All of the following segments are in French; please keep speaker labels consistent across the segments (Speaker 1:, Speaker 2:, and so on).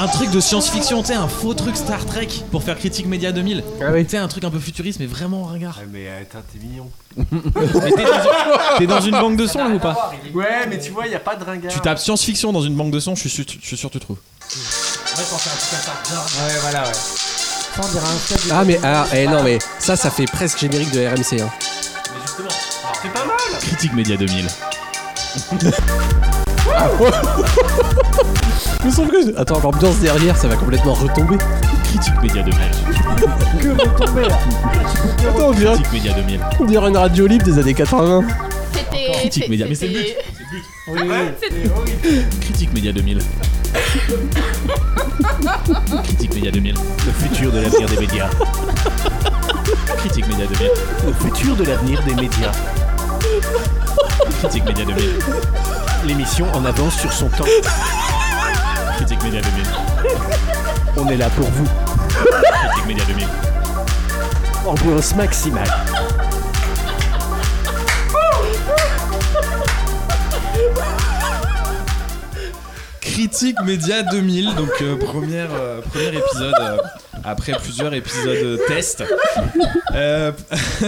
Speaker 1: Un truc de science-fiction, tu sais, un faux truc Star Trek pour faire Critique Média 2000.
Speaker 2: Ah oui.
Speaker 1: Tu sais, un truc un peu futuriste, mais vraiment regard.
Speaker 3: Ah, mais attends, t'es mignon.
Speaker 1: Mais t'es dans, une- t'es dans une banque de sons là ou pas
Speaker 3: Ouais, mais tu vois, y a pas de ringard.
Speaker 1: Tu tapes science-fiction dans une banque de sons, je suis sûr, je suis sûr que tu trouves.
Speaker 3: Ouais, voilà, ouais.
Speaker 4: On dirait un câble.
Speaker 2: Ah mais ah eh, non mais ça ça fait presque générique de RMC hein.
Speaker 3: C'est pas mal.
Speaker 1: Critique Média 2000.
Speaker 2: Mais sauf que attends l'ambiance derrière ça va complètement retomber.
Speaker 1: Critique Média 2000.
Speaker 4: Que vous tombez là
Speaker 2: Attends, on dirait,
Speaker 1: Critique Média 2000.
Speaker 2: on dirait une radio libre des années 80.
Speaker 5: C'était.
Speaker 1: critique
Speaker 5: c'est-
Speaker 1: média, mais c'est le but.
Speaker 5: c'était-
Speaker 4: Oui, oui.
Speaker 1: Critique Média 2000. Critique Média 2000.
Speaker 6: Le futur de l'avenir des médias.
Speaker 1: Critique Média 2000.
Speaker 6: Le futur de l'avenir des médias.
Speaker 1: Critique Média 2000.
Speaker 6: L'émission en avance sur son temps.
Speaker 1: Critique Média 2000.
Speaker 6: On est là pour vous.
Speaker 1: Critique Média 2000.
Speaker 6: Ambiance maximale.
Speaker 1: Critique Média 2000, donc euh, première, euh, premier épisode euh, après plusieurs épisodes test. Euh,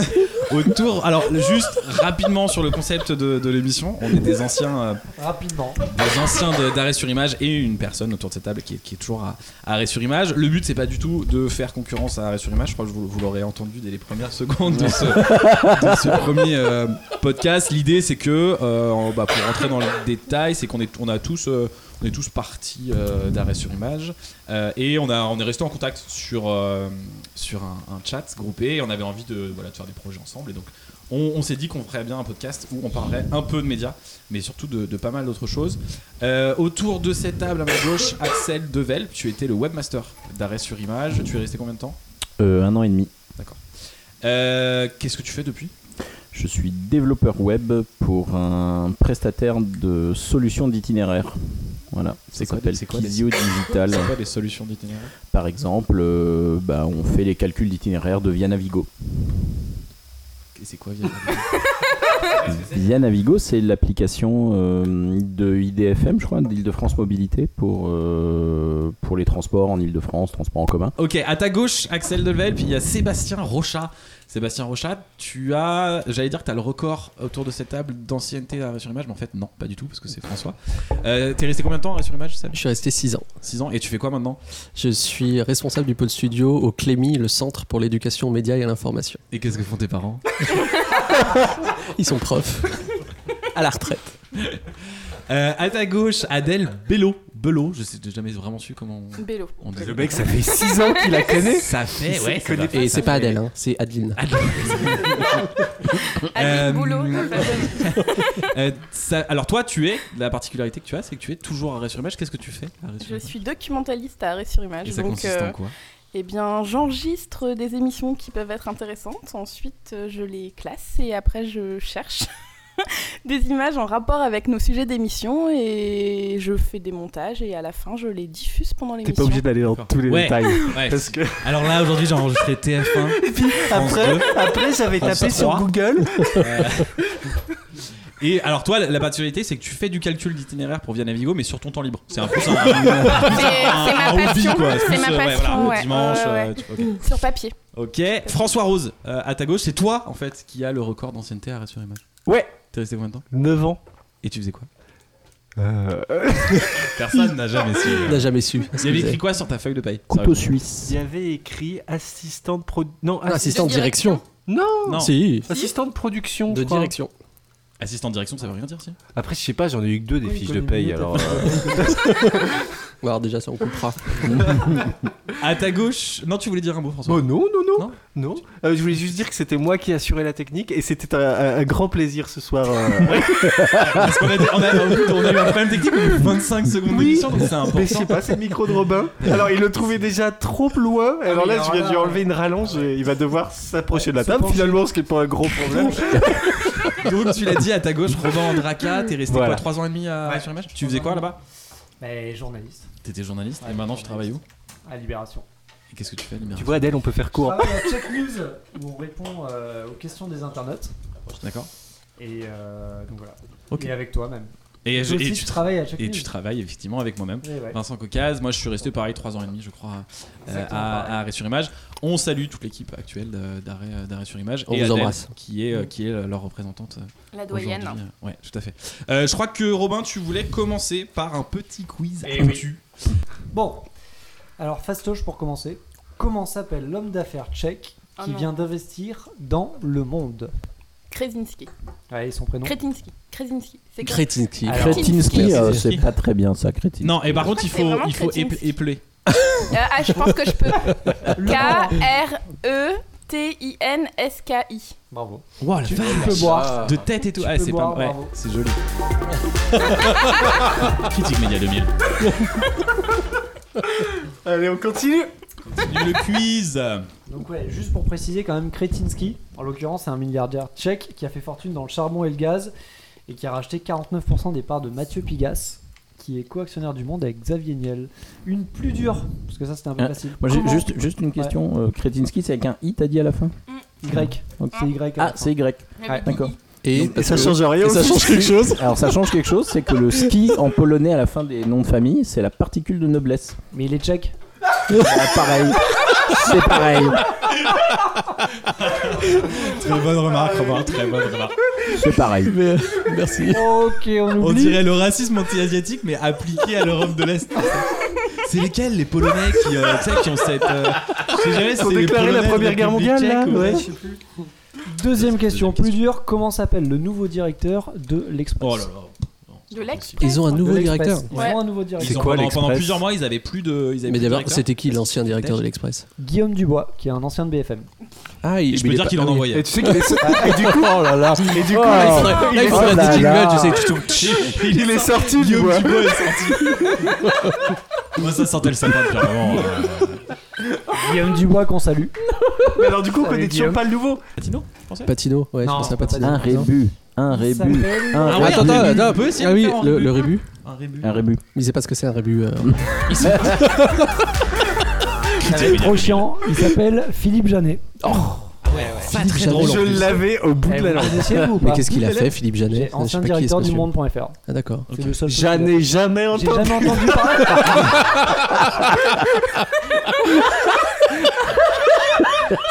Speaker 1: autour, alors juste rapidement sur le concept de, de l'émission, on est des anciens euh,
Speaker 4: Rapidement.
Speaker 1: des anciens de- d'arrêt sur image et une personne autour de cette table qui est, qui est toujours à, à arrêt sur image. Le but, c'est pas du tout de faire concurrence à arrêt sur image. Je crois que vous, vous l'aurez entendu dès les premières secondes de ce, de ce premier euh, podcast. L'idée, c'est que, euh, en- bah, pour rentrer dans le détail, c'est qu'on est, on a tous. euh, on est tous partis euh, d'arrêt sur image Euh, et on, a, on est resté en contact sur, euh, sur un, un chat groupé et on avait envie de, voilà, de faire des projets ensemble et donc on, on s'est dit qu'on ferait bien un podcast où on parlerait un peu de médias mais surtout de, de pas mal d'autres choses euh, autour de cette table à ma gauche, Axel Devel, tu étais le webmaster d'arrêt sur image. Tu es resté combien de temps
Speaker 7: Euh, un an et demi.
Speaker 1: Euh, Qu'est-ce que tu fais depuis
Speaker 7: Je suis développeur web pour un prestataire de solutions d'itinéraires. Voilà,
Speaker 1: C'est
Speaker 7: ça
Speaker 1: quoi-
Speaker 7: s'appelle
Speaker 1: c'est quoi les-
Speaker 7: Kizio Digital.
Speaker 1: C'est quoi les solutions d'itinéraire
Speaker 7: Par exemple, euh, bah, on fait les calculs d'itinéraires de Via Navigo.
Speaker 1: Et c'est quoi Via
Speaker 7: Via Navigo, c'est l'application euh, de IDFM, je crois, d'Île-de-France Mobilité pour, euh, pour les transports en Île-de-France, transports en commun.
Speaker 1: Ok, à ta gauche, Axel Devel, puis il y a Sébastien Rochat. Sébastien Rochat, tu as, j'allais dire que tu as le record autour de cette table d'ancienneté d'arrêt sur image, mais en fait, non, pas du tout, parce que c'est François. Euh, T'es resté combien de temps à arrêt sur image, Seb
Speaker 2: Je suis resté 6 ans.
Speaker 1: 6 ans, et tu fais quoi maintenant
Speaker 2: Je suis responsable du pôle studio au Clémy, le centre pour l'éducation aux médias et à l'information.
Speaker 1: Et qu'est-ce que font tes parents
Speaker 2: Ils sont profs. à la retraite.
Speaker 1: Euh, à ta gauche, Adèle Bello. Bello, je sais j'ai jamais vraiment su comment on,
Speaker 5: Bélo.
Speaker 1: on dit.
Speaker 3: Le mec, ça fait 6 ans qu'il la connaît.
Speaker 1: Ça fait,
Speaker 3: Il
Speaker 1: ouais,
Speaker 3: se connaît
Speaker 1: ça
Speaker 2: Et
Speaker 1: fait,
Speaker 2: c'est
Speaker 1: ça
Speaker 2: pas
Speaker 1: fait.
Speaker 2: Adèle, hein, c'est Adeline.
Speaker 5: Avec boulot.
Speaker 1: Mm. Euh,
Speaker 5: la famille.
Speaker 1: Euh, ça- alors toi, tu es, la particularité que tu as, c'est que tu es toujours à Arrêt sur Image. Qu'est-ce que tu fais à Arrêt sur
Speaker 5: Je
Speaker 1: Image
Speaker 5: suis documentaliste à Arrêt sur Image.
Speaker 1: Et ça
Speaker 5: donc,
Speaker 1: consiste
Speaker 5: euh,
Speaker 1: en quoi
Speaker 5: eh bien, j'enregistre des émissions qui peuvent être intéressantes. Ensuite, euh, je les classe et après, je cherche des images en rapport avec nos sujets d'émission et je fais des montages et à la fin, je les diffuse pendant
Speaker 3: T'es pas
Speaker 5: l'émission.
Speaker 3: obligé d'aller dans
Speaker 1: D'accord.
Speaker 3: tous les
Speaker 1: Ouais.
Speaker 3: détails.
Speaker 1: Ouais.
Speaker 3: Parce que
Speaker 1: Alors là, aujourd'hui, j'ai enregistré TF1. France
Speaker 3: après,
Speaker 1: 2.
Speaker 3: après j'avais
Speaker 1: France
Speaker 3: tapé sur
Speaker 1: trois.
Speaker 3: Google.
Speaker 1: Euh, Et alors toi, la la particularité, c'est que tu fais du calcul d'itinéraire pour Via Navigo, mais sur ton temps libre. C'est un peu ça.
Speaker 5: C'est c'est ma passion.
Speaker 1: plus,
Speaker 5: C'est ma
Speaker 1: euh, ouais, voilà,
Speaker 5: passion.
Speaker 1: le
Speaker 5: ouais.
Speaker 1: Dimanche.
Speaker 5: Ouais, ouais,
Speaker 1: euh,
Speaker 5: ouais.
Speaker 1: tu- ok.
Speaker 5: Sur papier.
Speaker 1: Ok, François Rose, euh, à ta gauche, c'est toi en fait qui a le record d'ancienneté à Arrêt sur Image.
Speaker 3: Ouais.
Speaker 1: T'es resté combien de temps
Speaker 3: 9 ans.
Speaker 1: Et tu faisais quoi
Speaker 3: Euh,
Speaker 1: Personne n'a jamais su. euh.
Speaker 2: On n'a jamais su.
Speaker 1: Il y avait écrit quoi sur ta feuille de paille
Speaker 7: Couteau suisse.
Speaker 3: Il y avait écrit assistant de pro... Non,
Speaker 2: Ah,
Speaker 3: assistant
Speaker 2: assistant de direction.
Speaker 3: Non
Speaker 1: Non.
Speaker 2: Si,
Speaker 3: Assistant de production.
Speaker 2: de
Speaker 3: je crois.
Speaker 2: direction.
Speaker 1: Assistant de direction, ça veut rien dire, si
Speaker 6: Après, je sais pas, j'en ai eu que deux des
Speaker 3: Oui,
Speaker 6: fiches
Speaker 3: comme
Speaker 6: de
Speaker 3: une
Speaker 6: paye.
Speaker 3: minute
Speaker 6: Alors, euh,
Speaker 2: Alors déjà ça on coupera.
Speaker 1: À ta gauche. Non, tu voulais dire un mot, François.
Speaker 3: Oh non, non, non.
Speaker 1: Non
Speaker 3: Non. Euh, je voulais juste dire que c'était moi qui assurais la technique et c'était un, un- un grand plaisir ce soir. euh.
Speaker 1: Parce qu'on a, on a- oh, on a eu un problème technique au bout de 25 secondes
Speaker 3: Oui.
Speaker 1: d'émission, donc c'est
Speaker 3: Mais je
Speaker 1: important.
Speaker 3: sais pas, c'est le micro de Robin. Alors il le trouvait déjà trop loin. Ah Alors là, euh, je viens de lui enlever une rallonge. et Il va devoir s'approcher de la table. Finalement, ce qui est pas un gros problème.
Speaker 1: Donc tu l'as dit à ta gauche, Robin Andraka, t'es resté
Speaker 3: Voilà.
Speaker 1: quoi 3 ans et demi à Arrêt sur Image Tu faisais quoi là-bas
Speaker 8: Mais journaliste
Speaker 1: T'étais journaliste et
Speaker 8: Ouais,
Speaker 1: maintenant tu travailles où
Speaker 8: à Libération.
Speaker 1: Et qu'est-ce que tu fais, Lumière
Speaker 3: vois, Adèle, on peut faire
Speaker 8: Je
Speaker 3: court.
Speaker 8: travaille à Check News où on répond euh, aux questions des internautes.
Speaker 1: D'accord
Speaker 8: Et euh, donc voilà.
Speaker 1: Ok.
Speaker 8: Et avec toi-même.
Speaker 1: Et, je-
Speaker 8: Toi
Speaker 1: et
Speaker 8: aussi,
Speaker 1: tu, tra- Ah.
Speaker 8: travailles à Eh chaque
Speaker 1: et tu travailles effectivement avec moi-même.
Speaker 8: travailles.
Speaker 1: Vincent Cocaz, moi je suis resté pareil 3 ans et demi je crois euh,
Speaker 8: Exactement pareil.
Speaker 1: à, à Arrêt sur Image. On salue toute l'équipe actuelle de- d'Arrêt euh, d'Arrêt sur Image
Speaker 2: On
Speaker 1: et
Speaker 2: vous
Speaker 1: Adèle,
Speaker 2: embrasse.
Speaker 1: qui est euh, qui est leur représentante euh,
Speaker 5: La
Speaker 1: aujourd'hui.
Speaker 5: doyenne.
Speaker 1: Ouais, tout à fait. Euh, je crois que Robin tu voulais commencer par un petit quiz
Speaker 8: Eh
Speaker 1: actu.
Speaker 8: Bon, alors fastoche pour commencer. Comment s'appelle l'homme d'affaires tchèque
Speaker 5: Oh
Speaker 8: qui
Speaker 5: non.
Speaker 8: vient d'investir dans le monde
Speaker 5: Kresinski.
Speaker 8: Ouais, et son prénom
Speaker 5: Kretinski. Kresinski. C'est quoi
Speaker 2: Kretinsky.
Speaker 8: Alors-
Speaker 7: Kretinsky,
Speaker 2: Merci.
Speaker 7: euh, c'est pas très bien ça, Kretinsky.
Speaker 1: Non, et par contre il
Speaker 5: c'est
Speaker 1: faut
Speaker 5: vraiment
Speaker 1: il faut
Speaker 5: crétin.
Speaker 1: ép- épeler.
Speaker 5: Euh, Ah, je pense que je peux.
Speaker 8: Le prénom.
Speaker 5: K-R-E-T-I-N-S-K-I.
Speaker 8: Bravo.
Speaker 1: Oh
Speaker 2: Wow, la
Speaker 8: Tu, tu
Speaker 2: vache.
Speaker 1: Ah.
Speaker 8: peux boire.
Speaker 1: De tête et tout.
Speaker 8: Tu
Speaker 1: Ah,
Speaker 8: peux
Speaker 1: c'est pas
Speaker 8: boire,
Speaker 1: ouais,
Speaker 8: bravo.
Speaker 1: c'est joli. Critique média 2000.
Speaker 3: Allez, on continue.
Speaker 1: Le quiz.
Speaker 8: Donc ouais, juste pour préciser quand même, Kretinsky, en l'occurrence, c'est un milliardaire tchèque qui a fait fortune dans le charbon et le gaz et qui a racheté 49% des parts de Mathieu Pigas, qui est co-actionnaire du Monde avec Xavier Niel. Une plus dure, parce que ça c'était un peu
Speaker 7: Hein,
Speaker 8: facile.
Speaker 7: Moi, j'ai
Speaker 8: Comment-
Speaker 7: juste, juste une question. euh, Kretinsky, c'est avec un I, t'as dit à la fin
Speaker 8: Y.
Speaker 7: Ok.
Speaker 8: C'est Y. hein. à la
Speaker 7: Ah,
Speaker 8: fin.
Speaker 7: c'est Y.
Speaker 8: Ouais.
Speaker 7: D'accord.
Speaker 2: Et
Speaker 7: Donc,
Speaker 2: ça change.
Speaker 3: rien.
Speaker 7: Et ça
Speaker 3: aussi.
Speaker 7: change quelque chose Alors, ça change quelque chose, c'est que le ski en polonais à la fin des noms de famille, c'est la particule de noblesse.
Speaker 8: Mais il est tchèque.
Speaker 7: Voilà, pareil. C'est pareil.
Speaker 1: Très bonne remarque, Robin. Très bonne remarque.
Speaker 7: C'est pareil.
Speaker 2: Mais, euh, merci.
Speaker 8: Ok, on
Speaker 1: On
Speaker 8: oublie.
Speaker 1: dirait le racisme anti-asiatique, mais appliqué à l'Europe de l'Est. C'est lesquels les Polonais qui, euh, tu sais, qui ont cette. euh, je sais jamais si
Speaker 3: Ils ont
Speaker 1: c'est les
Speaker 3: déclaré la
Speaker 1: Polonais de
Speaker 3: Première Guerre
Speaker 1: République
Speaker 3: mondiale,
Speaker 1: tchèque
Speaker 3: là,
Speaker 1: ou-
Speaker 3: ouais.
Speaker 8: Deuxième question,
Speaker 1: Deuxième
Speaker 8: plus dure, comment s'appelle le nouveau directeur de l'Express
Speaker 1: Oh là là. Non, c'est
Speaker 5: De
Speaker 1: pas
Speaker 5: l'ex-
Speaker 1: possible.
Speaker 2: Ils ont un
Speaker 8: De
Speaker 2: nouveau
Speaker 8: l'Express.
Speaker 2: directeur.
Speaker 8: Ils
Speaker 5: Ouais.
Speaker 8: ont un nouveau
Speaker 1: Ils
Speaker 8: directeur.
Speaker 1: ont,
Speaker 6: quoi,
Speaker 1: pendant, pendant
Speaker 6: l'Express
Speaker 1: plusieurs mois, ils avaient plus de. Ils avaient
Speaker 2: Mais
Speaker 1: plus de
Speaker 2: d'abord,
Speaker 1: directeur.
Speaker 2: c'était qui l'ancien directeur de l'Express
Speaker 8: Guillaume Dubois, qui est un ancien de BFM.
Speaker 2: Ah, il,
Speaker 1: Je peux dire qu'il en
Speaker 3: Et
Speaker 1: envoyait.
Speaker 3: tu sais qu'il est. et du coup,
Speaker 2: Oh là là.
Speaker 3: et du coup,
Speaker 2: Là, il
Speaker 3: il est-
Speaker 2: faudrait, là, il
Speaker 3: est-
Speaker 2: faudrait
Speaker 7: oh
Speaker 2: des
Speaker 7: là
Speaker 2: jingles,
Speaker 7: là.
Speaker 2: tu sais, que tu tombes.
Speaker 3: il est sorti du
Speaker 1: Guillaume
Speaker 3: bois.
Speaker 1: Dubois est sorti. Moi, ça sentait le sapin depuis un moment. euh,
Speaker 8: Guillaume Dubois, qu'on salue.
Speaker 3: Mais alors, du coup, on
Speaker 8: Salut,
Speaker 3: connaît toujours
Speaker 8: Guillaume.
Speaker 3: pas le nouveau.
Speaker 1: Patino, je pensais.
Speaker 2: Patino, ouais,
Speaker 8: Non,
Speaker 2: je pense à
Speaker 8: pas
Speaker 2: Patino.
Speaker 7: Un rébut. Un
Speaker 8: Il
Speaker 7: rébut.
Speaker 8: s'appelle-
Speaker 7: Un
Speaker 1: Ah
Speaker 7: rébut.
Speaker 1: ouais, un
Speaker 2: attends,
Speaker 1: rébut,
Speaker 2: attends,
Speaker 1: on peut essayer
Speaker 2: Ah
Speaker 1: de
Speaker 2: oui,
Speaker 1: faire un
Speaker 2: le,
Speaker 1: rébut.
Speaker 2: le rébut.
Speaker 1: Un rébut.
Speaker 7: Un rébut.
Speaker 2: Mais c'est pas ce que c'est un rébut. euh,
Speaker 8: C'est trop chiant. Il s'appelle Philippe Janet.
Speaker 1: Pas très
Speaker 2: Jeannet.
Speaker 1: drôle. en
Speaker 3: Je
Speaker 1: plus.
Speaker 3: l'avais au bout
Speaker 6: Eh
Speaker 3: de la langue.
Speaker 8: vous ou
Speaker 2: Mais
Speaker 8: pas
Speaker 2: qu'est-ce qu'il a fait, Philippe Janet
Speaker 8: J'ai
Speaker 2: Je sais
Speaker 8: Ancien
Speaker 2: pas qui est ce
Speaker 8: directeur du
Speaker 2: monsieur.
Speaker 8: monde.fr.
Speaker 2: Ah d'accord.
Speaker 8: C'est le seul. truc
Speaker 3: J'en ai jamais
Speaker 8: qu'il a- J'ai
Speaker 3: entendu.
Speaker 8: jamais entendu parler.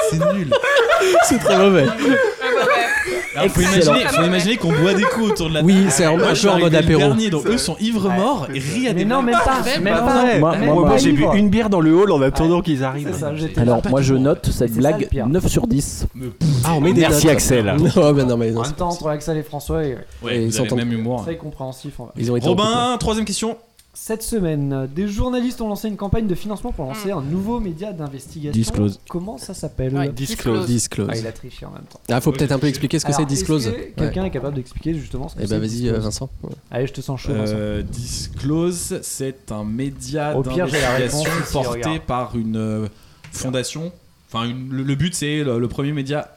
Speaker 1: C'est nul.
Speaker 2: C'est très mauvais.
Speaker 1: Alors, faut
Speaker 7: Excellent.
Speaker 1: imaginer, faut imaginer qu'on boit des coups autour de la
Speaker 2: Oui, c'est un,
Speaker 1: Moi,
Speaker 2: un
Speaker 1: je suis
Speaker 2: peu en mode
Speaker 1: arrivé le
Speaker 2: apéro.
Speaker 1: dernier, donc eux sont ivres morts et rient à des
Speaker 8: Mais non, même pas. Même
Speaker 3: Pas
Speaker 8: pas.
Speaker 3: vrai.
Speaker 7: Moi-
Speaker 8: Même
Speaker 7: moi,
Speaker 8: pas.
Speaker 7: moi,
Speaker 3: j'ai Ah, bu
Speaker 8: Livre.
Speaker 3: une bière dans le hall en attendant qu'ils arrivent.
Speaker 8: C'est ça, j'étais.
Speaker 7: Alors, moi, je note cette
Speaker 8: ça, le
Speaker 7: blague
Speaker 8: pire.
Speaker 7: 9 sur 10.
Speaker 2: Ah, on met des
Speaker 6: Merci
Speaker 2: notes.
Speaker 6: Axel.
Speaker 2: Non, mais non, mais
Speaker 8: En
Speaker 2: non.
Speaker 8: même temps, entre Axel et François, et-
Speaker 1: Ouais,
Speaker 2: Et
Speaker 1: vous
Speaker 2: ils
Speaker 1: avez
Speaker 2: s'entendent.
Speaker 1: le même humour.
Speaker 8: très compréhensif. en vrai.
Speaker 2: Ils ont été en couple.
Speaker 1: Robin, troisième question.
Speaker 8: Cette semaine, des journalistes ont lancé une campagne de financement pour lancer un nouveau média d'investigation.
Speaker 7: Disclose.
Speaker 8: Comment ça s'appelle
Speaker 5: Ouais,
Speaker 8: Ah,
Speaker 2: Disclose.
Speaker 8: il a triché en même temps.
Speaker 2: Ah, faut peut-être un peu expliquer ce que
Speaker 8: Alors,
Speaker 2: c'est
Speaker 8: est-ce
Speaker 2: disclose.
Speaker 8: que Quelqu'un est capable d'expliquer justement ce que
Speaker 2: Et
Speaker 8: c'est
Speaker 2: bah vas-y
Speaker 8: disclose
Speaker 2: euh, Vincent.
Speaker 8: Allez, je te sens chaud. Vincent.
Speaker 1: Euh, Disclose, c'est un média
Speaker 8: Au pire, j'ai la réponse
Speaker 1: d'investigation
Speaker 8: si tu
Speaker 1: porté
Speaker 8: regardes.
Speaker 1: par une euh, fondation. Enfin, une- le, le but, c'est le, le premier média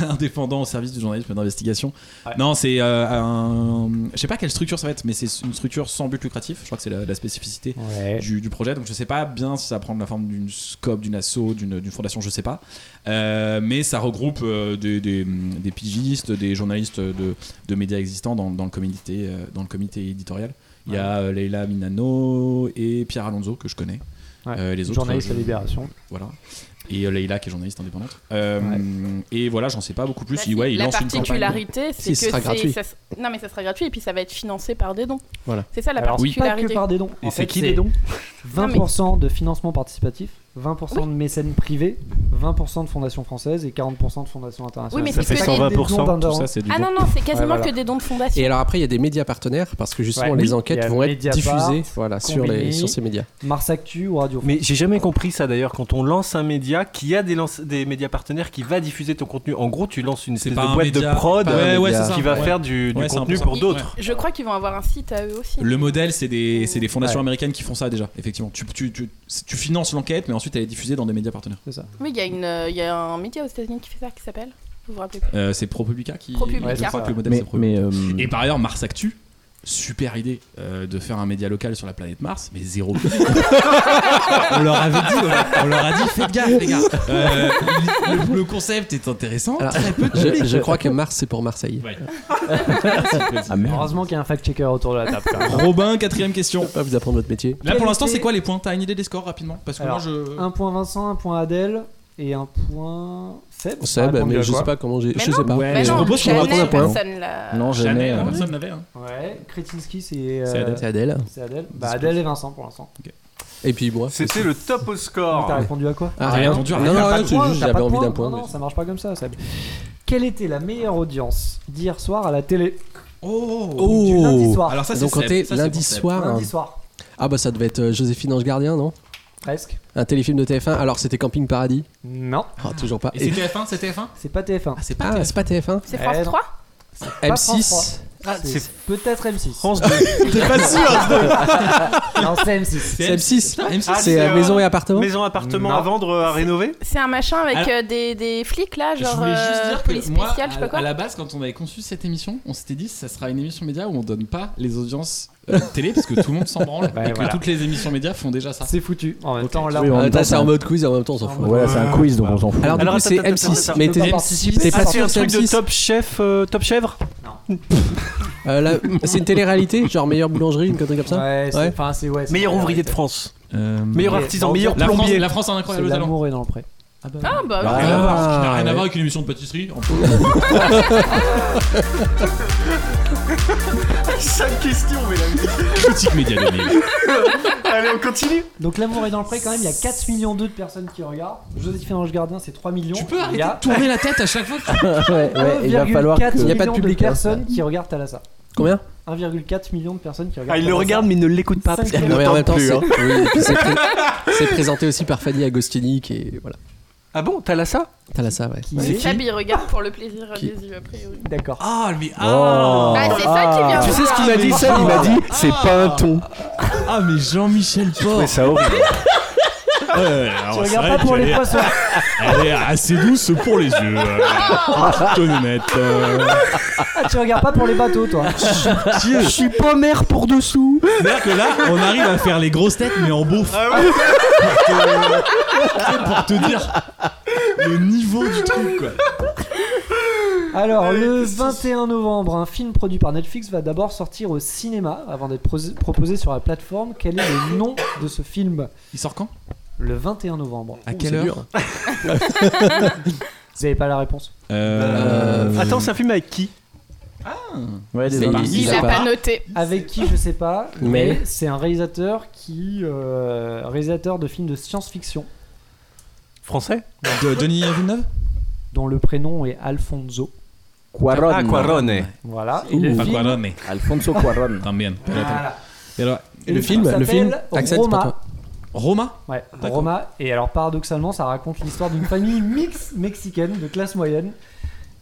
Speaker 1: indépendant au service du journalisme d'investigation.
Speaker 8: Ouais.
Speaker 1: Non, c'est euh, un. Je sais pas quelle structure ça va être, mais c'est une structure sans but lucratif. Je crois que c'est la, la spécificité
Speaker 8: Ouais.
Speaker 1: du, du projet. Donc je sais pas bien si ça prend la forme d'une scope, d'une asso, d'une d'une fondation, je sais pas. Euh, mais ça regroupe euh, des, des- des pigistes, des journalistes de, de médias existants dans, dans le comité, euh, dans le comité éditorial. Il y a euh, Leila Minano et Pierre Alonso que je connais.
Speaker 8: Ouais.
Speaker 1: Euh, les autres,
Speaker 8: Journaliste
Speaker 1: je-
Speaker 8: à Libération.
Speaker 1: voilà. Et euh, Leïla qui est journaliste indépendante. Euh,
Speaker 8: Ouais.
Speaker 1: Et voilà, j'en sais pas beaucoup plus. Il- ouais, il
Speaker 5: Bah, la
Speaker 1: lance une campagne.
Speaker 5: particularité,
Speaker 2: Si,
Speaker 5: c'est
Speaker 2: ce
Speaker 5: que
Speaker 2: sera
Speaker 5: c'est-
Speaker 2: gratuit.
Speaker 5: ça s- non mais ça sera gratuit et puis ça va être financé par des dons.
Speaker 2: Voilà.
Speaker 5: C'est ça la
Speaker 8: Alors,
Speaker 1: oui.
Speaker 8: Pas
Speaker 5: particularité.
Speaker 8: que par des dons.
Speaker 3: Et
Speaker 8: En
Speaker 3: c'est
Speaker 8: fait,
Speaker 3: qui les dons
Speaker 8: 20% de financement participatif, 20% de mécènes privés, 20% de fondations françaises et 40% de fondations internationales.
Speaker 5: Oui, mais Ça c'est fait que des-
Speaker 3: 120%,
Speaker 8: des dons d'un
Speaker 1: Tout
Speaker 8: an.
Speaker 1: ça, c'est du
Speaker 5: Ah
Speaker 1: don.
Speaker 5: non non, c'est quasiment
Speaker 8: voilà.
Speaker 5: que des dons de fondation.
Speaker 2: Et alors après il y a des médias partenaires parce que justement
Speaker 8: Ouais,
Speaker 2: les
Speaker 8: oui. Il y
Speaker 2: enquêtes
Speaker 8: a
Speaker 2: vont être
Speaker 8: Mediapart,
Speaker 2: diffusées voilà sur les
Speaker 8: Combini.
Speaker 2: sur ces médias.
Speaker 8: Mars Actu ou Radio
Speaker 6: Mais j'ai jamais compris ça d'ailleurs. Quand on lance un média, qui a des, lance- des médias partenaires qui va diffuser ton contenu. En gros, tu lances une
Speaker 1: C'est
Speaker 6: espèce
Speaker 1: pas
Speaker 6: de
Speaker 1: un
Speaker 6: boîte
Speaker 1: média,
Speaker 6: de prod
Speaker 1: pas un
Speaker 6: euh,
Speaker 1: média.
Speaker 6: qui va
Speaker 1: Ouais.
Speaker 6: faire du, du
Speaker 1: Ouais, c'est un
Speaker 6: contenu
Speaker 1: peu
Speaker 6: pour
Speaker 1: ça.
Speaker 6: d'autres.
Speaker 5: Je crois qu'ils vont avoir un site à eux aussi.
Speaker 1: Le modèle, c'est des, c'est des fondations
Speaker 8: Ouais.
Speaker 1: américaines qui font ça déjà, effectivement. Tu, tu, tu, tu finances l'enquête, mais ensuite elle est diffusée dans des médias partenaires.
Speaker 5: Oui, il y a une euh, il y a un média aux États-Unis qui fait ça qui s'appelle Vous vous rappelez pas
Speaker 1: Euh, c'est ProPublica qui.
Speaker 5: ProPublica.
Speaker 1: Je crois que le modèle,
Speaker 7: Mais,
Speaker 1: c'est ProPublica.
Speaker 7: mais, euh,
Speaker 1: Et par ailleurs, Mars Actu, super idée euh, de faire un média local sur la planète Mars, mais zéro public. on leur avait dit, on leur- on leur a dit, faites gaffe les gars. Euh, le, le concept est intéressant,
Speaker 2: Alors,
Speaker 1: très peu de
Speaker 2: Je,
Speaker 1: public.
Speaker 2: je crois que Mars, c'est pour Marseille.
Speaker 1: Ouais.
Speaker 7: Ah merde.
Speaker 8: Heureusement qu'il y a un fact-checker autour de la table. quand même.
Speaker 1: Robin, quatrième question.
Speaker 2: Je vais pas vous apprendre votre métier.
Speaker 1: Là pour
Speaker 8: Quel
Speaker 1: l'instant,
Speaker 8: était-
Speaker 1: c'est quoi les points T'as une idée des scores rapidement Parce que
Speaker 8: Alors,
Speaker 1: moi je.
Speaker 8: Un point Vincent, un point Adèle et un point Seb.
Speaker 2: Seb,
Speaker 8: Ah,
Speaker 2: mais
Speaker 8: bon,
Speaker 2: je sais pas comment j'ai.
Speaker 5: Mais
Speaker 2: Je
Speaker 5: non,
Speaker 2: sais pas.
Speaker 1: mais
Speaker 5: Mais
Speaker 1: je
Speaker 5: non,
Speaker 1: propose qu'on
Speaker 5: jamais
Speaker 1: raconte un point.
Speaker 5: personne l'a-
Speaker 7: Non, jamais.
Speaker 1: Jamais,
Speaker 7: euh,
Speaker 1: personne n'avait. hein.
Speaker 8: Ouais, Kretinsky c'est. euh,
Speaker 1: C'est Adèle.
Speaker 2: C'est Adèle.
Speaker 8: C'est Adèle. Bah, Adèle et Vincent pour l'instant.
Speaker 2: Et puis moi.
Speaker 6: C'était le top au
Speaker 8: Donc,
Speaker 6: score.
Speaker 8: T'as répondu à quoi
Speaker 2: Ah,
Speaker 1: T'as rien entendu,
Speaker 2: Non,
Speaker 1: rien,
Speaker 2: non,
Speaker 1: pas
Speaker 2: ouais,
Speaker 1: de
Speaker 2: c'est
Speaker 8: Point,
Speaker 2: juste,
Speaker 8: t'as
Speaker 2: j'avais
Speaker 8: pas de
Speaker 2: envie
Speaker 8: point
Speaker 2: d'un point.
Speaker 8: Non, non,
Speaker 2: mais-
Speaker 8: ça marche pas comme ça, Seb. Quelle était la meilleure audience d'hier soir à la télé
Speaker 1: Oh.
Speaker 8: Du lundi soir.
Speaker 1: Alors ça c'est
Speaker 2: Donc quand
Speaker 1: Seb,
Speaker 2: t'es
Speaker 1: ça, c'est
Speaker 2: lundi
Speaker 1: pour Seb.
Speaker 2: soir.
Speaker 8: Lundi
Speaker 2: hein.
Speaker 8: soir,
Speaker 2: Ah bah ça devait être euh, Joséphine Ange Gardien, non
Speaker 8: presque.
Speaker 2: Un téléfilm de TF1. Alors c'était Camping Paradis.
Speaker 8: Non,
Speaker 2: Ah, toujours pas.
Speaker 1: Et c'était F1, c'était F1
Speaker 8: c'est pas TF1.
Speaker 1: Ah c'est pas.
Speaker 2: Ah, c'est pas TF1.
Speaker 5: C'est
Speaker 8: Eh
Speaker 5: France
Speaker 8: non.
Speaker 5: 3
Speaker 8: pas
Speaker 2: M6.
Speaker 8: France
Speaker 6: Ah,
Speaker 8: c'est peut-être M6.
Speaker 3: France 2.
Speaker 1: T'es pas sûr
Speaker 8: Non, c'est M6.
Speaker 2: C'est
Speaker 1: M6.
Speaker 2: M6.
Speaker 3: Ah,
Speaker 2: C'est
Speaker 3: c'est,
Speaker 2: euh,
Speaker 3: euh,
Speaker 2: Maison et Appartement.
Speaker 6: Maison, appartement
Speaker 8: Non.
Speaker 6: à vendre, euh, à rénover
Speaker 5: C'est un machin avec
Speaker 1: Alors-
Speaker 5: euh, des, des flics là,
Speaker 1: Je
Speaker 5: genre
Speaker 1: voulais juste
Speaker 5: euh,
Speaker 1: dire
Speaker 5: police
Speaker 1: que moi,
Speaker 5: spéciale, je sais
Speaker 1: à,
Speaker 5: pas quoi.
Speaker 1: à la base, quand on avait conçu cette émission, on s'était dit ça sera une émission média où on donne pas les audiences euh, télé parce que tout le monde s'en branle
Speaker 8: Ouais,
Speaker 1: et que
Speaker 8: voilà.
Speaker 1: toutes les émissions médias font déjà ça.
Speaker 8: C'est foutu. En même
Speaker 1: Ok.
Speaker 8: temps, là,
Speaker 7: Oui,
Speaker 8: on-
Speaker 7: en
Speaker 2: Ah,
Speaker 7: même
Speaker 2: t'as-
Speaker 7: temps,
Speaker 2: C'est en mode quiz en même temps, on s'en fout.
Speaker 7: Voilà, c'est un quiz donc on s'en fout.
Speaker 2: Alors du
Speaker 6: Alors,
Speaker 2: coup
Speaker 6: attends,
Speaker 2: c'est
Speaker 6: attends,
Speaker 2: M6.
Speaker 6: attends,
Speaker 2: Mais
Speaker 8: attends,
Speaker 2: t'es
Speaker 8: attends,
Speaker 2: t'es
Speaker 6: Ah,
Speaker 8: attends,
Speaker 2: pas
Speaker 8: attends,
Speaker 2: sûr sur M6
Speaker 6: chef, euh, top chèvre
Speaker 2: Euh, là, C'est une télé-réalité, genre meilleure boulangerie, une connerie comme ça
Speaker 8: Ouais, c'est-
Speaker 2: Ouais.
Speaker 8: enfin, c'est ouais. c'est-
Speaker 6: Meilleur
Speaker 8: ouais,
Speaker 6: ouvrier
Speaker 8: c'est-
Speaker 6: de France,
Speaker 1: Euh,
Speaker 6: meilleur
Speaker 8: Ok,
Speaker 6: artisan,
Speaker 8: bon,
Speaker 6: meilleur
Speaker 1: la, France,
Speaker 6: plombier.
Speaker 1: la France a un
Speaker 8: C'est
Speaker 1: incroyable talent.
Speaker 8: l'amour est dans le pré.
Speaker 5: Ah bah
Speaker 7: Ah,
Speaker 5: oui.
Speaker 1: Rien à voir, ce qui n'a
Speaker 2: Ah,
Speaker 1: rien à
Speaker 2: ouais.
Speaker 1: voir avec une émission de pâtisserie. en fait.
Speaker 6: Chaque question, mais la
Speaker 1: Boutique média de Lille.
Speaker 6: Allez, on continue
Speaker 8: Donc l'amour est dans le pré quand même, il y a 4 millions de personnes qui regardent. Joséphine Ange Gardien, c'est 3 millions.
Speaker 1: Tu peux arrêter
Speaker 8: Il y a
Speaker 1: de tourner la tête à chaque fois que tu-
Speaker 7: ouais, ouais, il va
Speaker 8: 1,4
Speaker 7: falloir que.
Speaker 2: Il y a
Speaker 8: millions
Speaker 2: pas de
Speaker 8: de,
Speaker 2: public, hein,
Speaker 8: personnes qui regardent Thalassa.
Speaker 2: Combien
Speaker 8: 1,4 million de personnes qui regardent.
Speaker 6: Ah, il le
Speaker 8: Thalassa.
Speaker 6: regarde, mais il ne l'écoute pas. parce qu'il
Speaker 8: Cinquième.
Speaker 6: ne
Speaker 2: Non, mais en
Speaker 6: tente
Speaker 2: même temps,
Speaker 6: plus,
Speaker 2: c'est
Speaker 6: hein.
Speaker 2: oui, et puis c'est pré- c'est présenté aussi par Fanny Agostini, qui est. Voilà.
Speaker 6: Ah bon, t'as là ça
Speaker 2: T'as la ça, ouais.
Speaker 8: Qui
Speaker 5: C'est
Speaker 8: est-
Speaker 5: Fab, il regarde pour le plaisir
Speaker 2: Qui-
Speaker 5: des yeux, a priori.
Speaker 8: D'accord.
Speaker 1: Ah, mais ah
Speaker 9: Oh.
Speaker 5: Ah, c'est ça qui vient
Speaker 7: Tu
Speaker 5: de
Speaker 7: sais ce
Speaker 5: voir.
Speaker 7: qu'il m'a dit, Seb Il m'a dit c'est pas un ton.
Speaker 1: Ah, mais Jean-Michel Port
Speaker 7: Ouais, ça horrible.
Speaker 1: Ah,
Speaker 8: Tu regardes pas pour les poissons.
Speaker 1: Elle est assez douce pour les yeux. Honnête.
Speaker 8: Ah, tu regardes pas pour les bateaux, toi.
Speaker 7: Je suis pas mère pour dessous.
Speaker 1: C'est-à-dire que là, on arrive à faire les grosses têtes, mais en beauf. pour, te... pour te dire le niveau du truc, quoi.
Speaker 8: Alors, le 21 novembre, un film produit par Netflix va d'abord sortir au cinéma avant d'être prosé- proposé sur la plateforme. Quel est le nom de ce film
Speaker 1: Il sort quand
Speaker 8: Le 21 novembre.
Speaker 2: À
Speaker 8: C'est
Speaker 2: quelle
Speaker 8: dur.
Speaker 2: heure
Speaker 8: Vous avez pas la réponse.
Speaker 1: euh...
Speaker 6: Attends, c'est un film avec qui
Speaker 7: Ouais,
Speaker 2: C'est-
Speaker 7: désolé.
Speaker 5: Il
Speaker 2: Il a
Speaker 5: a
Speaker 2: pas.
Speaker 5: pas noté.
Speaker 8: Avec qui, je sais pas. Mais,
Speaker 2: Mais-
Speaker 8: c'est un réalisateur qui. euh, réalisateur de films de science-fiction,
Speaker 6: Français
Speaker 2: Euh,
Speaker 1: de Denis Villeneuve
Speaker 8: dont le prénom est Alfonso.
Speaker 7: Cuarón.
Speaker 6: Ah, Quarone.
Speaker 8: Voilà. Et le
Speaker 1: Pas
Speaker 8: film,
Speaker 1: Guarone,
Speaker 7: Alfonso Cuarón.
Speaker 1: también. Pero-
Speaker 8: Voilà.
Speaker 1: pero-
Speaker 8: Et
Speaker 2: Le film, le film,
Speaker 8: s'appelle
Speaker 2: Axel, c'est pas
Speaker 8: Roma.
Speaker 2: toi.
Speaker 1: Roma
Speaker 8: Ouais,
Speaker 1: D'accord.
Speaker 8: Roma. Et alors, paradoxalement, ça raconte l'histoire d'une famille mix mexicaine de classe moyenne.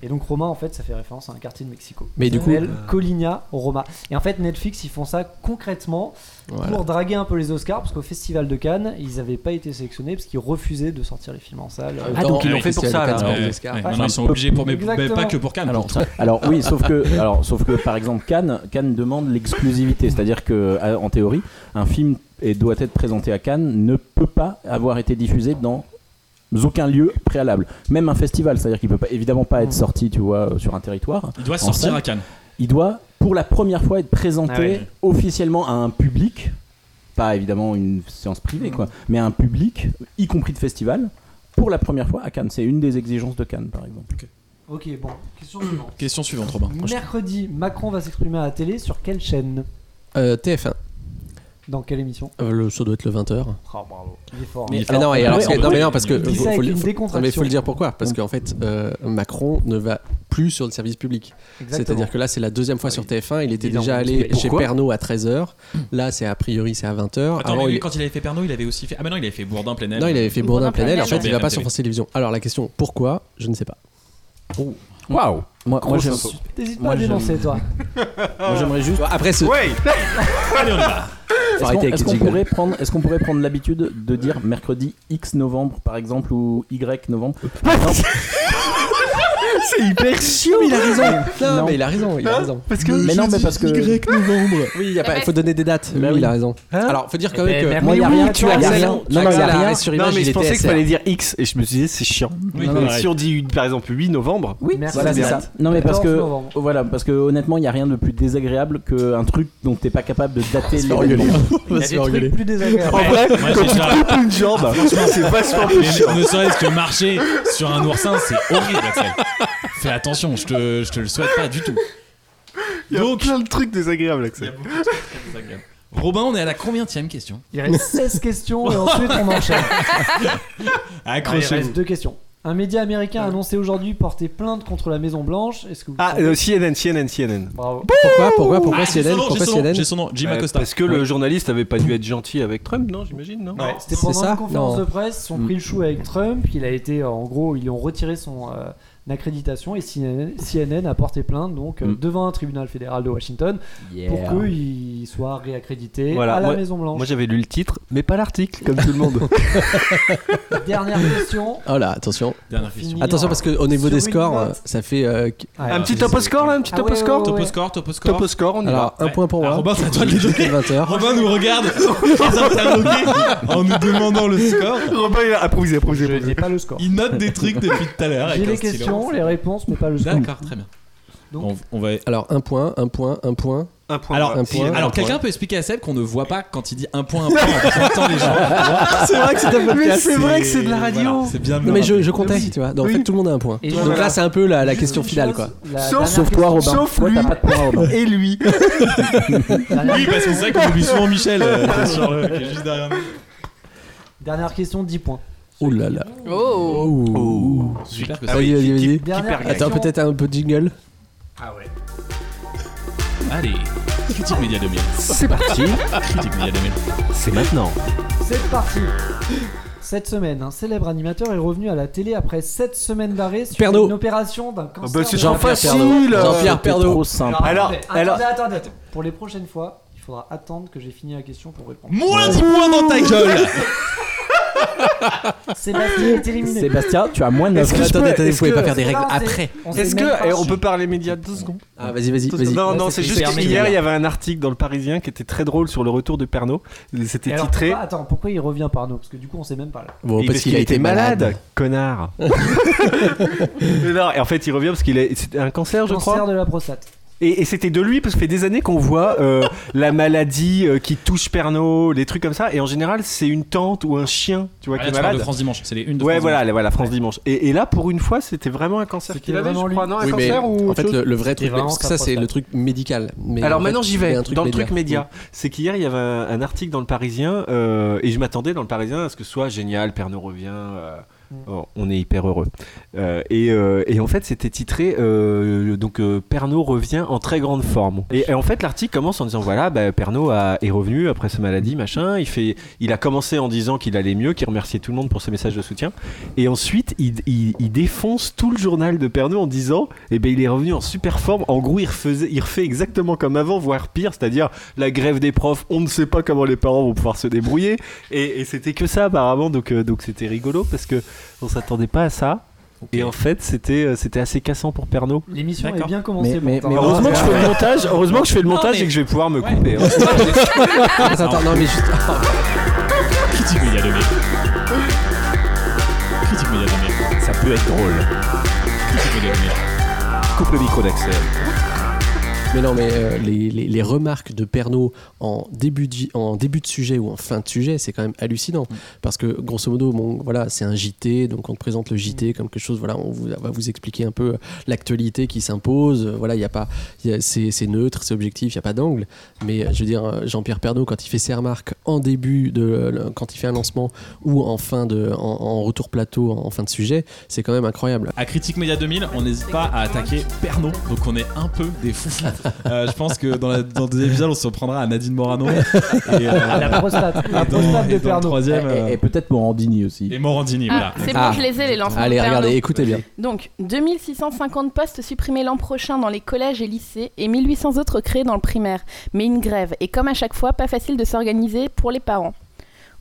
Speaker 8: Et donc, Roma, en fait, ça fait référence à un quartier de Mexico.
Speaker 2: Mais du
Speaker 8: Ça
Speaker 2: coup- euh,
Speaker 8: s'appelle Colina, Roma. Et en fait, Netflix, ils font ça concrètement
Speaker 2: Voilà.
Speaker 8: pour draguer un peu les Oscars, parce qu'au Festival de Cannes, ils n'avaient pas été sélectionnés parce qu'ils refusaient de sortir les films en salle.
Speaker 2: Ah, donc ils
Speaker 6: Ah
Speaker 2: l'ont
Speaker 6: oui,
Speaker 2: fait pour
Speaker 6: c'est
Speaker 2: ça,
Speaker 6: le
Speaker 2: là.
Speaker 6: Oscar.
Speaker 1: Ouais,
Speaker 2: Ouais.
Speaker 1: ouais,
Speaker 2: Ouais.
Speaker 1: non, ils sont obligés pour. Mais
Speaker 8: Exactement.
Speaker 1: pas que pour Cannes.
Speaker 2: Alors,
Speaker 1: pour-
Speaker 7: Alors oui, sauf que, alors, sauf que par exemple Cannes, Cannes demande l'exclusivité, c'est-à-dire que à- en théorie, un film et doit être présenté à Cannes ne peut pas avoir été diffusé dans aucun lieu préalable, même un festival, c'est-à-dire qu'il peut pas, évidemment pas être sorti, tu vois, euh, sur un territoire.
Speaker 1: il doit
Speaker 7: En
Speaker 1: sortir
Speaker 7: scène.
Speaker 1: à Cannes.
Speaker 7: Il doit pour la première fois être présenté
Speaker 8: Ah ouais.
Speaker 7: officiellement à un public, pas évidemment une séance privée quoi, mais à un public, y compris de festival, pour la première fois à Cannes. C'est une des exigences de Cannes par exemple.
Speaker 8: Ah, Ok, bon, question suivante.
Speaker 1: Question suivante, Robin.
Speaker 8: Mercredi, Macron va s'exprimer à la télé sur quelle chaîne
Speaker 2: Euh, TF1.
Speaker 8: Dans quelle émission
Speaker 2: Euh, le- Ça doit être le 20h.
Speaker 8: Ah, Il est fort. hein.
Speaker 1: Mais-
Speaker 2: Ah non, et
Speaker 7: on
Speaker 2: alors,
Speaker 7: pourrait-
Speaker 2: c'est-
Speaker 7: on
Speaker 2: non, mais
Speaker 7: pourrait-
Speaker 2: non, parce que.
Speaker 8: Il dit ça avec
Speaker 2: le-
Speaker 8: une
Speaker 2: faut-
Speaker 8: décontraction.
Speaker 2: non, mais faut le dire pourquoi Parce qu'en fait, euh, Macron ne va plus sur le service public. C'est-à-dire que là, c'est la deuxième fois sur TF1. Il était
Speaker 8: Il en-
Speaker 2: déjà allé
Speaker 8: mais
Speaker 2: chez
Speaker 8: pourquoi
Speaker 2: Pernaud à 13h. Là, c'est a priori, c'est à 20h.
Speaker 1: Attends, mais lui,
Speaker 2: Ah, il...
Speaker 1: quand il avait fait Pernod, il avait aussi fait. Ah, mais non, il avait fait Bourdin plein air.
Speaker 2: Non, il avait fait
Speaker 5: Bourdin
Speaker 2: Bourdin Planel. En
Speaker 5: Planel,
Speaker 2: fait, il
Speaker 1: ouais.
Speaker 2: va pas sur France Télévisions. Alors, la question, pourquoi Je ne sais pas.
Speaker 7: Waouh. Moi, moi,
Speaker 8: Grosse
Speaker 7: je-
Speaker 8: info. T'hésites pas
Speaker 7: Moi,
Speaker 8: à
Speaker 7: je-
Speaker 8: dénoncer, toi.
Speaker 7: moi, j'aimerais juste
Speaker 2: Après, ce.
Speaker 6: Ouais
Speaker 1: Allez, on y va.
Speaker 2: Faut
Speaker 7: Est-ce qu'on,
Speaker 2: arrêter avec
Speaker 7: est-ce
Speaker 2: les
Speaker 7: qu'on
Speaker 2: jingles.
Speaker 7: pourrait prendre, est-ce qu'on pourrait prendre l'habitude de dire mercredi X novembre par exemple ou Y novembre
Speaker 2: C'est hyper chiant. il a raison. Non, mais il a raison. Il a raison.
Speaker 7: Parce que mais non, mais parce que
Speaker 2: Oui, il a pas- faut donner des dates.
Speaker 7: Bah
Speaker 2: oui,
Speaker 7: oui.
Speaker 2: il a raison.
Speaker 6: Hein
Speaker 2: Alors, faut dire quand
Speaker 8: Eh
Speaker 2: même
Speaker 8: ben,
Speaker 2: que.
Speaker 8: merci.
Speaker 7: moi, il n'y a
Speaker 8: Mais oui,
Speaker 7: rien.
Speaker 8: tu
Speaker 7: y a
Speaker 8: as
Speaker 7: rien.
Speaker 8: raison.
Speaker 7: Non, non, il y a rien.
Speaker 2: Sur
Speaker 6: Non,
Speaker 2: image,
Speaker 6: mais
Speaker 2: il
Speaker 6: je pensais
Speaker 2: était
Speaker 6: qu'il fallait dire X et je me suis dit c'est chiant.
Speaker 7: Non,
Speaker 6: Donc,
Speaker 7: non,
Speaker 6: Si on dit par exemple 8 novembre,
Speaker 7: Oui,
Speaker 8: Merci,
Speaker 7: voilà, c'est ça.
Speaker 8: Bernard.
Speaker 7: Non, mais parce
Speaker 8: 14
Speaker 7: que
Speaker 8: novembre.
Speaker 7: voilà, parce que honnêtement, il n'y a rien de plus désagréable qu'un truc dont t'es pas capable de dater
Speaker 2: On va se faire
Speaker 7: l'événement.
Speaker 2: engueuler. On
Speaker 8: Il
Speaker 2: va
Speaker 8: y a
Speaker 2: se
Speaker 8: des
Speaker 2: faire engueuler. Oh,
Speaker 8: trucs plus désagréables.
Speaker 3: En vrai,
Speaker 1: Moi,
Speaker 3: quand
Speaker 1: j'ai
Speaker 3: tu
Speaker 1: déjà-
Speaker 3: te coupes une jambe, c'est vachement plus chiant.
Speaker 1: Ah, Mais ne serait-ce que marcher sur un oursin, c'est horrible, Axel. Fais attention, je te, je te le souhaite pas du tout.
Speaker 3: Il y a plein de trucs désagréables, Axel.
Speaker 1: Robin, on est à la combienième question
Speaker 8: Il reste 16 questions et ensuite on enchaîne. Il reste
Speaker 1: Accrochez-vous.
Speaker 8: deux questions. Un média américain a annoncé aujourd'hui porter plainte contre la Maison Blanche. Est-ce que vous
Speaker 6: Ah, euh, CNN, CNN, CNN.
Speaker 8: Bravo.
Speaker 2: Pourquoi, pourquoi, pourquoi
Speaker 1: Ah, j'ai son
Speaker 2: CNN
Speaker 1: nom,
Speaker 2: Pourquoi
Speaker 1: j'ai son nom,
Speaker 2: CNN
Speaker 1: J'ai son nom, Jim
Speaker 6: Euh,
Speaker 1: Acosta.
Speaker 6: parce que le journaliste avait pas dû être gentil avec Trump, non, j'imagine, non
Speaker 8: Ouais, C'était
Speaker 2: C'est
Speaker 8: pendant
Speaker 2: ça
Speaker 8: une conférence
Speaker 2: Non.
Speaker 8: de presse, ils ont
Speaker 7: Mm.
Speaker 8: pris le chou avec Trump, il a été, euh, en gros, ils lui ont retiré son euh, accréditation et CNN, CNN a porté plainte donc euh,
Speaker 7: Mm.
Speaker 8: devant un tribunal fédéral de Washington pour
Speaker 7: Yeah.
Speaker 8: qu'il soit réaccrédité
Speaker 6: Voilà,
Speaker 8: à la
Speaker 6: moi-
Speaker 8: Maison Blanche.
Speaker 6: Moi j'avais lu le titre, mais pas l'article, comme tout le monde.
Speaker 8: Dernière question.
Speaker 2: Oh là, attention.
Speaker 1: Dernière question.
Speaker 8: Fini.
Speaker 2: Attention parce que au niveau
Speaker 8: Sur
Speaker 2: des
Speaker 8: une
Speaker 2: scores,
Speaker 8: note. Ah,
Speaker 2: euh, ça fait. euh, qu-
Speaker 8: Ouais.
Speaker 6: un petit topo score là, un petit
Speaker 8: Ah
Speaker 6: topo
Speaker 8: ouais,
Speaker 6: score
Speaker 8: ouais, ouais.
Speaker 1: Topo score, topo score.
Speaker 6: Topo score, on y
Speaker 2: Alors, un
Speaker 1: Ouais.
Speaker 2: point pour
Speaker 1: Ah,
Speaker 2: moi.
Speaker 1: Robin, c'est à toi de les donner.
Speaker 2: 20h.
Speaker 1: Robin nous regarde, très interloqué, en nous demandant le score.
Speaker 3: Robin, il a improvisé, improvisé.
Speaker 8: Je n'ai pas le score.
Speaker 1: Il note des trucs depuis tout à l'heure.
Speaker 8: J'ai
Speaker 1: avec un
Speaker 8: les
Speaker 1: stylo.
Speaker 8: questions, les réponses, mais pas le score.
Speaker 1: D'accord, très bien.
Speaker 8: Donc-
Speaker 1: on, on va...
Speaker 2: Alors, un point, un point, un point.
Speaker 6: va. Un point.
Speaker 1: Alors,
Speaker 2: un
Speaker 1: si-
Speaker 2: point,
Speaker 1: alors
Speaker 2: un
Speaker 1: quelqu'un peut expliquer à Seb qu'on ne voit pas quand il dit un point, un point, parce qu'on entend les gens.
Speaker 2: C'est vrai que c'est un
Speaker 1: Ah,
Speaker 2: podcast.
Speaker 6: c'est vrai que c'est de la radio.
Speaker 1: voilà, c'est bien de
Speaker 2: Non
Speaker 1: le
Speaker 2: mais je,
Speaker 1: rappeler.
Speaker 2: je comptais, tu vois. Donc, en fait, tout le monde a un point.
Speaker 8: Et
Speaker 2: Donc
Speaker 8: voilà.
Speaker 2: là, c'est un peu la, la question
Speaker 8: Juste une
Speaker 2: finale, quoi.
Speaker 8: chose, la
Speaker 3: Sauf-
Speaker 8: dernière
Speaker 7: Sauf toi, Robin.
Speaker 8: question-
Speaker 3: Sauf
Speaker 7: Toi,
Speaker 3: lui.
Speaker 7: t'as pas de point, Robin.
Speaker 3: Et lui
Speaker 8: Dernière-
Speaker 1: Oui, parce que c'est vrai qu'on oublie souvent Michel, euh, sur le- qui est juste derrière nous.
Speaker 8: Dernière question, 10 points.
Speaker 2: Oh là là.
Speaker 5: Oh
Speaker 2: Oh.
Speaker 1: Super que ça.
Speaker 2: Vas-y, vas-y, vas-y.
Speaker 8: Dernière question.
Speaker 2: Attends, peut-être un peu de jingle.
Speaker 1: Allez, critique média 2000.
Speaker 6: c'est parti,
Speaker 1: Critique média 2000.
Speaker 6: c'est maintenant.
Speaker 8: C'est parti Cette semaine, un célèbre animateur est revenu à la télé après 7 semaines d'arrêt sur
Speaker 2: Pernaut.
Speaker 8: une opération d'un
Speaker 6: Oh,
Speaker 8: cancer.
Speaker 3: bah, c'est
Speaker 8: de-
Speaker 3: Jean
Speaker 2: Jean-Pierre
Speaker 3: Facile.
Speaker 2: Pernaut.
Speaker 7: C'était
Speaker 2: Jean-Pierre Pernaut.
Speaker 7: trop simple.
Speaker 8: Alors,
Speaker 3: Alors,
Speaker 8: attendez,
Speaker 3: alors-
Speaker 8: attendez, attendez, attendez. Pour les prochaines fois, il faudra attendre que j'ai fini la question pour répondre.
Speaker 1: Moins 10 points dans ta gueule
Speaker 8: Sébastien est éliminé.
Speaker 7: Sébastien, tu as moins de 9
Speaker 6: que je
Speaker 2: Attendez,
Speaker 6: peux-
Speaker 2: attendez, vous
Speaker 6: est-ce
Speaker 2: pouvez
Speaker 6: que-
Speaker 2: pas faire des règles
Speaker 8: Là, on sait-
Speaker 2: après.
Speaker 8: on sait
Speaker 6: Est-ce
Speaker 8: même pas
Speaker 6: que. eh, on
Speaker 8: si-
Speaker 6: peut parler média deux secondes
Speaker 2: Ah, vas-y, vas-y, vas-y.
Speaker 6: Non, non,
Speaker 8: Ouais,
Speaker 6: c'est
Speaker 8: c'est
Speaker 6: juste
Speaker 8: hyper
Speaker 6: qu'hier,
Speaker 8: média.
Speaker 6: il y avait un article dans le Parisien qui était très drôle sur le retour de Pernaud.
Speaker 8: Et
Speaker 6: C'était
Speaker 8: alors,
Speaker 6: titré.
Speaker 8: pourquoi- attends, pourquoi il revient par nous Parce que du coup, on sait même pas là.
Speaker 2: Bon,
Speaker 6: Et parce qu'il a été malade, connard. Mais non, et en fait, il revient parce qu'il a c'était un cancer, je
Speaker 8: Cancer
Speaker 6: crois.
Speaker 8: de la prostate.
Speaker 6: Et, et c'était de lui parce que ça fait des années qu'on voit euh, la maladie euh, qui touche Pernaud, les trucs comme ça. Et en général, c'est une tante ou un chien, tu vois,
Speaker 1: Ah,
Speaker 6: qui
Speaker 1: là, tu
Speaker 6: est
Speaker 1: parles de
Speaker 6: malade.
Speaker 1: France Dimanche, c'est les une de
Speaker 6: Ouais,
Speaker 1: France
Speaker 6: voilà, la- voilà, France Dimanche. Et, et là, pour une fois, c'était vraiment un cancer
Speaker 8: C'était
Speaker 6: qu'il avait, je
Speaker 8: vraiment lui.
Speaker 6: crois, non, un
Speaker 2: Oui, mais
Speaker 6: cancer ou
Speaker 2: en
Speaker 6: autre
Speaker 2: fait,
Speaker 6: chose
Speaker 2: le, le vrai
Speaker 8: Et
Speaker 2: truc,
Speaker 8: vraiment,
Speaker 2: parce que
Speaker 8: ça
Speaker 2: ça, c'est
Speaker 8: prostate.
Speaker 2: le truc médical. Mais
Speaker 6: Alors
Speaker 2: en fait,
Speaker 6: maintenant j'y
Speaker 2: il y
Speaker 6: vais
Speaker 2: a un
Speaker 6: dans le truc média. C'est qu'hier il y avait un, un article dans le Parisien euh, et je m'attendais dans le Parisien à ce que ce soit génial, Pernod revient, euh,
Speaker 8: Mm.
Speaker 6: oh, on est hyper heureux. Euh, et, euh, et en fait c'était titré euh, donc euh, Pernod revient en très grande forme. Et, et en fait l'article commence en disant voilà bah, Pernod a- est revenu après sa maladie machin. Il fait il a commencé en disant qu'il allait mieux, qu'il remerciait tout le monde pour ses messages de soutien. Et ensuite, il, il- il défonce tout le journal de Pernod en disant Eh ben, il est revenu en super forme. En gros, il, refaisait, il refait exactement comme avant, voire pire, c'est-à-dire la grève des profs. On ne sait pas comment les parents vont pouvoir se débrouiller. Et, et c'était que ça, apparemment. Donc, euh, donc c'était rigolo parce que on s'attendait pas à ça. Et en fait, c'était euh, c'était assez cassant pour Pernod.
Speaker 8: L'émission est
Speaker 1: D'accord.
Speaker 8: bien commencée.
Speaker 7: Mais-
Speaker 8: pourtant.
Speaker 7: mais- mais
Speaker 6: Heureusement que je fais le montage, heureusement que je fais le
Speaker 1: Non,
Speaker 6: montage
Speaker 1: mais-
Speaker 6: et que je vais pouvoir me couper. hein.
Speaker 2: Attends, attends, non, mais juste.
Speaker 1: Critique média 2000. Critique média 2000.
Speaker 6: Ça peut être drôle.
Speaker 1: Critique média 2000.
Speaker 6: Coupe le micro d'Axel.
Speaker 2: Mais non, mais euh, les, les- les remarques de Pernaud en début de, gi- en début de sujet ou en fin de sujet, c'est quand même hallucinant.
Speaker 6: Mm.
Speaker 2: Parce que, grosso modo, bon, voilà, c'est un JT, donc on te présente le
Speaker 6: Mm.
Speaker 2: JT comme quelque chose, voilà, on, vous- on va vous expliquer un peu euh, l'actualité qui s'impose. euh, Voilà, il y a pas, il y a- c'est c'est neutre, c'est objectif, il n'y a pas d'angle. Mais euh, je veux dire, euh, Jean-Pierre Pernaud, quand il fait ses remarques en début, de, le- quand il fait un lancement ou en fin de, en, en retour plateau, en fin de sujet, c'est quand même incroyable.
Speaker 1: À Critique Média 2000, on n'hésite pas à attaquer Pernod, donc on est un peu des fous. Euh, je pense que dans, la, dans le deuxième épisode, on se prendra à Nadine Morano. Et, euh,
Speaker 8: La prostate. La
Speaker 1: et dans,
Speaker 8: prostate de
Speaker 1: et dans le
Speaker 8: Pernod.
Speaker 1: troisième,
Speaker 7: Et,
Speaker 1: euh,
Speaker 7: et peut-être Morandini aussi.
Speaker 1: et Morandini,
Speaker 5: Ah,
Speaker 1: voilà.
Speaker 5: c'est bon,
Speaker 2: Ah.
Speaker 5: je les ai les lancements.
Speaker 2: Allez,
Speaker 5: de Pernod.
Speaker 2: regardez, écoutez bien.
Speaker 5: Donc, 2650 postes supprimés l'an prochain dans les collèges et lycées et 1800 autres créés dans le primaire. Mais une grève, et comme à chaque fois, pas facile de s'organiser pour les parents.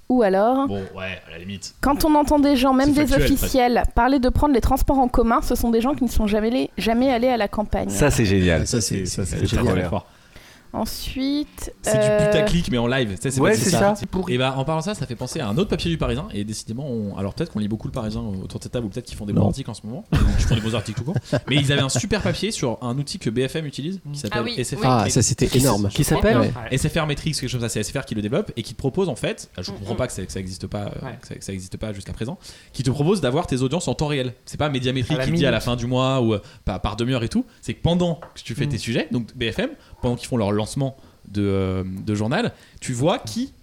Speaker 5: Ou alors,
Speaker 9: Bon, ouais, à la limite.
Speaker 5: quand on entend des gens, même
Speaker 9: C'est
Speaker 5: des
Speaker 9: factuel,
Speaker 5: officiels, parler de prendre les transports en commun, ce sont des gens qui ne sont jamais, allés- jamais allés à la campagne.
Speaker 6: Ça, c'est génial.
Speaker 9: Ça, c'est ça, c'est
Speaker 6: génial.
Speaker 9: très, très fort.
Speaker 5: Ensuite.
Speaker 1: C'est du
Speaker 5: euh,
Speaker 1: putaclic, mais en live. Tu sais, c'est
Speaker 6: Ouais,
Speaker 1: pas-
Speaker 6: c'est ça.
Speaker 1: Et bah, en parlant de ça, ça fait penser à un autre papier du Parisien. Et décidément, on- alors peut-être qu'on lit beaucoup le Parisien autour de cette table, ou peut-être qu'ils font des bons
Speaker 7: Non.
Speaker 1: articles en ce moment, qui font des beaux articles tout court. Mais ils avaient un super papier sur un outil que BFM utilise, qui s'appelle
Speaker 5: Ah oui,
Speaker 1: SFR.
Speaker 5: oui.
Speaker 2: Ah, ça c'était énorme.
Speaker 6: Qui s'appelle
Speaker 2: Ouais.
Speaker 1: SFR Metrics, quelque chose, comme ça, c'est SFR qui le développe et qui te propose en fait, je comprends
Speaker 5: Mm,
Speaker 1: pas que ça n'existe pas, euh,
Speaker 8: Mm-hmm. Ouais.
Speaker 1: que ça- que ça existe pas jusqu'à présent, qui te propose d'avoir tes audiences en temps réel. C'est pas
Speaker 8: À
Speaker 1: médiamétrique
Speaker 8: la
Speaker 1: qui dit à la
Speaker 8: minute.
Speaker 1: fin du mois ou euh, par, par demi-heure et tout, c'est que pendant que tu fais
Speaker 8: Mm.
Speaker 1: tes sujets, donc BFM, pendant qu'ils font leur lancement de, euh, de journal, tu vois qui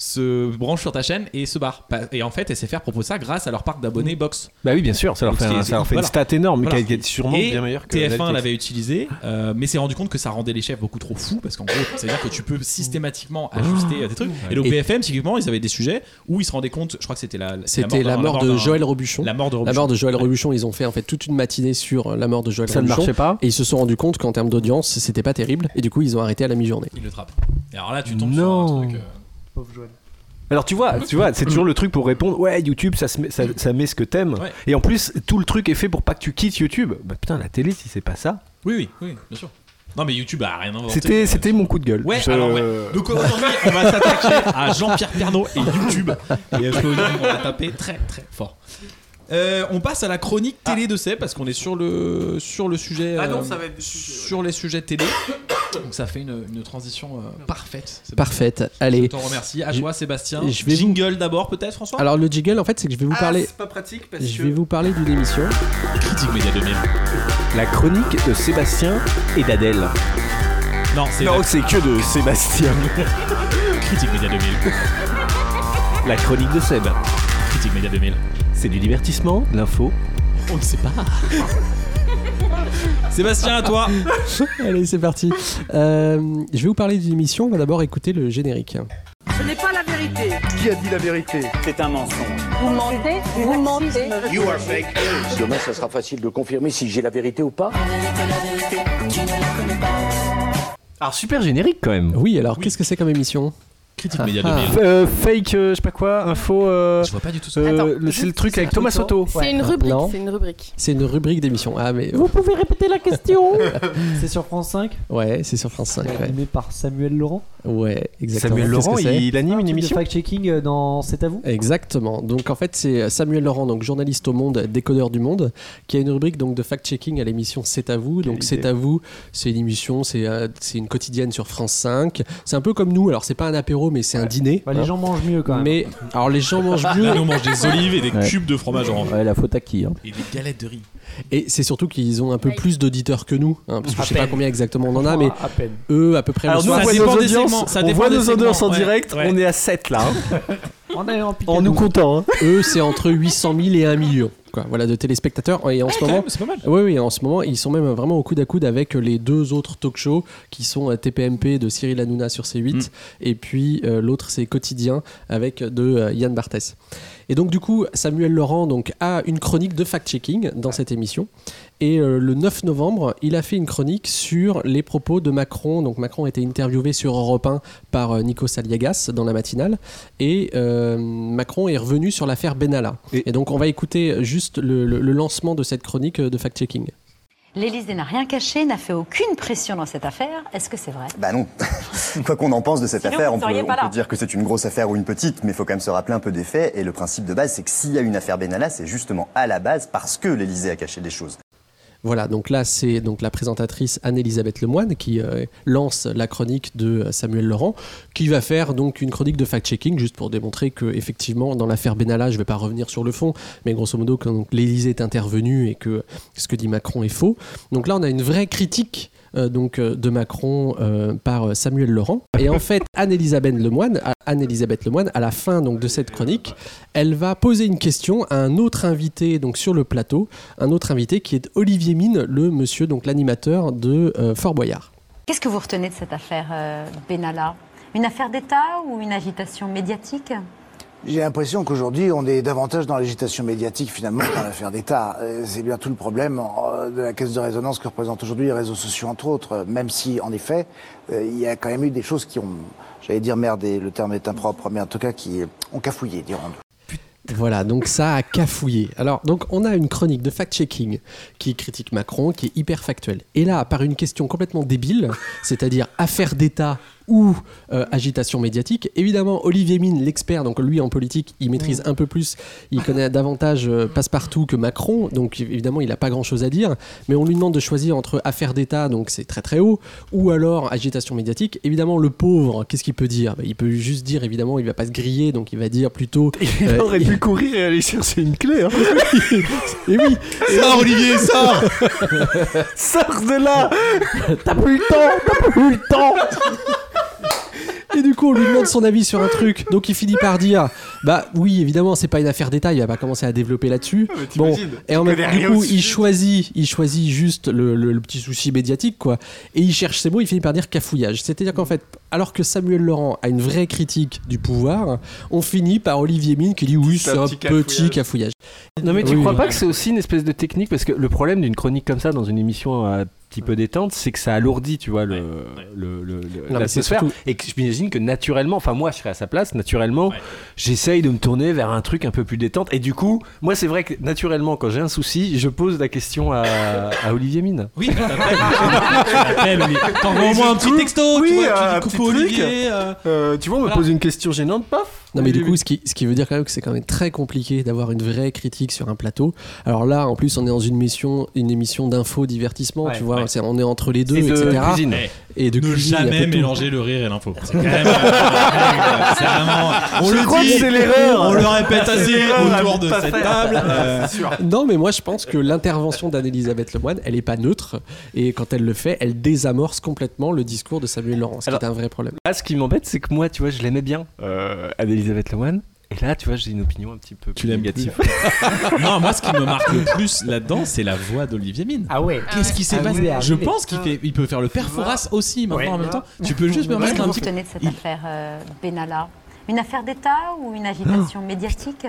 Speaker 1: se branche sur ta chaîne et se barre. Pas- Et en fait, SFR propose ça grâce à leur parc d'abonnés
Speaker 8: Mm.
Speaker 1: Box.
Speaker 6: Bah oui, bien sûr, ça leur fait,
Speaker 1: Donc,
Speaker 6: un-
Speaker 1: c'est-
Speaker 6: ça leur fait
Speaker 1: voilà.
Speaker 6: une stat énorme
Speaker 1: Voilà.
Speaker 6: qui est sûrement
Speaker 1: Et
Speaker 6: bien meilleure que
Speaker 1: TF1
Speaker 6: Netflix.
Speaker 1: l'avait utilisé, euh, mais s'est rendu compte que ça rendait les chefs beaucoup trop fous parce qu'en gros, ça veut dire que tu peux systématiquement ajuster euh, des trucs. Et donc
Speaker 2: Et-
Speaker 1: BFM, typiquement, ils avaient des sujets où ils se rendaient compte, je crois que c'était la, la-
Speaker 2: C'était la
Speaker 1: d'un-
Speaker 2: mort de
Speaker 1: d'un-
Speaker 2: Joël Robuchon.
Speaker 1: La mort de
Speaker 2: La
Speaker 1: Robuchon.
Speaker 2: mort de Joël Robuchon, ils ont fait en fait toute une matinée sur euh, la mort de Joël
Speaker 6: Ça ne
Speaker 2: Robuchon.
Speaker 6: marchait pas
Speaker 2: Et ils se sont rendus compte qu'en termes d'audience, c'était pas terrible. Et du coup, ils ont arrêté à la mi-journée.
Speaker 1: Il le trappe. Et alors là, tu tombes sur
Speaker 6: Non.
Speaker 1: un truc. euh,
Speaker 8: Pauvre Joël.
Speaker 6: Alors tu vois, tu vois, c'est toujours le truc pour répondre. Ouais, YouTube, ça, se met, ça, ça met ce que t'aimes.
Speaker 1: Ouais.
Speaker 6: Et en plus, tout le truc est fait pour pas que tu quittes YouTube. Bah putain, la télé, si c'est pas ça.
Speaker 1: Oui, oui, oui, bien sûr. Non, mais YouTube a rien inventé.
Speaker 6: C'était, c'était mon coup de gueule.
Speaker 1: Ouais,
Speaker 6: Je-
Speaker 1: alors ouais. Donc aujourd'hui, on va s'attaquer à Jean-Pierre Pernaud et YouTube. Et je peux vous dire qu'on va taper très très fort. Euh, on passe à la chronique télé de Seb parce qu'on est sur le, sur le sujet.
Speaker 3: Ah non,
Speaker 1: euh,
Speaker 3: ça va être des sujets, ouais.
Speaker 1: Sur les sujets télé. Donc ça fait une, une transition euh, parfaite. C'est
Speaker 2: Parfaite.
Speaker 1: bon. Je
Speaker 2: Allez.
Speaker 1: t'en remercie. À toi, Sébastien.
Speaker 2: je vais vous-
Speaker 1: Jingle d'abord, peut-être, François
Speaker 2: Alors le jiggle, en fait, c'est que je vais vous
Speaker 3: Ah,
Speaker 2: parler.
Speaker 3: c'est pas pratique parce
Speaker 2: Je
Speaker 3: que.
Speaker 2: vais vous parler d'une émission.
Speaker 1: critique Média 2000.
Speaker 6: la chronique de Sébastien et d'Adèle.
Speaker 1: Non, c'est
Speaker 6: Non,
Speaker 1: la
Speaker 6: c'est que de Sébastien.
Speaker 1: critique Média 2000.
Speaker 6: La chronique de Seb.
Speaker 1: Critique Média 2000.
Speaker 6: C'est du divertissement, de l'info.
Speaker 1: On ne sait pas. Sébastien, à toi.
Speaker 2: Allez, c'est parti. Euh, je vais vous parler d'une émission. On va d'abord écouter le générique.
Speaker 3: Qui a dit la vérité
Speaker 10: Vous mentez.
Speaker 11: Demain, ça sera facile de confirmer si j'ai la vérité ou pas.
Speaker 6: Alors super générique quand même.
Speaker 2: Oui, alors qu'est-ce que c'est comme émission
Speaker 1: Critique
Speaker 2: Ah,
Speaker 1: Média
Speaker 2: ah.
Speaker 1: 2000.
Speaker 6: Euh, fake, euh, je sais pas quoi, info. euh,
Speaker 1: Je vois pas du tout ça.
Speaker 6: euh,
Speaker 5: Attends,
Speaker 6: le- c'est le
Speaker 5: juste-
Speaker 6: truc avec Thomas Soto.
Speaker 5: C'est une rubrique.
Speaker 2: Non.
Speaker 5: C'est une rubrique.
Speaker 2: C'est une rubrique d'émission. Ah, mais
Speaker 10: Vous pouvez répéter la question
Speaker 8: C'est sur France 5,
Speaker 2: ouais, c'est sur France 5.
Speaker 8: qui est
Speaker 2: Ouais,
Speaker 8: animé par Samuel Laurent.
Speaker 2: Ouais, exactement.
Speaker 6: Samuel
Speaker 2: Qu'est-ce que
Speaker 6: Laurent,
Speaker 2: c'est
Speaker 6: il, anime une
Speaker 8: Truc de
Speaker 6: émission.
Speaker 8: fact-checking euh, dans C'est à vous.
Speaker 2: Exactement. Donc en fait, c'est euh, Samuel Laurent, donc journaliste au Monde, décodeur du Monde, qui a une rubrique donc de fact-checking à l'émission C'est à vous.
Speaker 6: Quelle
Speaker 2: Donc C'est
Speaker 6: idée.
Speaker 2: à vous, c'est une émission, c'est euh, c'est une quotidienne sur France 5. C'est un peu comme nous. Alors c'est pas un apéro, mais c'est un dîner.
Speaker 8: Bah, les
Speaker 2: hein.
Speaker 8: gens mangent mieux quand même.
Speaker 2: Mais alors les gens mangent mieux
Speaker 1: Là, nous, on mange des olives et des
Speaker 7: Ouais.
Speaker 1: cubes de fromage orange.
Speaker 7: Ouais, la faute à qui hein.
Speaker 1: Et des galettes de riz.
Speaker 2: et c'est surtout qu'ils ont un peu plus d'auditeurs que nous, hein, parce que je sais pas combien exactement on en a, mais
Speaker 8: à peine.
Speaker 2: eux à peu près.
Speaker 6: Alors
Speaker 2: le
Speaker 6: nous,
Speaker 1: Ça
Speaker 6: on
Speaker 2: soir,
Speaker 6: voit
Speaker 1: dépend
Speaker 6: nos
Speaker 1: des
Speaker 6: audiences,
Speaker 1: segments, ça
Speaker 6: on
Speaker 1: dépend
Speaker 6: voit
Speaker 1: des
Speaker 6: nos
Speaker 1: segments,
Speaker 6: audiences en
Speaker 1: ouais,
Speaker 6: direct,
Speaker 1: ouais.
Speaker 6: on est à 7 là. hein.
Speaker 8: On est en Picardie.
Speaker 6: en nous comptant. hein.
Speaker 2: eux c'est entre 800 000 et 1 million. Quoi, voilà de téléspectateurs et en
Speaker 1: Eh,
Speaker 2: ce moment
Speaker 1: C'est pas mal.
Speaker 2: Oui, oui, en ce moment, ils sont même vraiment au coude à coude avec les deux autres talk shows qui sont euh, TPMP de Cyril Hanouna sur C8 et puis euh, l'autre, c'est Quotidien avec de euh, Yann Barthès. Et donc, du coup, Samuel Laurent donc, a une chronique de fact-checking dans cette émission. Et euh, le 9 novembre, il a fait une chronique sur les propos de Macron. Donc, Macron a été interviewé sur Europe 1 par euh, Nico Saliagas dans la matinale. Et euh, Macron est revenu sur l'affaire Benalla. Et donc, on va écouter juste le, le- le lancement de cette chronique euh, de fact-checking.
Speaker 10: L'Élysée n'a rien caché, n'a fait aucune pression dans cette affaire. Est-ce que c'est vrai
Speaker 11: Bah non. Quoi qu'on en pense de cette
Speaker 10: Sinon,
Speaker 11: affaire,
Speaker 10: vous
Speaker 11: on peut,
Speaker 10: seriez pas
Speaker 11: on peut
Speaker 10: là.
Speaker 11: dire que c'est une grosse affaire ou une petite, mais il faut quand même se rappeler un peu des faits. Et le principe de base, c'est que s'il y a une affaire Benalla, c'est justement à la base parce que l'Élysée a caché des choses.
Speaker 2: Voilà, donc là, c'est donc la présentatrice Anne-Elisabeth Lemoine qui euh, lance la chronique de euh, Samuel Laurent, qui va faire donc une chronique de fact-checking, juste pour démontrer que effectivement, dans l'affaire Benalla, je ne vais pas revenir sur le fond, mais grosso modo, quand donc, l'Élysée est intervenue et que ce que dit Macron est faux. Donc là, on a une vraie critique. euh, donc euh, de Macron euh, par euh, Samuel Laurent et en fait Anne-Elisabeth Lemoine à, Anne-Elisabeth Lemoine à la fin donc de cette chronique elle va poser une question à un autre invité donc sur le plateau un autre invité qui est Olivier Mine, le monsieur, donc l'animateur de euh, Fort Boyard.
Speaker 10: Qu'est-ce que vous retenez de cette affaire euh, Benalla Une affaire d'État ou une agitation médiatique
Speaker 9: J'ai l'impression qu'aujourd'hui, on est davantage dans l'agitation médiatique finalement que dans l'affaire d'État. Euh, C'est bien tout le problème euh, de la caisse de résonance que représentent aujourd'hui les réseaux sociaux, entre autres, euh, même si, en effet, euh, il y a quand même eu des choses qui ont, j'allais dire merde, et le terme est impropre, mais en tout cas qui ont cafouillé, dirons-nous.
Speaker 2: Voilà, donc ça a cafouillé. Alors, donc on a une chronique de fact-checking qui critique Macron, qui est hyper factuelle. Et là, par une question complètement débile, c'est-à-dire affaire d'État ou euh, agitation médiatique, évidemment, Olivier Mine, l'expert, donc lui en politique, il maîtrise un peu plus, il connaît davantage euh, Passepartout que Macron, donc évidemment, il n'a pas grand-chose à dire, mais on lui demande de choisir entre affaire d'État, donc c'est très très haut, ou alors agitation médiatique. Évidemment, le pauvre, qu'est-ce qu'il peut dire Bah, Il peut juste dire, évidemment, il va pas se griller, donc il va dire plutôt...
Speaker 3: Il
Speaker 2: euh,
Speaker 3: aurait pu courir et aller chercher une clé. Hein.
Speaker 2: Et oui
Speaker 3: Sors, Olivier, sors Sors de là
Speaker 7: T'as plus le temps T'as plus le temps
Speaker 2: Et du coup, on lui demande son avis sur un truc. Donc, il finit par dire Bah oui, évidemment, c'est pas une affaire d'État, il va pas commencer à développer là-dessus.
Speaker 3: Ah, mais
Speaker 2: bon,
Speaker 3: t'imagines,
Speaker 2: et en
Speaker 3: tu
Speaker 2: même
Speaker 3: connais
Speaker 2: du
Speaker 3: rien
Speaker 2: coup,
Speaker 3: au
Speaker 2: il
Speaker 3: sujet.
Speaker 2: choisit, il choisit juste le, le- le petit souci médiatique, quoi. Et il cherche ses mots, il finit par dire cafouillage. C'est-à-dire qu'en fait, alors que Samuel Laurent a une vraie critique du pouvoir, on finit par Olivier Mine qui dit Oui, c'est un petit cafouillage.
Speaker 6: Non mais tu
Speaker 2: Oui.
Speaker 6: crois pas que c'est aussi une espèce de technique parce que le problème d'une chronique comme ça dans une émission un petit peu détente, c'est que ça alourdit, tu vois, le, le, le- le-
Speaker 2: mais
Speaker 6: l'atmosphère.
Speaker 2: c'est surtout-
Speaker 6: Et que j'imagine que naturellement, enfin moi, je serais à sa place, naturellement, j'essaye de me tourner vers un truc un peu plus détente. Et du coup, moi, c'est vrai que naturellement, quand j'ai un souci, je pose la question à, à Olivier Mine.
Speaker 1: Oui, bah, t'appelles. Olivier. T'envoies au moins un petit texto,
Speaker 3: Oui,
Speaker 1: tu vois,
Speaker 3: un
Speaker 1: tu dis
Speaker 3: petit
Speaker 1: coucou
Speaker 3: truc.
Speaker 1: Olivier. euh,
Speaker 3: Euh, tu vois, on me
Speaker 6: Ah.
Speaker 1: Voilà.
Speaker 3: pose une question gênante, paf
Speaker 2: Non mais du coup, ce qui, ce qui veut dire quand même que c'est quand même très compliqué d'avoir une vraie critique sur un plateau. Alors là, en plus, on est dans une mission, une émission d'info divertissement,
Speaker 8: Ouais,
Speaker 2: tu vois. c'est- On est entre les deux,
Speaker 6: Et de
Speaker 2: etc.
Speaker 6: cuisine.
Speaker 1: Eh,
Speaker 2: Et de
Speaker 1: ne
Speaker 2: cuisine, il y a peu
Speaker 1: jamais
Speaker 2: de tout.
Speaker 1: mélanger le rire et l'info. C'est quand même, euh, c'est vraiment. On le
Speaker 3: crois que
Speaker 1: dit,
Speaker 3: c'est l'erreur.
Speaker 1: On le répète assez
Speaker 3: l'erreur,
Speaker 1: autour
Speaker 3: la
Speaker 1: de
Speaker 3: pas
Speaker 1: cette
Speaker 3: faite.
Speaker 1: table. euh,
Speaker 2: Non, mais moi je pense que l'intervention d'Anne-Elisabeth Lemoine, elle est pas neutre. Et quand elle le fait, elle désamorce complètement le discours de Samuel Laurent, ce qui
Speaker 6: Alors-
Speaker 2: est un vrai problème.
Speaker 6: Là, Ah, ce qui m'embête, c'est que moi, tu vois, je l'aimais bien, euh, Anne-Elisabeth Lemoine. Et là, tu vois, j'ai une opinion un petit peu
Speaker 1: Tu
Speaker 6: plus
Speaker 1: l'aimes
Speaker 6: négative.
Speaker 1: Non, moi, ce qui me marque le plus là-dedans, c'est la voix d'Olivier Mine.
Speaker 8: Ah ouais.
Speaker 1: Qu'est-ce qui s'est
Speaker 8: Ah
Speaker 1: passé
Speaker 8: oui,
Speaker 1: Je
Speaker 8: arrivé.
Speaker 1: pense qu'il fait, il peut faire le perforas aussi maintenant
Speaker 8: Ouais.
Speaker 1: en même temps. Tu peux juste me
Speaker 10: Qu'est-ce
Speaker 1: mettre
Speaker 10: que
Speaker 1: un
Speaker 10: vous
Speaker 1: petit.
Speaker 10: tenez de cette
Speaker 1: Il-
Speaker 10: affaire euh, Benalla Une affaire d'État ou une agitation médiatique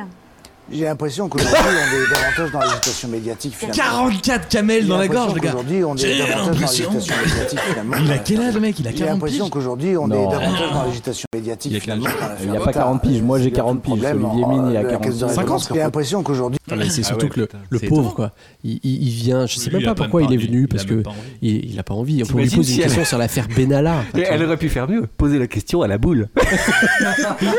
Speaker 9: J'ai l'impression qu'aujourd'hui, on est davantage dans l'agitation médiatique finalement.
Speaker 1: 44 camels dans la gorge, le gars.
Speaker 9: Aujourd'hui, on est
Speaker 1: J'ai
Speaker 9: davantage dans
Speaker 1: l'impression.
Speaker 9: l'agitation médiatique finalement.
Speaker 1: Il a quel âge, le mec Il a
Speaker 9: J'ai
Speaker 1: 40 piges.
Speaker 9: l'impression qu'aujourd'hui, on
Speaker 7: Non.
Speaker 9: est davantage dans l'agitation médiatique.
Speaker 1: Il a quel âge
Speaker 9: finalement, qu'à l'affaire
Speaker 7: Il a pas
Speaker 9: d'État.
Speaker 7: 40 piges. Moi, j'ai
Speaker 9: C'est bien
Speaker 7: 40
Speaker 9: tout le
Speaker 7: piges.
Speaker 9: problème,
Speaker 7: Olivier Mine, il a
Speaker 9: euh, la
Speaker 7: 40
Speaker 9: caisse de
Speaker 7: piges.
Speaker 9: résonance que J'ai l'impression qu'aujourd'hui,
Speaker 2: Ah,
Speaker 1: Non, mais c'est surtout
Speaker 6: ouais,
Speaker 1: que le,
Speaker 6: putain.
Speaker 2: Le
Speaker 1: Ah C'est
Speaker 2: pauvre,
Speaker 1: étonnant.
Speaker 2: quoi. Il, il- il vient, je sais
Speaker 1: Lui,
Speaker 2: même
Speaker 1: il
Speaker 2: pas
Speaker 1: a
Speaker 2: pourquoi
Speaker 1: même
Speaker 2: il est
Speaker 1: pas
Speaker 2: venu,
Speaker 1: envie,
Speaker 2: parce
Speaker 1: il a
Speaker 2: que
Speaker 1: même pas envie.
Speaker 2: il, il a pas envie. On lui
Speaker 6: T'imagines
Speaker 2: pose une
Speaker 6: si elle-
Speaker 2: question sur l'affaire Benalla.
Speaker 6: Et elle aurait pu faire mieux, poser la question à la boule.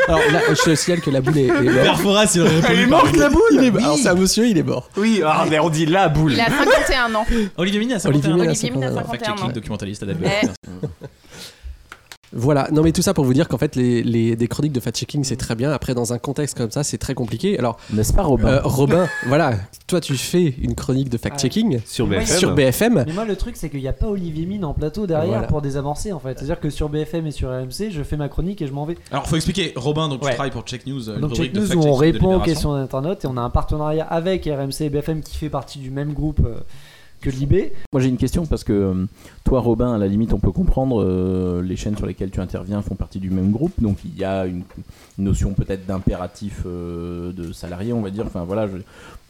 Speaker 2: Alors là, je te signale que la boule est, est morte.
Speaker 1: Perforas, il aurait répondu.
Speaker 3: Manque la boule
Speaker 2: Il est- Alors c'est un monsieur, il est mort.
Speaker 3: Oui, ah, mais on dit la boule.
Speaker 5: Il a 51 ans.
Speaker 1: Olivier Mine a
Speaker 2: Olivier
Speaker 1: 51
Speaker 2: Mine
Speaker 1: ans.
Speaker 2: a
Speaker 5: Olivier Mine a
Speaker 2: 51.
Speaker 1: Fact-checking,
Speaker 5: 51 ans.
Speaker 1: documentaliste, à
Speaker 5: Eh.
Speaker 2: Voilà, non mais tout ça pour vous dire qu'en fait les, les- des chroniques de fact-checking c'est très bien, après dans un contexte comme ça c'est très compliqué. Alors
Speaker 7: N'est-ce pas, Robin
Speaker 2: euh, Robin, voilà, toi tu fais une chronique de fact-checking
Speaker 6: Sur
Speaker 8: BFM.
Speaker 2: sur
Speaker 6: Ah
Speaker 2: BFM,
Speaker 8: Mais moi, le truc, c'est qu'il n'y a pas Olivier Mine en plateau derrière
Speaker 2: Voilà.
Speaker 8: pour désamorcer en fait. C'est-à-dire que sur BFM et sur RMC, je fais ma chronique et je m'en vais.
Speaker 1: Alors, faut expliquer, Robin, donc tu
Speaker 8: Ouais.
Speaker 1: travailles pour Check News. une
Speaker 8: Donc,
Speaker 1: rubrique
Speaker 8: check
Speaker 1: de
Speaker 8: news où
Speaker 1: fact-checking
Speaker 8: on
Speaker 1: de
Speaker 8: répond aux
Speaker 1: Libération.
Speaker 8: questions d'internautes et on a un partenariat avec RMC et BFM qui fait partie du même groupe euh, que l'IB.
Speaker 7: Moi j'ai une question parce que euh, toi Robin à la limite on peut comprendre euh, les chaînes sur lesquelles tu interviens font partie du même groupe donc il y a une, une notion peut-être d'impératif euh, de salarié on va dire enfin voilà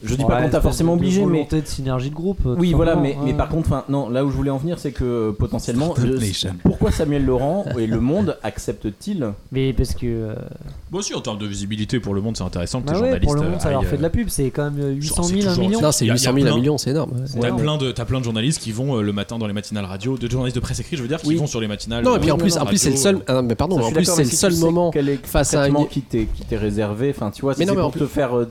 Speaker 7: je, je dis pas qu'on t'a forcément obligé mais
Speaker 8: volonté de synergie de groupe. euh,
Speaker 7: oui
Speaker 8: tout
Speaker 7: voilà mais,
Speaker 8: simplement,
Speaker 7: mais
Speaker 8: ouais.
Speaker 7: par contre enfin, non là où je voulais en venir c'est que euh, potentiellement
Speaker 1: Startup
Speaker 7: je-
Speaker 1: Nation.
Speaker 7: pourquoi Samuel Laurent et le monde acceptent-ils
Speaker 8: Mais parce que. euh,
Speaker 1: Bon, si, en termes de visibilité pour le monde, c'est intéressant que
Speaker 8: bah
Speaker 1: tes
Speaker 8: ouais,
Speaker 1: journalistes.
Speaker 8: pour le moment, ça leur
Speaker 1: aillent,
Speaker 8: fait de la pub. C'est quand même euh, 800 000, 1
Speaker 1: toujours-
Speaker 8: million.
Speaker 2: non c'est
Speaker 1: Il y a- il y a
Speaker 2: 800 000,
Speaker 1: plein.
Speaker 2: 1 million, c'est énorme. ouais.
Speaker 1: T'as
Speaker 8: Ouais.
Speaker 1: euh, plein de t'as plein de journalistes qui vont euh, le matin dans les matinales radio, de journalistes de presse écrite, je veux dire, qui
Speaker 7: Oui.
Speaker 1: vont sur les matinales.
Speaker 2: Non et puis en
Speaker 1: euh,
Speaker 2: plus, en plus c'est le
Speaker 1: radio,
Speaker 2: seul, ah, mais pardon,
Speaker 7: Ça, je
Speaker 2: en
Speaker 7: suis
Speaker 2: plus
Speaker 7: d'accord,
Speaker 2: c'est
Speaker 7: mais
Speaker 2: le
Speaker 7: si
Speaker 2: seul
Speaker 7: tu sais
Speaker 2: moment.
Speaker 7: quel est
Speaker 2: face à un-
Speaker 7: traitement qui t'est qui t'est réservé enfin tu vois
Speaker 2: Mais
Speaker 7: si
Speaker 2: non,
Speaker 7: c'est
Speaker 2: mais en
Speaker 7: pour
Speaker 2: plus-
Speaker 7: te faire euh,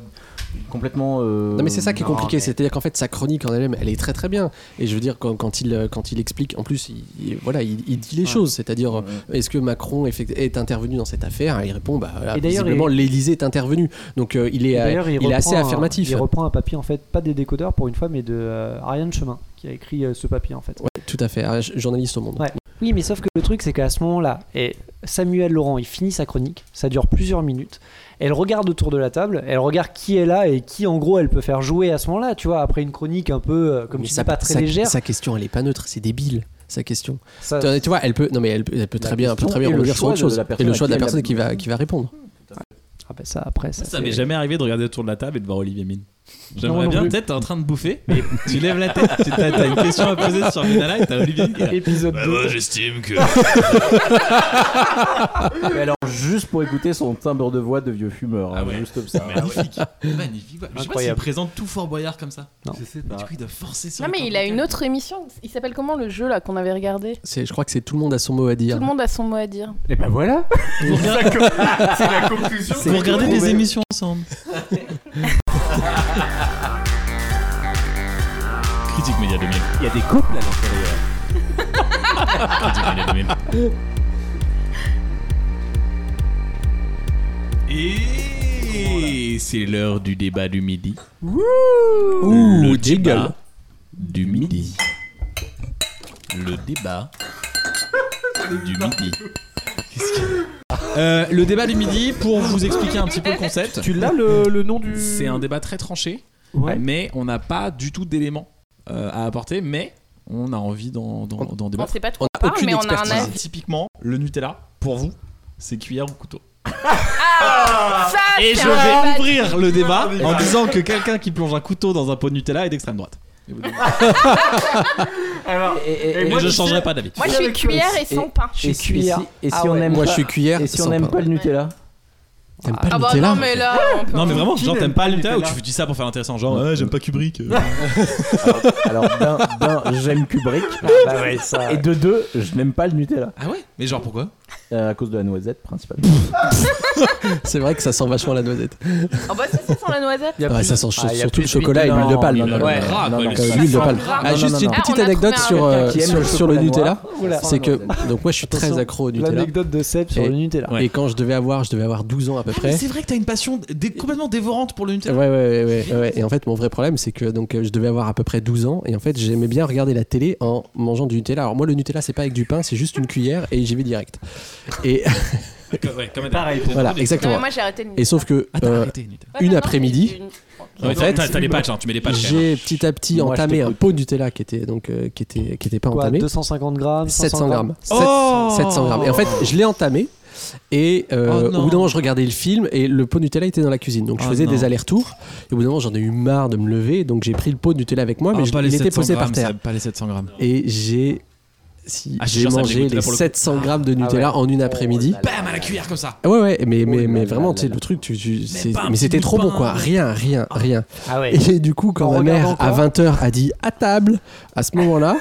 Speaker 7: complètement euh,
Speaker 2: Non mais c'est ça qui est
Speaker 8: non,
Speaker 2: compliqué,
Speaker 8: mais-
Speaker 2: c'est-à-dire qu'en fait sa chronique en elle-même, elle est très très bien. Et je veux dire quand, quand il euh, quand il explique, en plus il, il- voilà il, il dit les choses, c'est-à-dire euh, est-ce que Macron effect- est intervenu dans cette affaire Et Il répond bah voilà,
Speaker 8: Et d'ailleurs,
Speaker 2: visiblement l'Élysée est intervenue, donc euh, il est
Speaker 8: Et
Speaker 2: euh,
Speaker 8: d'ailleurs,
Speaker 2: il, est
Speaker 8: reprend
Speaker 2: assez
Speaker 8: un-
Speaker 2: affirmatif.
Speaker 8: Il reprend un papier en fait, pas des décodeurs pour une fois, mais de euh, Ariane Chemin qui a écrit euh, ce papier en fait.
Speaker 2: Ouais, tout à fait, un j- journaliste au monde.
Speaker 8: Ouais. Oui, mais sauf que le truc, c'est qu'à ce moment-là, et Samuel Laurent, il finit sa chronique, ça dure plusieurs minutes. Elle regarde autour de la table, elle regarde qui est là et qui, en gros, elle peut faire jouer à ce moment-là, tu vois, après une chronique un peu, euh, comme
Speaker 2: Mais
Speaker 8: tu
Speaker 2: sa-
Speaker 8: dis, pas très
Speaker 2: sa-
Speaker 8: légère. Euh,
Speaker 2: Sa question elle est pas neutre, c'est débile sa question.
Speaker 8: ça-
Speaker 2: Tu vois, Tu vois, elle peut non mais elle, peut- elle peut
Speaker 7: La
Speaker 2: très bien, elle peut
Speaker 7: question
Speaker 2: très bien
Speaker 7: et le
Speaker 2: rebondir sur
Speaker 7: choix
Speaker 2: autre
Speaker 7: de
Speaker 2: chose.
Speaker 7: la
Speaker 2: Et
Speaker 7: personne
Speaker 2: le
Speaker 7: à
Speaker 2: choix de
Speaker 7: qui
Speaker 2: la
Speaker 7: elle a-
Speaker 2: personne qui va qui va répondre.
Speaker 8: Ah ben ça, après, ça.
Speaker 1: Ça
Speaker 8: c'est-
Speaker 1: m'est jamais arrivé de regarder autour de la table et de voir Olivier Mine.
Speaker 8: Non,
Speaker 1: J'aimerais
Speaker 8: non
Speaker 1: bien,
Speaker 8: plus.
Speaker 1: peut-être t'es en train de bouffer, mais tu lèves la tête, tu- t'as t'as une question à poser sur Minala et t'as Olivier Mine. qui est là.
Speaker 8: Épisode
Speaker 1: Bah,
Speaker 8: 2.
Speaker 1: moi, j'estime que.
Speaker 7: ah, Mais alors, juste pour écouter son timbre de voix de vieux fumeur,
Speaker 5: Ah
Speaker 7: hein,
Speaker 1: ouais.
Speaker 7: juste comme ça.
Speaker 1: Magnifique, magnifique. ouais. Je sais pas s'il
Speaker 7: Incroyable.
Speaker 1: présente tout Fort Boyard comme ça.
Speaker 7: Non.
Speaker 1: Je sais pas. Du coup, il doit forcer sur
Speaker 5: Non,
Speaker 1: le
Speaker 5: mais
Speaker 1: temps
Speaker 5: il a
Speaker 1: vocal.
Speaker 5: une autre émission. Il s'appelle comment le jeu là qu'on avait regardé
Speaker 2: C'est- Je crois que c'est tout le monde a son mot à dire.
Speaker 5: Tout le monde a son mot à dire.
Speaker 6: Et ben voilà
Speaker 1: Vous regardez-
Speaker 3: C'est la conclusion.
Speaker 1: Vous regardez des émissions ensemble. Critique Média 2000.
Speaker 6: Il y a des couples à l'intérieur.
Speaker 1: Critique Média 2000. Et c'est l'heure du débat du midi. le débat du midi. Le débat du midi. Qu'est-ce qu'il y a Euh, le débat du midi, pour vous expliquer un petit peu le concept,
Speaker 8: Tu l'as le, le nom du.
Speaker 1: c'est un débat très tranché,
Speaker 8: Ouais.
Speaker 1: mais on n'a pas du tout d'éléments euh, à apporter, mais on a envie d'en d'en- d'en
Speaker 5: On
Speaker 1: débattre.
Speaker 5: sait pas de quoi
Speaker 2: on a
Speaker 5: on parle,
Speaker 2: aucune
Speaker 5: mais on a un
Speaker 2: expertise.
Speaker 5: avis.
Speaker 1: Typiquement, le Nutella, pour vous, c'est cuillère ou couteau.
Speaker 5: Ça,
Speaker 1: Et
Speaker 5: c'est
Speaker 1: je
Speaker 5: un débat.
Speaker 1: vais ouvrir le débat en disant que quelqu'un qui plonge un couteau dans un pot de Nutella est d'extrême droite. Et vous-
Speaker 3: Alors,
Speaker 7: Et, et-
Speaker 3: Et
Speaker 7: et-
Speaker 1: Et
Speaker 3: moi,
Speaker 1: je
Speaker 3: tu
Speaker 1: changerai
Speaker 3: sais-
Speaker 1: pas d'avis.
Speaker 5: Moi, je suis cuillère et sans pain.
Speaker 8: suis
Speaker 7: et si-
Speaker 8: cuillère.
Speaker 7: et si- Et si
Speaker 5: Ah
Speaker 7: on
Speaker 5: ouais.
Speaker 7: aime
Speaker 2: Moi,
Speaker 7: pas-
Speaker 2: je suis cuillère.
Speaker 7: Et si
Speaker 2: sans
Speaker 7: on aime
Speaker 2: pain.
Speaker 7: pas le Nutella
Speaker 2: T'aimes pas
Speaker 5: Ah
Speaker 2: le
Speaker 5: bah
Speaker 2: Nutella
Speaker 5: non, mais là. on peut-
Speaker 1: Non mais vraiment,
Speaker 3: Qui
Speaker 1: genre
Speaker 3: n'aime
Speaker 1: t'aimes pas le
Speaker 3: pas
Speaker 1: Nutella ou
Speaker 3: Nutella
Speaker 1: tu dis ça pour faire intéressant, genre ouais, j'aime pas Kubrick. euh.
Speaker 7: Alors, d'un, d'un, j'aime Kubrick.
Speaker 2: Ah bah
Speaker 7: Et de deux, je n'aime pas le Nutella.
Speaker 1: ah ouais Mais genre pourquoi
Speaker 7: Euh, à cause de la noisette, principalement.
Speaker 2: C'est vrai que ça sent vachement la noisette.
Speaker 5: Ah bah si, ça sent la noisette.
Speaker 8: Il y a
Speaker 2: Ouais,
Speaker 8: plus-
Speaker 2: ça sent cho-
Speaker 7: Ah, y a
Speaker 2: surtout
Speaker 7: plus
Speaker 2: le chocolat et
Speaker 7: d'huile de-
Speaker 2: l'huile de
Speaker 7: non,
Speaker 2: palme.
Speaker 7: non,
Speaker 2: Non,
Speaker 7: non,
Speaker 1: Ouais,
Speaker 2: non, non,
Speaker 1: grave,
Speaker 2: non,
Speaker 1: ouais,
Speaker 2: non,
Speaker 1: le
Speaker 2: quand même,
Speaker 1: sang.
Speaker 2: l'huile de
Speaker 5: ah, Ça
Speaker 2: palme.
Speaker 5: sent grave.
Speaker 2: Ah,
Speaker 7: Non,
Speaker 2: juste
Speaker 7: non,
Speaker 2: une
Speaker 7: non.
Speaker 2: petite
Speaker 5: Ah, on a
Speaker 2: anecdote
Speaker 5: trouvé un
Speaker 2: sur,
Speaker 7: quelqu'un
Speaker 2: euh,
Speaker 7: qui aime
Speaker 2: sur-
Speaker 7: le
Speaker 2: sur le
Speaker 7: chocolat
Speaker 2: Nutella.
Speaker 8: Oula.
Speaker 2: C'est que donc moi je suis très
Speaker 8: Attention,
Speaker 2: accro au Nutella.
Speaker 8: L'anecdote de Seb sur
Speaker 2: Et-
Speaker 8: le Nutella.
Speaker 1: Ouais.
Speaker 2: Et quand je devais avoir, je devais avoir 12 ans à peu
Speaker 1: Ah, Mais
Speaker 2: près.
Speaker 1: C'est vrai que t'as une passion dé- complètement dévorante pour le
Speaker 2: Ouais,
Speaker 1: Nutella.
Speaker 2: ouais, ouais, ouais, ouais. Et en fait, mon vrai problème, c'est que donc euh, je devais avoir à peu près 12 ans. Et en fait, j'aimais bien regarder la télé en mangeant du Nutella. Alors, moi, le Nutella, c'est pas avec du pain, c'est juste une cuillère et j'y vais direct. Et
Speaker 1: Comme- ouais, comme
Speaker 3: Pareil.
Speaker 2: voilà,
Speaker 5: Non, mais
Speaker 2: exactement.
Speaker 5: moi, j'ai arrêté le
Speaker 2: Et sauf que
Speaker 1: Ah t'as
Speaker 2: euh,
Speaker 1: arrêté Nutella.
Speaker 5: Ouais,
Speaker 2: une
Speaker 5: non, non,
Speaker 2: après-midi,
Speaker 5: j'ai une-
Speaker 2: en
Speaker 1: Ouais,
Speaker 2: fait,
Speaker 1: t'as t'as les patchs, hein, tu mets les patchs. quand même.
Speaker 2: j'ai petit à petit
Speaker 7: Moi, je
Speaker 2: entamé un
Speaker 7: t'écoute.
Speaker 2: pot de Nutella qui était donc euh, qui était qui était pas
Speaker 8: Quoi,
Speaker 2: entamé.
Speaker 8: 250 grammes
Speaker 2: 700 grammes.
Speaker 1: Oh
Speaker 2: 700 grammes. Et en fait, je l'ai entamé. Et euh,
Speaker 1: Oh
Speaker 2: au
Speaker 1: non.
Speaker 2: bout d'un moment, je regardais le film et le pot de Nutella était dans la cuisine. Donc je
Speaker 1: Oh
Speaker 2: faisais
Speaker 1: non.
Speaker 2: des allers-retours. Et au bout d'un moment, j'en ai eu marre de me lever. Donc j'ai pris le pot de Nutella avec moi, mais
Speaker 1: Ah,
Speaker 2: je-
Speaker 1: pas les
Speaker 2: il était
Speaker 1: 700
Speaker 2: posé par
Speaker 1: grammes,
Speaker 2: terre.
Speaker 1: ça- Pas les 700 grammes.
Speaker 2: Et j'ai si,
Speaker 1: Ah, je suis
Speaker 2: j'ai
Speaker 1: sûr, ça me
Speaker 2: mangé
Speaker 1: dégoûte, là,
Speaker 2: les
Speaker 1: pour le coup.
Speaker 2: 700 grammes
Speaker 7: Ah
Speaker 2: de Nutella en une après-midi.
Speaker 1: Bam à la cuillère comme ça.
Speaker 2: Ah Ouais ouais mais
Speaker 7: Oh
Speaker 2: mais,
Speaker 7: là
Speaker 2: mais
Speaker 7: là
Speaker 2: vraiment
Speaker 7: là
Speaker 2: tu sais
Speaker 7: là.
Speaker 2: le truc tu, tu- c'est-
Speaker 1: pas un
Speaker 2: mais
Speaker 1: petit
Speaker 2: c'était
Speaker 1: bout de
Speaker 2: trop bon
Speaker 1: pain.
Speaker 2: quoi rien rien rien
Speaker 8: Ah ouais.
Speaker 2: et du coup quand
Speaker 8: En
Speaker 2: ma
Speaker 8: regardant
Speaker 2: mère à
Speaker 8: quoi
Speaker 2: 20h a dit à table à ce moment-là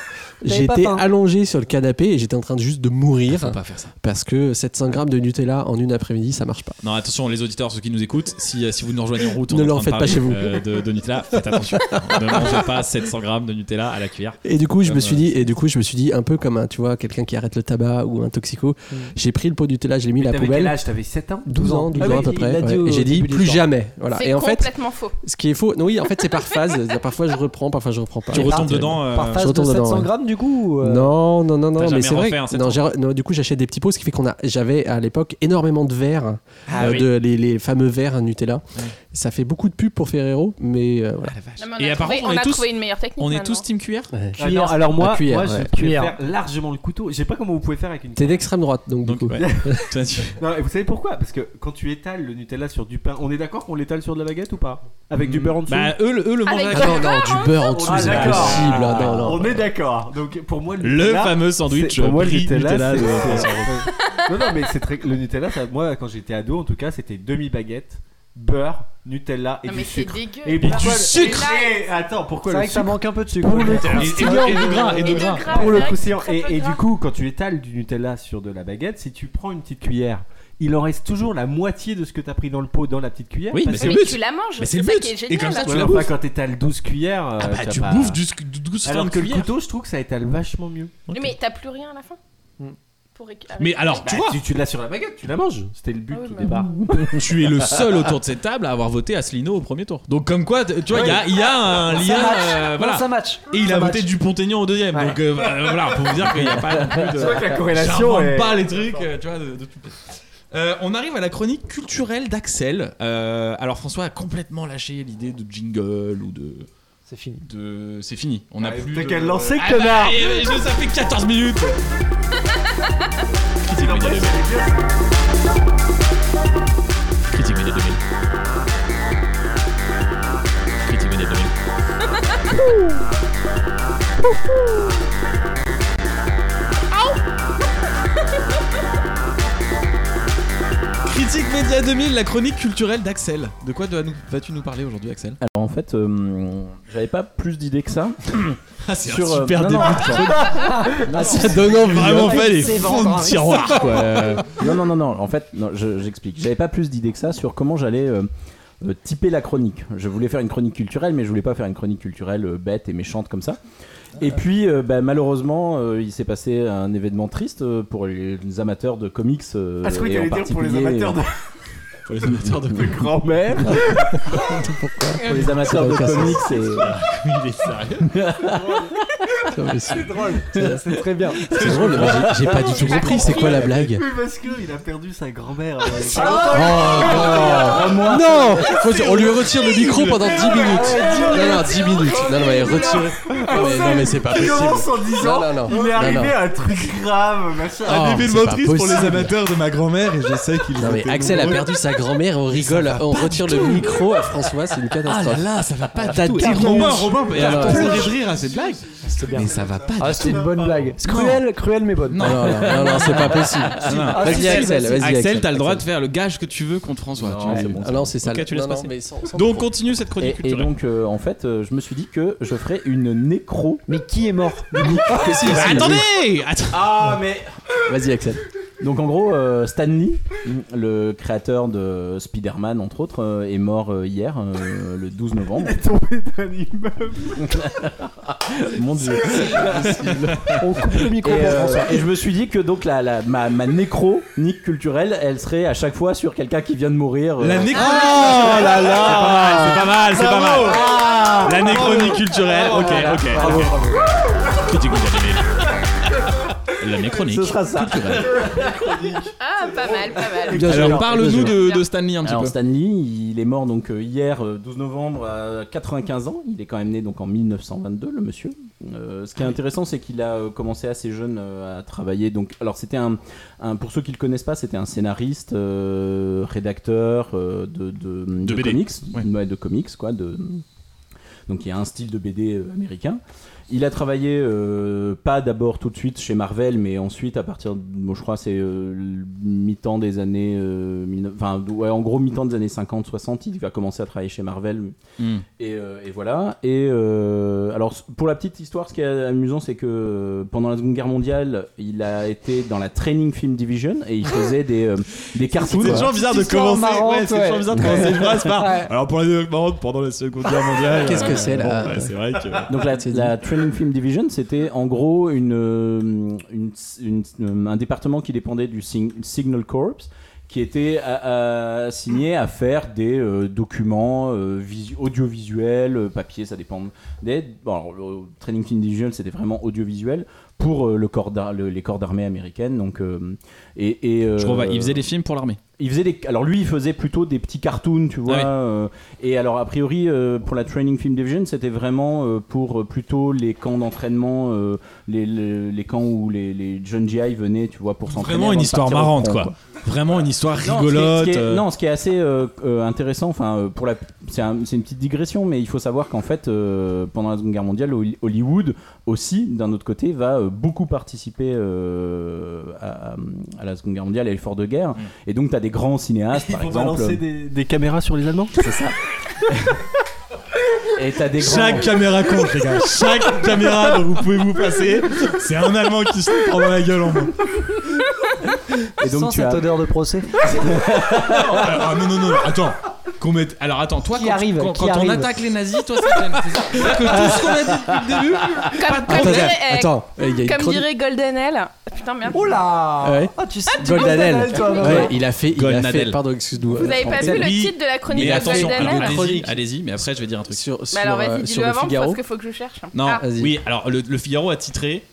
Speaker 8: T'avais pas
Speaker 2: j'étais
Speaker 8: faim. Ah,
Speaker 2: allongé sur le canapé et j'étais en train de juste de mourir
Speaker 1: Faut pas faire ça.
Speaker 2: parce que 700 grammes de Nutella en une après-midi, ça marche pas.
Speaker 1: Non, attention, les auditeurs, ceux qui nous écoutent, si, euh, si vous nous rejoignez en route, on
Speaker 2: Ne
Speaker 1: est en train
Speaker 2: leur
Speaker 1: de
Speaker 2: faites pas
Speaker 1: parler,
Speaker 2: chez vous.
Speaker 1: euh, de, de Nutella, faites attention. ne mangez pas 700 grammes de Nutella à la cuillère.
Speaker 2: Et du coup, je
Speaker 1: Ah
Speaker 8: bah
Speaker 2: me suis
Speaker 1: ouais.
Speaker 2: dit, et du coup, je me suis dit un peu comme un, tu vois, quelqu'un qui arrête le tabac ou un toxico.
Speaker 8: Mm.
Speaker 2: J'ai pris le pot de Nutella, je l'ai mis à la
Speaker 6: T'avais quel
Speaker 2: poubelle.
Speaker 6: âge T'avais 7 ans
Speaker 2: 12 ans, 12
Speaker 8: Ah
Speaker 2: ans à
Speaker 8: oui,
Speaker 2: peu
Speaker 8: il
Speaker 2: près.
Speaker 8: l'a dit
Speaker 2: ouais.
Speaker 8: au
Speaker 2: Et j'ai dit
Speaker 8: début du
Speaker 2: plus
Speaker 8: temps.
Speaker 2: jamais. Voilà.
Speaker 5: C'est
Speaker 2: Et en fait,
Speaker 5: complètement faux.
Speaker 2: ce qui est faux, non, oui, en fait, c'est par phase. C'est-à-dire, Parfois, je reprends, parfois, je reprends pas.
Speaker 1: Tu
Speaker 2: Et
Speaker 1: retombes
Speaker 2: c'est-
Speaker 1: dedans. euh,
Speaker 8: Par
Speaker 2: je
Speaker 8: phase de
Speaker 2: retourne dedans,
Speaker 8: 700
Speaker 2: ouais.
Speaker 8: grammes du coup euh,
Speaker 2: Non, non, non,
Speaker 1: T'as
Speaker 2: non, mais
Speaker 1: jamais
Speaker 2: c'est vrai.
Speaker 1: refait un
Speaker 2: que-
Speaker 1: 700.
Speaker 2: non, j'ai re- non, du coup, j'achète des petits pots, ce qui fait qu'on a, j'avais à l'époque énormément de verres,
Speaker 1: Ah
Speaker 2: euh,
Speaker 1: oui.
Speaker 2: de, les, les fameux verres à Nutella. Ça fait beaucoup de pub pour Ferrero, mais euh, voilà.
Speaker 1: Ah, la vache.
Speaker 5: Non, mais on
Speaker 1: Et
Speaker 5: a trouvé-
Speaker 1: apparemment,
Speaker 5: on
Speaker 1: on est
Speaker 5: a
Speaker 1: tous.
Speaker 5: trouvé une meilleure technique.
Speaker 1: On est
Speaker 5: maintenant.
Speaker 1: tous team cuillère
Speaker 6: Ah non, alors moi,
Speaker 2: La cuillère,
Speaker 6: moi je
Speaker 2: ouais.
Speaker 6: préfère
Speaker 8: Cuillère.
Speaker 6: largement le couteau. Je sais pas comment vous pouvez faire avec une
Speaker 2: T'es d'extrême droite, donc,
Speaker 1: Donc,
Speaker 2: du coup.
Speaker 1: ouais. Toi, tu-
Speaker 6: Non, et vous savez pourquoi Parce que quand tu étales le Nutella sur du pain, on est d'accord qu'on l'étale sur de la baguette ou pas Avec du beurre en dessous
Speaker 1: Bah, eux, le- eux le mangent
Speaker 5: Avec-
Speaker 1: avec-
Speaker 2: Ah non, non, du beurre en
Speaker 6: On
Speaker 2: dessous,
Speaker 6: est
Speaker 2: c'est
Speaker 6: d'accord.
Speaker 2: impossible. ah, non, non.
Speaker 6: On est d'accord. Donc pour moi, le,
Speaker 1: Le
Speaker 6: Nutella,
Speaker 1: fameux sandwich
Speaker 6: Ah c'est- pour moi, le
Speaker 1: brie
Speaker 6: Nutella,
Speaker 1: Nutella.
Speaker 6: c'est-
Speaker 1: de-
Speaker 6: c'est- non, non, mais c'est très. Le Nutella, ça- moi, quand j'étais ado, en tout cas, c'était demi-baguette, beurre, Nutella et
Speaker 5: Non,
Speaker 6: du
Speaker 5: mais c'est
Speaker 6: sucre.
Speaker 5: dégueu.
Speaker 6: Et
Speaker 1: du
Speaker 6: pourquoi-
Speaker 1: sucre
Speaker 6: Et Attends,
Speaker 8: C'est
Speaker 6: pourquoi le
Speaker 8: vrai que ça
Speaker 6: sucre
Speaker 8: manque un peu de sucre.
Speaker 1: Et- et- et de gras, et de
Speaker 5: Et de
Speaker 1: gras.
Speaker 5: gras,
Speaker 6: Pour le
Speaker 5: c'est vrai
Speaker 6: coup,
Speaker 5: que c'est
Speaker 6: c'est-
Speaker 5: très,
Speaker 6: et,
Speaker 5: très
Speaker 6: et
Speaker 5: gras.
Speaker 6: du coup, quand tu étales du Nutella sur de la baguette, si tu prends une petite cuillère, il en reste toujours la moitié de ce que t'as pris dans le pot dans la petite cuillère.
Speaker 1: Oui, mais
Speaker 6: parce
Speaker 1: c'est
Speaker 5: Oui,
Speaker 1: le
Speaker 5: mais
Speaker 1: but.
Speaker 5: tu la manges.
Speaker 1: Mais
Speaker 5: c'est
Speaker 1: c'est le
Speaker 5: ça
Speaker 1: but.
Speaker 5: qui est
Speaker 1: Et comme
Speaker 5: génial.
Speaker 1: ça, tu
Speaker 6: Ouais,
Speaker 1: la
Speaker 6: enfin,
Speaker 1: bouffes.
Speaker 6: quand t'étales 12 cuillères.
Speaker 1: Ah
Speaker 6: euh,
Speaker 1: bah,
Speaker 6: t'as
Speaker 1: tu
Speaker 6: pas-
Speaker 1: bouffes du sc- du 12 francs
Speaker 6: Alors
Speaker 1: de
Speaker 6: que le
Speaker 1: cuillère.
Speaker 6: couteau, je trouve que ça étale vachement mieux.
Speaker 5: Mais t'as plus rien à la fin.
Speaker 8: Hmm.
Speaker 5: Pour récupérer-
Speaker 1: Mais alors, tu
Speaker 6: Bah,
Speaker 1: vois,
Speaker 6: tu, tu l'as sur la baguette, tu la manges. C'était le but
Speaker 5: Ah oui,
Speaker 6: au
Speaker 5: bah
Speaker 6: départ.
Speaker 1: tu es le seul autour de cette table à avoir voté Asselineau au premier tour. Donc, comme quoi, t- tu vois, il y a- il y, a un
Speaker 8: Ça
Speaker 1: lien.
Speaker 8: match.
Speaker 1: euh,
Speaker 8: Non,
Speaker 1: voilà.
Speaker 8: ça match.
Speaker 1: Et il
Speaker 8: Ça
Speaker 1: a
Speaker 8: match.
Speaker 1: voté Dupont-Aignan au deuxième.
Speaker 8: Ouais.
Speaker 1: Donc, euh, voilà, voilà, pour vous dire qu'il n'y a pas non plus de.
Speaker 3: Bah,
Speaker 6: C'est vrai que la corrélation
Speaker 1: J'invente
Speaker 6: est.
Speaker 1: pas les trucs, euh, tu vois, de, de tout. Euh, on arrive à la chronique culturelle d'Axel. Euh, alors François a complètement lâché l'idée de jingle ou de...
Speaker 8: C'est fini.
Speaker 1: de... C'est fini, on a
Speaker 6: Ah,
Speaker 1: plus
Speaker 6: t'as
Speaker 1: de...
Speaker 6: qu'à le lancer,
Speaker 1: Ah bah,
Speaker 6: connard
Speaker 1: et- et- et- Ça fait 14 minutes Critique Média 2000.
Speaker 12: Critique Média 2000. Critique Média 2000.
Speaker 1: Critique Média 2000, la chronique culturelle d'Axel. De quoi dois- nous- vas-tu nous parler aujourd'hui, Axel
Speaker 7: Alors en fait, euh, j'avais pas plus d'idées que ça.
Speaker 1: Ah, c'est un
Speaker 7: Sur, euh,
Speaker 1: super
Speaker 7: non,
Speaker 1: début
Speaker 7: non,
Speaker 1: de
Speaker 7: sur-
Speaker 1: chronique.
Speaker 7: Non,
Speaker 1: Ah, ça
Speaker 7: non.
Speaker 1: donne envie, Vraiment hein. pas les C'est fonds de vendeur. tiroir, quoi.
Speaker 7: Euh, non, non, non, non. En fait, non, je- j'explique. J'avais pas plus d'idées que ça sur comment j'allais. euh, euh, typer la chronique. Je voulais faire une chronique culturelle, mais je voulais pas faire une chronique culturelle euh, bête et méchante comme ça. Et puis, euh, bah, malheureusement, euh, il s'est passé un événement triste euh, pour les, les amateurs de comics. euh,
Speaker 3: Ah, je croyais
Speaker 7: et en
Speaker 3: que t'allais dire pour les
Speaker 7: particulier- euh,
Speaker 3: amateurs de-
Speaker 1: Pour les amateurs de-
Speaker 7: grand-mère. pour les amateurs de comics et.
Speaker 1: Il est sérieux.
Speaker 2: C'est
Speaker 3: drôle.
Speaker 8: C'est très bien.
Speaker 2: C'est drôle, moi, j'ai- j'ai pas du tout compris, c'est quoi la blague
Speaker 3: Oui, parce qu'il a perdu sa grand-mère.
Speaker 2: Oh non Non Faut dire, On lui retire le micro pendant 10 minutes Non, non, 10 minutes Non, non, mais retire
Speaker 1: Ah,
Speaker 2: Non, mais, non, mais c'est pas
Speaker 3: Il
Speaker 2: possible
Speaker 3: commence en disant
Speaker 2: Non, non, non.
Speaker 3: Il est arrivé
Speaker 2: Non, non.
Speaker 3: à un truc grave, machin.
Speaker 1: un
Speaker 2: Ah, c'est
Speaker 1: événement
Speaker 2: pas
Speaker 1: triste pour les
Speaker 2: possible.
Speaker 1: amateurs de ma grand-mère et je sais qu'ils
Speaker 2: Non, mais
Speaker 1: étaient
Speaker 2: Axel a
Speaker 1: nombreux.
Speaker 2: perdu sa grand-mère, on rigole, on retire le micro à François, c'est une catastrophe.
Speaker 1: Ah là là, ça va pas
Speaker 2: T'as
Speaker 1: du tout.
Speaker 2: des
Speaker 1: Et Robin,
Speaker 2: rouges.
Speaker 1: Robin, mais
Speaker 2: Non,
Speaker 1: alors,
Speaker 2: non,
Speaker 1: pleurer
Speaker 2: non.
Speaker 1: de rire à cette blague.
Speaker 2: Mais ça va pas
Speaker 8: Ah,
Speaker 2: du
Speaker 8: c'est
Speaker 2: tout.
Speaker 8: une bonne blague.
Speaker 2: Non.
Speaker 8: Cruelle, cruelle, mais bonne.
Speaker 2: Non, non, non, non, non, c'est pas possible.
Speaker 1: Ah, non.
Speaker 2: Vas-y, Axel, vas-y,
Speaker 1: Axel,
Speaker 2: Axel,
Speaker 1: t'as le droit de
Speaker 2: Axel.
Speaker 1: faire le gage que tu veux contre François.
Speaker 7: Non,
Speaker 1: Tu vois,
Speaker 7: Ah, c'est bon,
Speaker 1: bon,
Speaker 7: c'est bon.
Speaker 1: Ok, tu laisses
Speaker 2: Ah Non, non,
Speaker 1: passer.
Speaker 2: mais sans- sans
Speaker 1: Donc
Speaker 2: micro.
Speaker 1: continue cette
Speaker 7: Et,
Speaker 1: chronique
Speaker 7: et
Speaker 1: culturelle.
Speaker 7: donc, euh, en fait, euh, je me suis dit que je ferais une nécro.
Speaker 8: Mais qui est mort
Speaker 1: Ah, si, si, Attendez
Speaker 7: Ah, mais.
Speaker 2: Vas-y, Axel.
Speaker 7: Donc en gros, euh, Stan Lee, le créateur de Spider-Man entre autres, euh, est mort euh, hier, euh, le 12 novembre.
Speaker 3: Il est tombé d'un immeuble.
Speaker 7: Mon dieu.
Speaker 8: On coupe le micro
Speaker 7: et,
Speaker 8: pour
Speaker 7: euh,
Speaker 8: François.
Speaker 7: et je me suis dit que donc la, la- ma, ma nécronique culturelle, elle serait à chaque fois sur quelqu'un qui vient de mourir. euh.
Speaker 1: La nécro- Oh
Speaker 7: Ah là là
Speaker 1: C'est pas mal, c'est pas mal. La nécronique culturelle. Ok,
Speaker 7: Voilà.
Speaker 1: ok.
Speaker 7: Bravo,
Speaker 1: ok.
Speaker 7: bravo.
Speaker 12: Critique Média 2000. La nécronique.
Speaker 7: Ce sera ça.
Speaker 12: culturelle.
Speaker 5: Ah, pas mal, pas mal.
Speaker 7: Bien
Speaker 1: Alors,
Speaker 7: joué.
Speaker 1: parle-nous
Speaker 7: Bien joué.
Speaker 1: de, de Stanley un petit
Speaker 7: Alors
Speaker 1: peu.
Speaker 7: Stanley, il est mort donc euh, hier euh, 12 novembre à 95 ans. Il est quand même né donc en 1922 le monsieur. Euh, ce qui est intéressant c'est qu'il a euh, commencé assez jeune euh, à travailler donc alors c'était un, un- pour ceux qui le connaissent pas c'était un scénariste euh, rédacteur euh, de de, de
Speaker 12: BD.
Speaker 7: comics
Speaker 12: Ouais.
Speaker 7: ouais, de comics quoi de donc il y a un style de BD euh, américain. Il a travaillé euh, pas d'abord tout de suite chez Marvel, mais ensuite à partir, de, bon, je crois c'est euh, le mi-temps des années, euh, 19 enfin ouais, en gros mi-temps des années 50-60, il va commencer à travailler chez Marvel.
Speaker 12: Hmm.
Speaker 7: Et, euh, et voilà. Et euh, alors pour la petite histoire, ce qui est amusant, c'est que euh, pendant la Seconde Guerre mondiale, il a été dans la Training Film Division et il faisait des euh, des cartoons.
Speaker 1: C'est toujours bizarre de commencer.
Speaker 8: marrante,
Speaker 1: ouais, c'est toujours
Speaker 8: ouais.
Speaker 1: bizarre de commencer une phrase par.
Speaker 8: Ouais.
Speaker 1: Alors pour les marrante pendant la Seconde Guerre mondiale.
Speaker 2: Qu'est-ce que
Speaker 1: euh,
Speaker 2: c'est,
Speaker 1: bon,
Speaker 2: là
Speaker 1: ouais, C'est vrai que.
Speaker 7: Donc la, la Training Film Division, c'était en gros une, euh, une- une- euh, un département qui dépendait du Sig- Signal Corps, qui était à- à- assigné à faire des euh, documents euh, visu- audiovisuels, euh, papier, ça dépend. Des, bon, alors, le Training Film Division, c'était vraiment audiovisuel pour euh, le corps d'ar- le- les corps d'armée américaines. Donc, euh, et, et, euh,
Speaker 1: Je crois bah, il faisait des films pour l'armée.
Speaker 7: il faisait des... Alors lui, il faisait plutôt des petits cartoons, tu vois.
Speaker 1: Ah oui.
Speaker 7: euh, et alors, a priori, euh, pour la Training Film Division, c'était vraiment euh, pour euh, plutôt les camps d'entraînement, euh, les, les- les camps où les, les jeunes GI venaient, tu vois, pour s'entraîner.
Speaker 1: Vraiment
Speaker 7: avant
Speaker 1: une
Speaker 7: de
Speaker 1: histoire
Speaker 7: partir au
Speaker 1: marrante,
Speaker 7: front,
Speaker 1: quoi. Vraiment une histoire
Speaker 7: non, ce qui est-
Speaker 1: rigolote.
Speaker 7: ce qui est,
Speaker 1: euh,
Speaker 7: non, ce qui est assez euh, euh, intéressant, enfin, euh, pour la, c'est, un- c'est une petite digression, mais il faut savoir qu'en fait, euh, pendant la Seconde Guerre mondiale, Hol- Hollywood aussi, d'un autre côté, va euh, beaucoup participer euh, à, à la Seconde Guerre mondiale et à l'effort de guerre. Et donc, tu as des grands cinéastes, par
Speaker 3: Mm. Ils vont
Speaker 7: exemple.
Speaker 3: balancer des, des caméras sur les Allemands
Speaker 7: C'est ça. Et t'as des grands.
Speaker 1: Chaque caméra compte, les gars. Chaque caméra dont vous pouvez vous passer, c'est un Allemand qui se prend dans la gueule en moins.
Speaker 7: Et donc,
Speaker 8: Sans
Speaker 7: tu as-
Speaker 8: cette odeur de procès.
Speaker 1: Ah non, non, non, attends. Qu'on mette... Alors attends, toi,
Speaker 8: Qui
Speaker 1: quand,
Speaker 8: arrive,
Speaker 1: quand,
Speaker 8: qui
Speaker 1: quand on
Speaker 8: arrive.
Speaker 1: attaque les nazis, toi, ça te gêne. c'est ça C'est-à-dire que tout ce qu'on a dit depuis le début,
Speaker 5: Comme, comme
Speaker 2: Attends,
Speaker 5: dirait, euh,
Speaker 2: attends, il y a une
Speaker 5: comme
Speaker 2: chronique-
Speaker 5: dirait Golden Ale. Putain, merde.
Speaker 1: Oh,
Speaker 8: Oula
Speaker 2: Ouais.
Speaker 8: Ah, tu sais, tu
Speaker 2: Golden
Speaker 8: connais
Speaker 2: Ale.
Speaker 8: Adèle, toi, maintenant.
Speaker 2: Ouais, il a fait, il a
Speaker 1: Golnadel.
Speaker 2: fait, pardon, excuse-nous.
Speaker 5: Vous avez pas vu le
Speaker 1: Oui,
Speaker 5: titre de la chronique
Speaker 1: Mais
Speaker 5: de
Speaker 1: attention,
Speaker 5: Golden
Speaker 1: alors,
Speaker 5: Ale
Speaker 1: allez-y,
Speaker 2: Chronique.
Speaker 1: allez-y, mais après je vais dire un truc.
Speaker 2: sur, sur,
Speaker 5: Bah alors
Speaker 2: euh,
Speaker 5: vas-y,
Speaker 2: sur
Speaker 5: dis-le
Speaker 2: le
Speaker 5: avant parce
Speaker 2: Figaro.
Speaker 1: euh,
Speaker 5: qu'il faut que je cherche.
Speaker 1: Non,
Speaker 5: Ah.
Speaker 2: Vas-y.
Speaker 1: oui, alors le, le Figaro a titré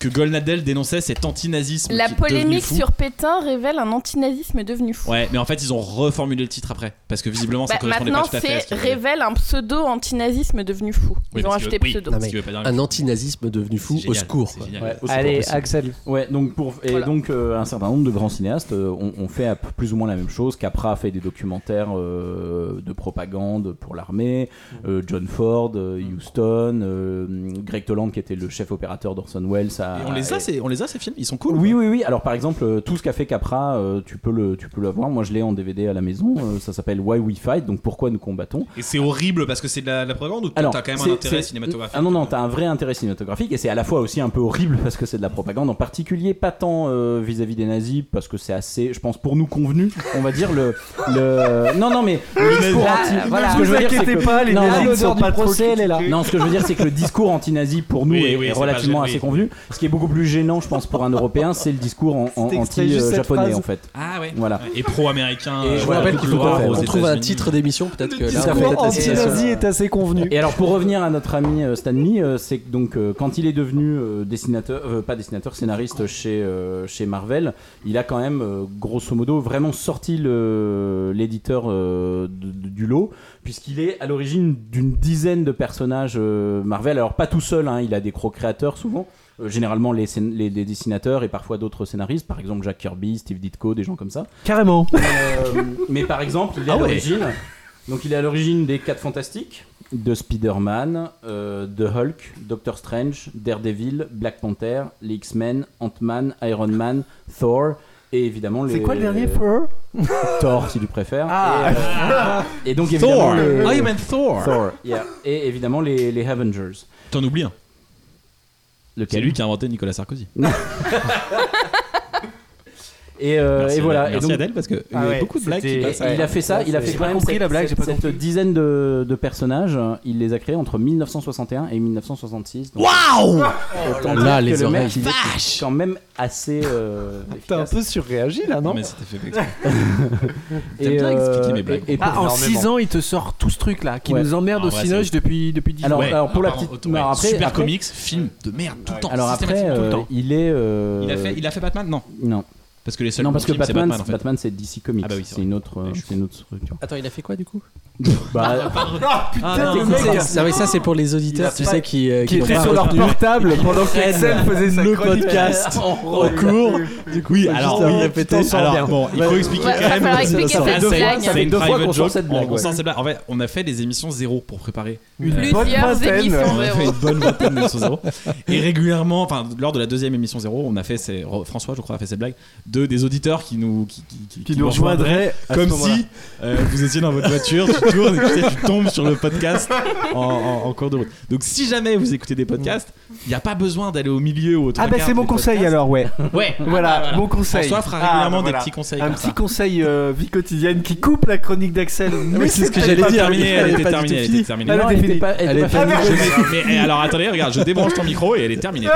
Speaker 1: que Golnadel dénonçait cet antinazisme.
Speaker 5: La
Speaker 1: qui est devenu
Speaker 5: polémique
Speaker 1: fou.
Speaker 5: sur Pétain révèle un antinazisme devenu fou.
Speaker 1: Ouais, mais en fait, ils ont reformulé le titre après. Parce que visiblement, ça
Speaker 5: Bah,
Speaker 1: correspondait
Speaker 5: maintenant,
Speaker 1: pas tout à fait à ce
Speaker 5: c'est
Speaker 1: qu'il y avait.
Speaker 5: révèle un pseudo antinazisme devenu fou. Ils
Speaker 1: Oui,
Speaker 5: ont
Speaker 1: parce
Speaker 5: rajouté
Speaker 1: que- oui,
Speaker 5: pseudo.
Speaker 1: non, mais- Ce qui veut pas dire
Speaker 2: un antinazisme devenu fou
Speaker 7: C'est
Speaker 2: au
Speaker 7: génial,
Speaker 2: secours.
Speaker 7: c'est
Speaker 2: quoi.
Speaker 7: génial.
Speaker 2: Ouais, au
Speaker 8: Allez,
Speaker 2: secours.
Speaker 8: Axel.
Speaker 7: Ouais, donc pour et
Speaker 8: Voilà.
Speaker 7: donc euh, un certain nombre de grands cinéastes euh, ont, ont fait à- plus ou moins la même chose. Capra a fait des documentaires euh, de propagande pour l'armée,
Speaker 1: Mmh.
Speaker 7: euh, John Ford, euh, Houston, euh, Greg Toland qui était le chef opérateur d'Orson Welles. à-
Speaker 1: Et on les a, ces- on les a ces films, ils sont cool.
Speaker 7: Oui, oui, oui. Alors, par exemple, euh, tout ce qu'a fait Capra, euh, tu peux le, tu peux l'avoir. Moi, je l'ai en DVD à la maison. Euh, ça s'appelle Why We Fight, donc pourquoi nous combattons.
Speaker 1: Et c'est horrible parce que c'est de la, de la propagande ou t'as
Speaker 7: Alors,
Speaker 1: t'as quand même
Speaker 7: c'est-
Speaker 1: un intérêt
Speaker 7: c'est-
Speaker 1: cinématographique
Speaker 7: Ah non, non, t'as un vrai intérêt cinématographique et c'est à la fois aussi un peu horrible parce que c'est de la propagande, en particulier pas tant euh, vis-à-vis des nazis parce que c'est assez, je pense, pour nous convenu, on va dire le. le... Non, non, mais le discours
Speaker 8: Ah,
Speaker 7: anti.
Speaker 8: voilà.
Speaker 7: ce que je veux
Speaker 8: Ne vous
Speaker 7: dire, c'est
Speaker 8: inquiétez
Speaker 7: que-
Speaker 8: pas, les
Speaker 7: Non,
Speaker 8: nazis
Speaker 7: non,
Speaker 8: ne sont
Speaker 7: l'odeur du
Speaker 8: pas trop
Speaker 7: procès, elle est là.
Speaker 8: critiqués.
Speaker 7: Non, ce que je veux dire, c'est que le discours anti-nazi pour nous
Speaker 8: Oui,
Speaker 7: est,
Speaker 8: oui,
Speaker 7: est
Speaker 8: c'est pas
Speaker 7: relativement
Speaker 8: gênant,
Speaker 7: assez
Speaker 8: oui.
Speaker 7: convenu. Ce qui est beaucoup plus gênant, je pense, pour un Européen, c'est le discours en- en-
Speaker 1: Cet extrait, juste cette
Speaker 7: anti-japonais,
Speaker 1: phrase.
Speaker 7: en fait.
Speaker 1: Ah ouais.
Speaker 7: Voilà.
Speaker 1: et pro-américain.
Speaker 7: Et
Speaker 1: euh,
Speaker 7: je vous
Speaker 1: voilà,
Speaker 7: rappelle qu'il faut
Speaker 1: couloir
Speaker 7: pas faire.
Speaker 1: aux
Speaker 7: On trouve un
Speaker 1: États-Unis.
Speaker 2: titre d'émission, peut-être que
Speaker 7: Le
Speaker 2: Euh, là,
Speaker 7: discours
Speaker 2: peut-être la situation-
Speaker 8: anti-nazi est assez convenu.
Speaker 7: Et alors pour revenir à notre ami euh, Stan Lee, euh, c'est que donc euh, quand il est devenu euh, dessinateur, euh, pas dessinateur, scénariste chez euh, chez Marvel, il a quand même euh, grosso modo vraiment sorti le- l'éditeur euh, de- de- du lot puisqu'il est à l'origine d'une dizaine de personnages euh, Marvel. Alors pas tout seul, hein, il a des co-créateurs souvent. euh, généralement les, scén- les- les dessinateurs et parfois d'autres scénaristes, par exemple Jack Kirby, Steve Ditko, des gens comme ça.
Speaker 6: Carrément.
Speaker 7: Euh, mais par exemple, il est
Speaker 6: Ah
Speaker 7: à
Speaker 6: ouais.
Speaker 7: l'origine. Donc il est à l'origine des 4 Fantastiques, de Spider-Man, euh, de Hulk, Doctor Strange, Daredevil, Black Panther, les X-Men, Ant-Man, Iron Man, Thor et évidemment les
Speaker 8: C'est quoi le dernier Thor
Speaker 7: Thor si tu préfères.
Speaker 8: Ah.
Speaker 7: Et, euh, et donc
Speaker 1: Thor.
Speaker 7: évidemment les-
Speaker 1: Iron Man Thor.
Speaker 7: yeah. Et évidemment les, les Avengers.
Speaker 1: T'en oublies un.
Speaker 7: Lequel
Speaker 1: C'est lui qui a inventé Nicolas Sarkozy.
Speaker 7: Et, euh,
Speaker 1: Merci
Speaker 7: et
Speaker 1: Adèle.
Speaker 7: voilà. et
Speaker 1: Merci
Speaker 7: donc- Ah
Speaker 1: Adèle, parce que il y a beaucoup de blagues qui
Speaker 7: c'était-
Speaker 1: passent
Speaker 7: et
Speaker 1: à-
Speaker 7: Il a fait ça,
Speaker 1: Ouais,
Speaker 7: il a
Speaker 1: c'est-
Speaker 7: fait
Speaker 1: j'ai
Speaker 7: quand
Speaker 1: pas
Speaker 7: même
Speaker 1: compris
Speaker 7: cette,
Speaker 1: la blague, j'ai pas
Speaker 7: cette dizaine de, de personnages. euh, Il les a créés entre 1961 et 1966. donc-
Speaker 1: Waouh
Speaker 7: Autant
Speaker 2: Là,
Speaker 7: dire
Speaker 2: les
Speaker 7: que le
Speaker 2: oreilles.
Speaker 7: mec, il est quand même assez. euh,
Speaker 8: T'as un peu surréagi
Speaker 7: Ah
Speaker 8: là, non
Speaker 1: Mais c'était fait exprès.
Speaker 7: Et, euh,
Speaker 1: T'aimes bien expliquer mes
Speaker 7: et-
Speaker 1: blagues.
Speaker 7: et pour-
Speaker 13: Ah, en
Speaker 7: énormément.
Speaker 13: 6 ans, il te sort tout ce truc-là qui
Speaker 7: Ouais.
Speaker 13: nous emmerde
Speaker 7: Ah,
Speaker 13: au
Speaker 7: ouais,
Speaker 13: Cinoche
Speaker 7: c'est-
Speaker 13: depuis, depuis 10
Speaker 7: Alors,
Speaker 13: ans.
Speaker 7: alors pour la
Speaker 1: Apparemment,
Speaker 7: petite,
Speaker 1: auto-
Speaker 7: mais
Speaker 1: ouais,
Speaker 7: après-
Speaker 1: Super
Speaker 7: après- euh,
Speaker 1: comics, film de merde tout le temps.
Speaker 7: Alors après,
Speaker 1: systématique, tout le
Speaker 7: euh,
Speaker 1: temps.
Speaker 7: il est. euh,
Speaker 1: Il a fait, il a fait Batman Non.
Speaker 7: Non.
Speaker 1: Parce que les seuls
Speaker 7: non
Speaker 1: bons
Speaker 7: parce que
Speaker 1: films, c'est
Speaker 7: Batman,
Speaker 1: Batman, en fait.
Speaker 7: Batman, c'est DC Comics.
Speaker 1: Ah bah oui, c'est
Speaker 7: c'est une autre, euh, c'est une autre structure.
Speaker 2: Attends, il a fait quoi du coup
Speaker 7: Bah,
Speaker 2: Ah,
Speaker 7: non,
Speaker 2: le
Speaker 7: c'est-
Speaker 2: mec,
Speaker 7: c'est-
Speaker 2: ça- non, mais ça c'est pour les auditeurs, tu sais, qui, euh,
Speaker 7: qui
Speaker 2: n'ont
Speaker 7: étaient
Speaker 2: pas
Speaker 7: sur leur
Speaker 2: retenu-
Speaker 7: portable
Speaker 2: qui
Speaker 7: pendant que
Speaker 2: prennent
Speaker 7: Axel faisait sa
Speaker 2: le
Speaker 7: chronique.
Speaker 2: podcast
Speaker 7: En
Speaker 2: en
Speaker 7: roule.
Speaker 2: cours. Du coup,
Speaker 1: Oui,
Speaker 2: juste
Speaker 1: alors,
Speaker 2: à
Speaker 1: oui,
Speaker 2: répéter.
Speaker 1: putain, alors, bon, il faut expliquer quand même. Ça fait deux fois- ça fait deux fois qu'on sort cette blague. On sort cette blague. En fait, on a fait des émissions zéro pour préparer.
Speaker 5: Une
Speaker 1: Euh,
Speaker 5: bonne Plusieurs vingtaine. émissions
Speaker 1: On a fait
Speaker 5: zéro.
Speaker 1: une bonne vingtaine d'émissions zéro. Et régulièrement, enfin, lors de la deuxième émission zéro, on a fait ces. François, je crois, a fait cette blague de des auditeurs qui nous qui, qui- qui- qui
Speaker 6: nous rejoindraient à ce
Speaker 1: comme
Speaker 6: moment-là.
Speaker 1: si euh, vous étiez dans votre voiture, tu tournes, et tu, sais, tu tombes sur le podcast en, en- en cours de route. Donc, si jamais vous écoutez des podcasts, il n'y a pas besoin d'aller au milieu ou au
Speaker 3: Ah
Speaker 1: trois
Speaker 3: bah
Speaker 1: quarts
Speaker 3: c'est mon
Speaker 1: des
Speaker 3: conseil
Speaker 1: podcasts.
Speaker 3: alors ouais.
Speaker 1: Ouais.
Speaker 3: Voilà,
Speaker 1: Ah, voilà.
Speaker 3: mon conseil.
Speaker 1: François fera
Speaker 3: Ah,
Speaker 1: régulièrement
Speaker 3: voilà.
Speaker 1: des petits conseils
Speaker 3: Un
Speaker 1: comme
Speaker 3: petit
Speaker 1: ça.
Speaker 3: conseil euh, vie quotidienne qui coupe la chronique d'Axel.
Speaker 1: mais c'est ce que
Speaker 3: peut-être
Speaker 1: j'allais
Speaker 3: pas
Speaker 1: dire,
Speaker 3: terminée,
Speaker 1: mais elle
Speaker 3: pas
Speaker 1: était
Speaker 3: du
Speaker 1: terminée,
Speaker 3: tout
Speaker 1: elle était
Speaker 3: finie.
Speaker 1: terminée.
Speaker 3: Elle
Speaker 1: Non,
Speaker 3: était
Speaker 1: elle
Speaker 3: finie.
Speaker 1: était pas- elle
Speaker 3: Elle
Speaker 7: bah,
Speaker 1: était
Speaker 3: est
Speaker 1: pas
Speaker 3: finie.
Speaker 1: finie. Mais, mais, alors, attendez, regarde, je débranche ton micro et elle est terminée.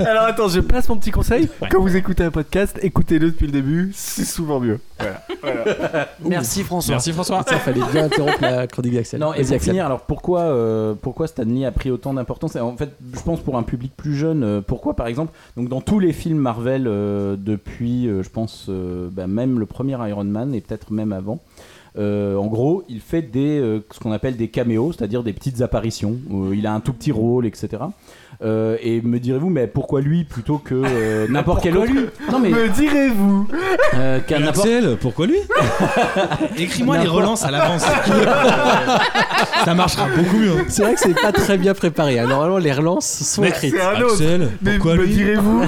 Speaker 3: Alors attends, je place mon petit conseil. Quand vous écoutez un podcast, écoutez-le depuis le début, c'est souvent mieux. Voilà. voilà.
Speaker 2: Merci François.
Speaker 1: Merci François.
Speaker 2: Ça fallait bien interrompre la chronique d'Axel.
Speaker 7: Non, et
Speaker 2: Vas-y,
Speaker 7: pour
Speaker 2: Axel.
Speaker 7: finir, alors pourquoi, euh, pourquoi Stanley a pris autant d'importance En fait, je pense pour un public plus jeune, euh, pourquoi par exemple, donc dans tous les films Marvel euh, depuis, euh, je pense, euh, bah, même le premier Iron Man et peut-être même avant, euh, en gros, il fait des, euh, ce qu'on appelle des caméos, c'est-à-dire des petites apparitions. où il a un tout petit rôle, etc. Euh, et me direz-vous, mais pourquoi lui plutôt que euh, n'importe quel autre
Speaker 3: Pourquoi lui
Speaker 7: Non mais
Speaker 3: Me direz-vous
Speaker 7: euh, qu'un
Speaker 1: Mais
Speaker 7: n'importe-
Speaker 1: Axel, pourquoi lui Écris-moi les
Speaker 7: N'importe-
Speaker 1: relances à l'avance. Ça marchera beaucoup mieux. hein.
Speaker 2: C'est vrai que c'est pas très bien préparé. hein. Normalement, les relances sont
Speaker 3: Mais
Speaker 2: écrites.
Speaker 3: c'est un autre.
Speaker 6: Ah,
Speaker 3: Mais me direz-vous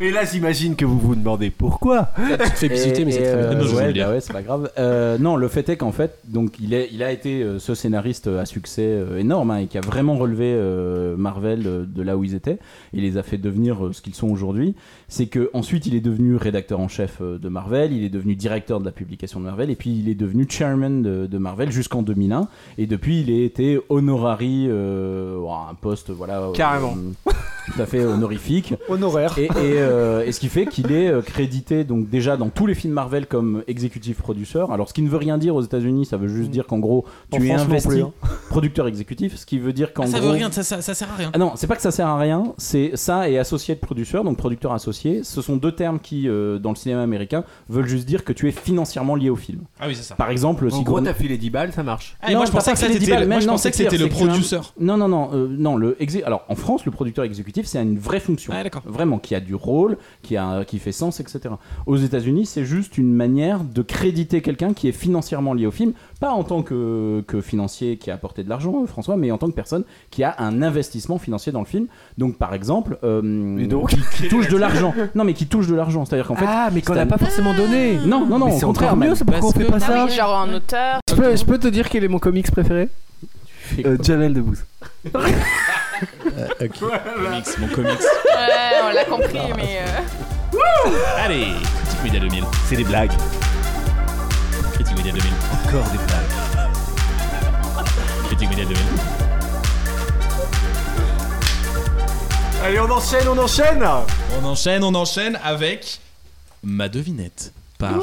Speaker 3: Et là, j'imagine que vous vous demandez pourquoi.
Speaker 2: fais
Speaker 3: bisuter, mais c'est très bien.
Speaker 7: euh,
Speaker 3: Non, je voulais
Speaker 7: ouais,
Speaker 3: le dire.
Speaker 7: bah ouais, c'est pas grave. Euh, non, le fait est qu'en fait, donc il, est, il a été euh, ce scénariste à succès euh, énorme hein, et qui a vraiment relevé euh, Marvel euh, de là où ils étaient. Il les a fait devenir euh, ce qu'ils sont aujourd'hui. C'est que ensuite, il est devenu rédacteur en chef euh, de Marvel, il est devenu directeur de la publication de Marvel et puis il est devenu chairman de, de Marvel jusqu'en 2001. Et depuis, il a été honorari euh, à un poste, voilà. euh,
Speaker 13: Carrément.
Speaker 7: tout à fait honorifique.
Speaker 8: Honoraire.
Speaker 7: Et, et, euh, et ce qui fait qu'il est euh, crédité donc déjà dans tous les films Marvel comme exécutif producteur. Alors ce qui ne veut rien dire aux États-Unis, ça veut juste dire qu'en gros
Speaker 8: En
Speaker 7: tu es
Speaker 8: France non
Speaker 7: investi
Speaker 8: plus, hein.
Speaker 7: producteur exécutif, ce qui veut dire qu'en
Speaker 1: Ah, ça
Speaker 7: gros
Speaker 1: veut rien, ça, ça, ça sert à rien.
Speaker 7: ah non, c'est pas que ça sert à rien, c'est ça et associé de producteur, donc producteur associé. Ce sont deux termes qui, euh, dans le cinéma américain, veulent juste dire que tu es financièrement lié au film.
Speaker 1: Ah oui, c'est ça.
Speaker 7: Par exemple,
Speaker 1: En
Speaker 7: si
Speaker 1: gros,
Speaker 6: t'as filé 10 balles, ça marche.
Speaker 1: Ah, et moi, je pensais que ça, c'était le- moi, je pensais que c'était le producteur.
Speaker 7: Non, non, non, euh, non. Le exé- Alors, en France, le producteur exécutif, c'est une vraie fonction. Vraiment, qui a du rôle, qui, a, qui fait sens, etc. Aux États-Unis, c'est juste une manière de créditer quelqu'un qui est financièrement lié au film, pas en tant que, que financier qui a apporté de l'argent, euh, François, mais en tant que personne qui a un investissement financier dans le film. Donc, par exemple, euh, qui, qui touche de l'argent. Non, mais qui touche de l'argent. C'est-à-dire qu'en fait.
Speaker 6: Ah, mais qu'on
Speaker 7: c'est
Speaker 6: n'a
Speaker 7: un-
Speaker 6: pas forcément donné.
Speaker 7: Non, non, non,
Speaker 6: Mais
Speaker 7: au
Speaker 6: c'est
Speaker 7: contraire.
Speaker 6: encore mieux,
Speaker 7: même.
Speaker 6: c'est pourquoi on fait pas
Speaker 5: Ah
Speaker 6: ça.
Speaker 5: oui, genre un auteur.
Speaker 6: Je peux, je peux te dire quel est mon comics préféré
Speaker 7: Euh,
Speaker 6: Jamel Debbouze.
Speaker 1: Comics, mon comics.
Speaker 5: Ouais, on l'a compris, mais. euh,
Speaker 1: Allez, Critique Média 2000. C'est des blagues. Critique Média 2000. Encore des blagues. Critique Média 2000.
Speaker 14: Allez, on enchaîne, on enchaîne
Speaker 15: On enchaîne, on enchaîne avec ma devinette par